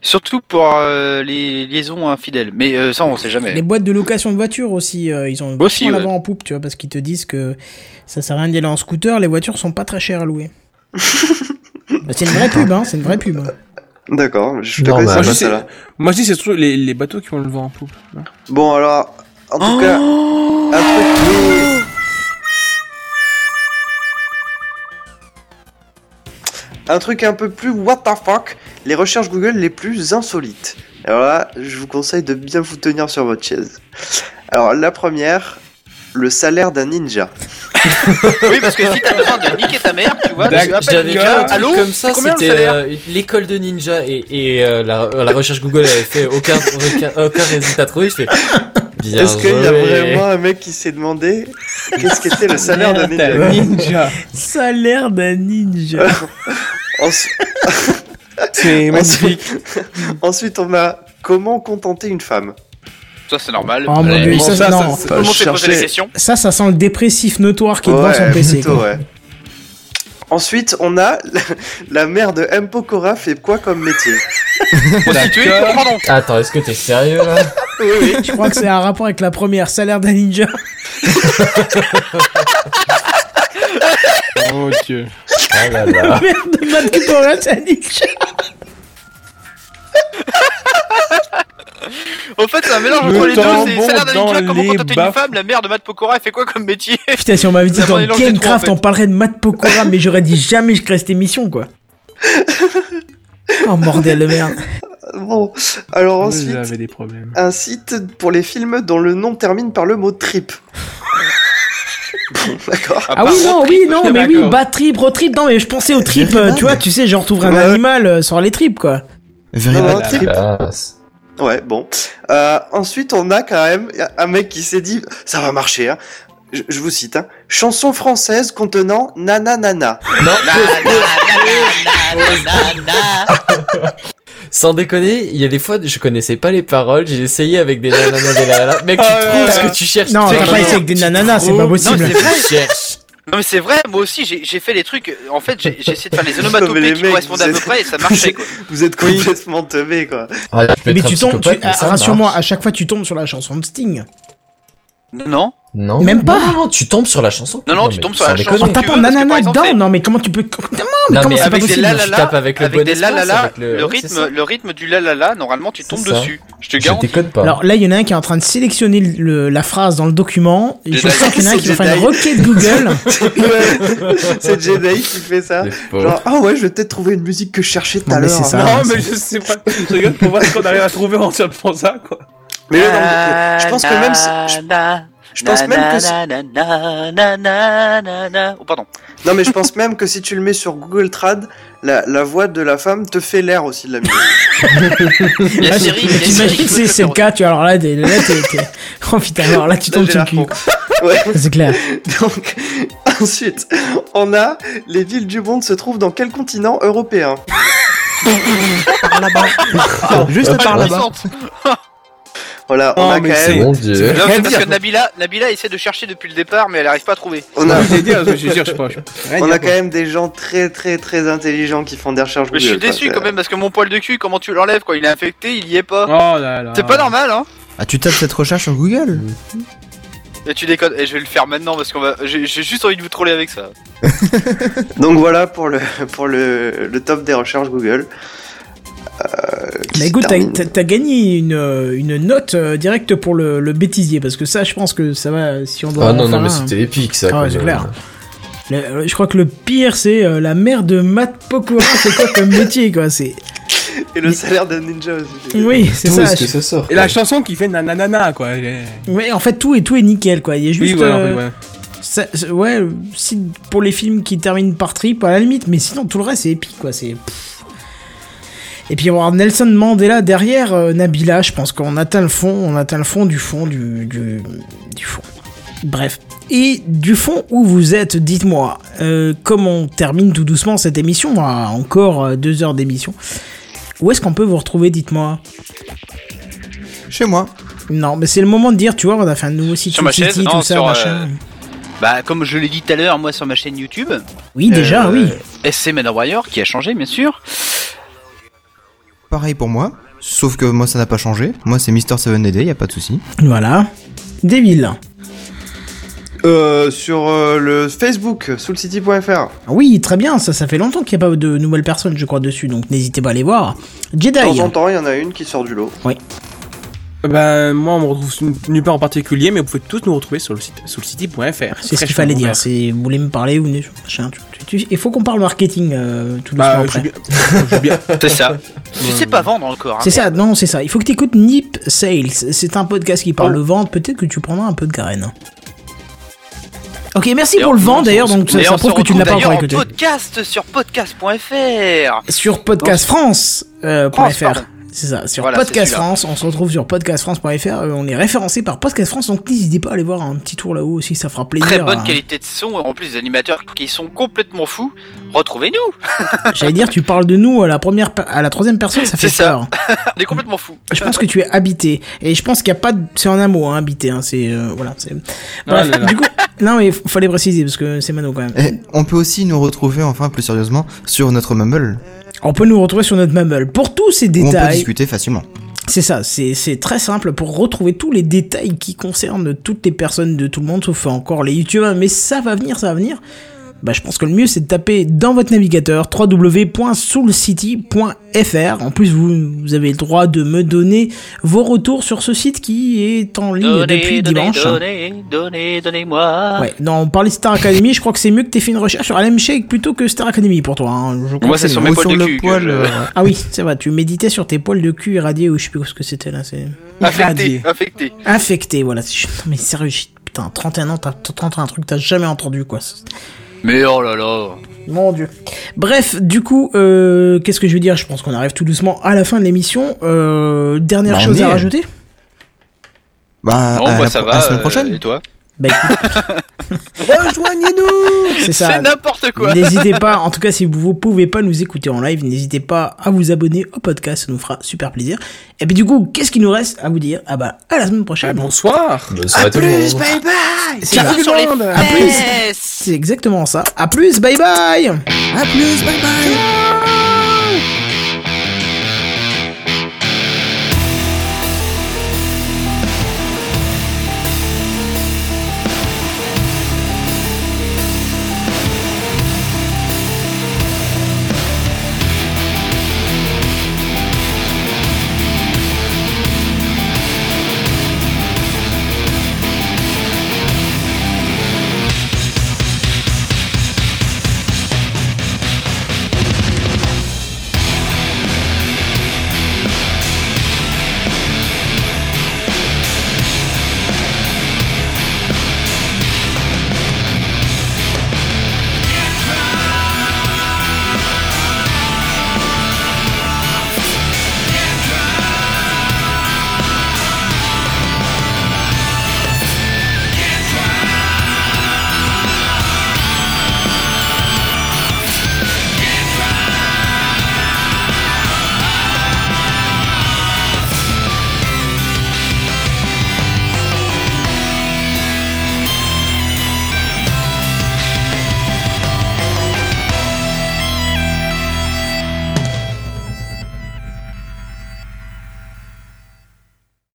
S5: surtout pour euh, les liaisons infidèles. Mais euh, ça, on sait jamais.
S2: Les boîtes de location de voitures aussi, euh, ils ont
S5: Aussi,
S2: vachement
S5: ouais.
S2: l'avant en poupe, tu vois, parce qu'ils te disent que ça sert à rien d'y aller en scooter, les voitures sont pas très chères à [laughs] louer. Bah, c'est une vraie pub, hein, c'est une vraie pub.
S3: D'accord, je te
S1: Non,
S3: connais
S1: bah,
S3: ça,
S4: je
S3: pas
S4: sais.
S3: ça, là.
S4: Moi, je dis, c'est surtout les, les bateaux qui vont le vent en poupe. hein.
S3: Bon, alors, en tout cas, un truc qui- Un truc un peu plus what the fuck, les recherches Google les plus insolites. Alors là, je vous conseille de bien vous tenir sur votre chaise. Alors la première, le salaire d'un ninja.
S5: Oui, parce que si t'as besoin de niquer ta mère, tu vois, tu appelles
S1: J'avais
S5: le
S1: vu un
S5: gars,
S1: truc
S5: allô,
S1: comme ça,
S5: c'est combien le
S1: c'était
S5: salaire
S1: euh, l'école de ninja et, et euh, la, euh, la recherche Google avait fait aucun, aucun, aucun résultat trouvé. Je fais bien
S3: Est-ce qu'il y a
S1: joué.
S3: vraiment un mec qui s'est demandé qu'est-ce qu'était le salaire d'un ninja
S4: Ninja.
S2: Ça a l'air d'un ninja.
S3: Ensu-
S4: C'est magnifique.
S3: Ensuite, on a Comment contenter une femme
S2: Bah,
S5: Ça, c'est normal.
S2: Oh, mon
S5: Ouais.
S2: Dieu,
S5: Tout
S2: ça,
S3: ça,
S2: non.
S3: ça,
S5: le monde s'est posé
S3: chercher-
S5: la question.
S2: Ça, ça sent le dépressif notoire qui est devant
S3: Ouais,
S2: son PC.
S3: plutôt,
S2: quoi.
S3: ouais. Ensuite, on a [laughs] la, la mère de M. Pokora fait quoi comme métier
S5: Prostituée Pardon.
S1: Attends, est-ce que t'es sérieux là
S3: Oui, oui.
S2: Je crois que c'est un rapport avec la première, salaire d'un ninja.
S4: Oh dieu.
S1: Ah là
S3: [laughs]
S1: là.
S2: Merde, Matt Cooper, hein, c'est un ninja.
S5: En fait, c'est un mélange
S4: Le
S5: entre les deux.
S4: temps
S5: C'est
S4: bon
S5: salaire d'un
S4: dans
S5: ninja, comment
S4: les
S5: contenter une
S4: baffes.
S5: femme, la mère de Matt Pokora, elle fait quoi comme métier
S2: Putain, si on m'avait dit
S5: Ça
S2: dans
S5: mélange les trois, en
S2: Gamecraft,
S5: fait.
S2: on parlerait de Matt Pokora, mais j'aurais dit jamais je crée cette émission, quoi. Oh, bordel de merde.
S3: Bon, alors
S4: Vous
S3: ensuite,
S4: avez des problèmes.
S3: un site pour les films dont le nom termine par le mot trip. Bon, D'accord.
S2: Ah oui, non, oui, non, mais oui,
S4: d'accord.
S2: bad trip, road trip, non, mais je pensais aux tripes, euh,
S6: Viribad.
S2: tu vois, tu sais, genre, t'ouvres un
S3: Ouais.
S2: animal euh, sur les tripes, quoi.
S3: Non, non,
S6: Veribad.
S3: trip.
S1: Classe.
S3: Ouais, bon. Euh, ensuite, on a quand même un mec qui s'est dit ça va marcher. Hein. Je, je vous cite hein. chanson française contenant nana nana.
S5: Na, na, na, na, na, na.
S1: Sans déconner, il y a des fois, je connaissais pas les paroles, j'ai essayé avec des nananas, des nananas. Mec, tu
S4: Ah,
S1: trouves
S4: ouais,
S1: ce
S4: ouais.
S1: que tu cherches.
S2: Non,
S1: tu
S2: t'as pas
S1: trouves.
S2: essayé avec des nananas, c'est pas
S5: Non,
S2: possible.
S5: c'est
S1: Tu
S5: vrai.
S1: cherches.
S5: Non, mais c'est vrai, moi aussi, j'ai j'ai fait des trucs. euh, En fait, j'ai j'ai essayé
S3: [laughs]
S5: de faire les
S3: Non, mais les
S5: onomatopées qui
S3: mecs,
S5: correspondent à
S3: vous
S5: peu
S3: êtes-
S5: près et ça marchait,
S3: [laughs]
S5: quoi.
S3: Vous êtes complètement teubés
S2: [laughs]
S3: quoi.
S1: Ah, tu peux
S2: Mais
S1: être un
S2: tu tombes,
S1: psychopathe,
S2: tu- ah,
S1: mais ça
S2: rassure-moi,
S1: marche.
S2: à chaque fois, tu tombes sur la chanson de Sting.
S5: Non
S1: Non.
S2: Même pas.
S1: Non, non, tu tombes sur la chanson.
S5: Non, non, tu
S1: mais
S5: tombes sur
S1: sans
S5: la
S1: déconner.
S5: chanson.
S2: En
S5: tu
S2: tapant
S5: veux, parce que, par
S2: nanana
S5: exemple,
S2: dedans,
S5: c'est-
S2: non, mais comment tu peux. Non, mais
S1: Non,
S2: comment
S1: mais
S2: c'est pas
S5: Avec des
S2: possible
S5: la
S1: Tu
S5: la la,
S1: tapes avec le bon
S5: des la la
S1: espace,
S5: la,
S1: avec le-
S5: le
S1: ouais, c'est
S5: rythme,
S1: ça.
S5: le rythme du la la la, normalement tu tombes
S1: C'est ça.
S5: dessus. Je te
S1: Je
S5: garantis.
S1: déconne pas.
S2: Alors là, il y en a un qui est en train de sélectionner le- la phrase dans le document. Et je suis
S5: Jedi.
S2: sûr qu'il y en a un qui va faire une
S3: Jedi.
S2: requête Google.
S5: [laughs]
S3: Ouais. [laughs] c'est Jedi qui fait ça. Genre ah ouais, je vais peut-être trouver une musique que je cherchais tout
S2: Non,
S3: à
S2: mais
S3: l'heure. hein.
S2: c'est ça.
S3: Non,
S4: Non, mais je sais pas. Je regarde pour voir ce qu'on arrive à trouver en faisant ça, quoi.
S3: mais non, mais je pense que même si- je, je pense même que si-
S5: Oh
S1: [laughs]
S5: pardon.
S3: non mais je pense même que si tu le mets sur Google Trad, la, la voix de la femme te fait l'air aussi de
S2: [laughs]
S3: la musique.
S5: Il y a
S2: Là,
S5: Siri, il y a Siri
S2: T'imagines
S5: qui
S2: que
S5: peut
S2: c'est
S5: te
S2: c'est le
S5: faire
S2: cas, tu alors là, t'es- là, t'es- t'es- [laughs] oh putain, alors là, tu
S3: Là,
S2: tombes
S3: j'ai
S2: sur
S3: la
S2: le cul.
S3: réponse. Ouais.
S2: Ça, C'est clair.
S3: [laughs] Donc, ensuite, on a les villes du monde se trouvent dans quel continent européen
S6: Par là-bas. [laughs] Juste par
S5: Ah,
S6: là-bas.
S5: descente.
S3: Voilà, on
S4: Oh,
S3: a quand
S4: mais
S3: même.
S1: Mon dieu.
S5: Non,
S4: Rien
S5: c'est
S4: à
S5: parce
S4: dire.
S5: que Nabila, Nabila essaie de chercher depuis le départ, mais elle arrive pas à trouver.
S3: On
S4: [laughs]
S3: a,
S4: Je vais dire, je vais dire, je sais pas. je-
S3: on a quand même des gens très très très intelligents qui font des recherches
S5: Mais je suis
S3: Google,
S5: déçu
S3: quoi.
S5: quand même parce que mon poil de cul, comment tu l'enlèves quand il est infecté, il y est pas.
S4: Oh là là.
S5: C'est pas normal, hein
S6: Ah, tu tapes cette recherche sur Google
S5: Et tu déconnes. Et je vais le faire maintenant parce qu'on va. J'ai j'ai juste envie de vous troller avec ça.
S3: Donc voilà pour le pour le, le top des recherches Google. Euh, qui
S2: Bah
S3: se
S2: écoute, t'as-
S3: termine.
S2: t'as t'as gagné une, euh, une note euh, directe pour le, le bêtisier, parce que ça, je pense que ça va, euh, si on doit.
S1: Ah
S2: en
S1: non, non,
S2: faire
S1: mais
S2: un,
S1: c'était épique ça.
S2: Ah ouais,
S1: quand
S2: c'est
S1: même.
S2: clair. Le- euh, je crois que le pire, c'est euh, la mère de Matt Pokora, c'est quoi comme [laughs] métier, quoi, c'est.
S3: Et le salaire d'un ninja aussi.
S2: Oui, c'est
S1: D'où
S2: ça.
S1: est-ce que
S2: je-
S1: ça sort
S4: Et la chanson qui fait nananana, quoi. elle est-
S2: Ouais, en fait, tout est, tout est nickel, quoi. Il y a juste.
S4: Oui, voilà,
S2: euh,
S4: oui, ouais.
S2: Ça- ça- ouais, euh, si pour les films qui terminent par trip, à la limite, mais sinon tout le reste c'est épique quoi, c'est. pff. Et puis avoir Nelson Mandela derrière euh, Nabila, je pense qu'on atteint le fond, on atteint le fond du fond du, du, du fond. Bref. Et du fond où vous êtes, dites-moi, euh, comme on termine tout doucement cette émission, à encore euh, deux heures d'émission, où est-ce qu'on peut vous retrouver, dites-moi
S6: Chez moi.
S2: Non, mais c'est le moment de dire, tu vois, on a fait un nouveau site,
S5: Sur ma
S2: City,
S5: chaîne,
S2: tout
S5: non,
S2: ça,
S5: sur, euh,
S2: machin.
S5: Bah, comme je l'ai dit tout à l'heure, moi sur ma chaîne YouTube.
S2: Oui, déjà,
S5: euh,
S2: oui.
S5: SC Manor Warrior qui a changé, bien sûr.
S6: Pareil pour moi. Sauf que moi, ça n'a pas changé. Moi, c'est Mister 7DD, y a pas de souci.
S2: Voilà. Devil.
S3: Euh, sur euh, le Facebook, soulcity.fr.
S2: Ah Oui, très bien, ça, ça fait longtemps qu'il n'y a pas de nouvelles personnes, je crois, dessus, donc n'hésitez pas à les voir. Jedi, hein.
S3: De temps en temps, il y en a une qui sort du lot.
S4: Bah, moi, on me retrouve nulle part en particulier, mais vous pouvez tous nous retrouver sur le site soulcity.fr.
S2: c'est ce
S4: Très
S2: qu'il fallait
S4: chouette.
S2: dire, c'est vous voulez me parler, vous venez, machin, tu- tu- tu- il faut qu'on parle marketing euh, tout doucement
S4: Bah,
S2: après.
S4: je veux bien. je
S2: [laughs]
S4: veux bien.
S5: [laughs] C'est ça. tu sais pas vendre encore. hein.
S2: C'est ça, non, c'est ça. Il faut que tu écoutes Nip Sales. C'est un podcast qui parle de vente. Peut-être que tu prendras un peu de garenne. Ok, merci
S5: Et
S2: pour
S5: on-
S2: le vent
S5: on
S2: d'ailleurs.
S5: se-
S2: Donc ça,
S5: et
S2: ça
S5: on se
S2: prouve que tu ne l'as pas
S5: retrouve
S2: encore écouté.
S5: d'ailleurs en podcast sur podcast.fr.
S2: Sur podcast France, euh,
S5: France,
S2: point fr.
S5: pardon.
S2: C'est ça, sur
S5: Voilà, c'est
S2: Podcast
S5: celui-là.
S2: France, on se retrouve sur podcastfrance.fr, euh, on est référencé par Podcast France, donc n'hésitez pas à aller voir un petit tour là-haut aussi, ça fera plaisir. hein.
S5: Très bonne
S2: à-
S5: qualité de son, en plus des animateurs qui sont complètement fous. Retrouvez-nous [laughs]
S2: J'allais dire, tu parles de nous à la première, pe- à la troisième personne, ça fait
S5: C'est ça.
S2: peur.
S5: On est complètement fous.
S2: Je pense que tu es habité. Et je pense qu'il n'y a pas de. C'est en un mot, hein, habité. Hein, c'est. euh, voilà. C'est... Bref,
S4: là, là.
S2: du coup. Non, mais f- fallait préciser parce que c'est Mano quand même.
S6: Et on peut aussi nous retrouver, enfin plus sérieusement, sur notre Mumble,
S2: On peut nous retrouver sur notre Mumble. Pour tous ces
S6: où on peut
S2: détails,
S6: discuter facilement.
S2: c'est ça, c'est, c'est très simple pour retrouver tous les détails qui concernent toutes les personnes de tout le monde, sauf encore les youtubeurs, mais ça va venir, ça va venir. Bah, je pense que le mieux c'est de taper dans votre navigateur www.soulcity.fr. En plus, vous, vous avez le droit de me donner vos retours sur ce site qui est en ligne depuis
S5: Donnez, donnez,
S2: dimanche. hein.
S5: donnez, donnez, donnez-moi.
S2: Ouais, non, on parlait de Star Academy, je crois que c'est mieux que t'aies fait une recherche sur Harlem Shake plutôt que Star Academy pour toi. hein. Je crois
S5: Moi,
S2: que
S5: c'est sur mes
S6: Ou
S5: poils
S6: sur
S5: de
S6: le
S5: cul. que
S6: poil,
S5: je-
S6: euh,
S2: Ah oui, c'est vrai, tu méditais sur tes poils de cul irradiés ou je sais plus ce que c'était là. C'est...
S5: [laughs] Affecté, affecté.
S2: Infecté, voilà. c'est- Non mais sérieux, j'ai- putain, 31 ans, t'as- t'entends un truc que t'as jamais entendu quoi. C'est-
S5: Mais oh là là.
S2: Mon dieu. Bref, du coup, euh, qu'est-ce que je veux dire Je pense qu'on arrive tout doucement à la fin de l'émission. Euh, dernière
S6: Bah, on
S2: chose
S6: y
S2: à
S6: est.
S2: rajouter
S6: Bah,
S5: Bon,
S6: à
S5: bah
S6: la,
S5: ça
S6: pro-
S5: va.
S6: à la semaine
S5: euh,
S6: prochaine.
S5: Et toi
S2: Bah écoute.
S6: [laughs]
S2: Rejoignez-nous C'est ça.
S5: C'est n'importe quoi.
S2: N'hésitez pas, en tout cas si vous ne pouvez pas nous écouter en live, n'hésitez pas à vous abonner au podcast, ça nous fera super plaisir. Et puis du coup, qu'est-ce qu'il nous reste à vous dire Ah bah à la semaine
S4: Ah,
S2: prochaine.
S4: bonsoir
S2: Ah,
S1: Bonsoir à tout le monde.
S2: c'est ça.
S5: Sur les
S2: À plus.
S5: fesses.
S2: C'est exactement ça. À plus, bye bye.
S6: À plus, bye bye.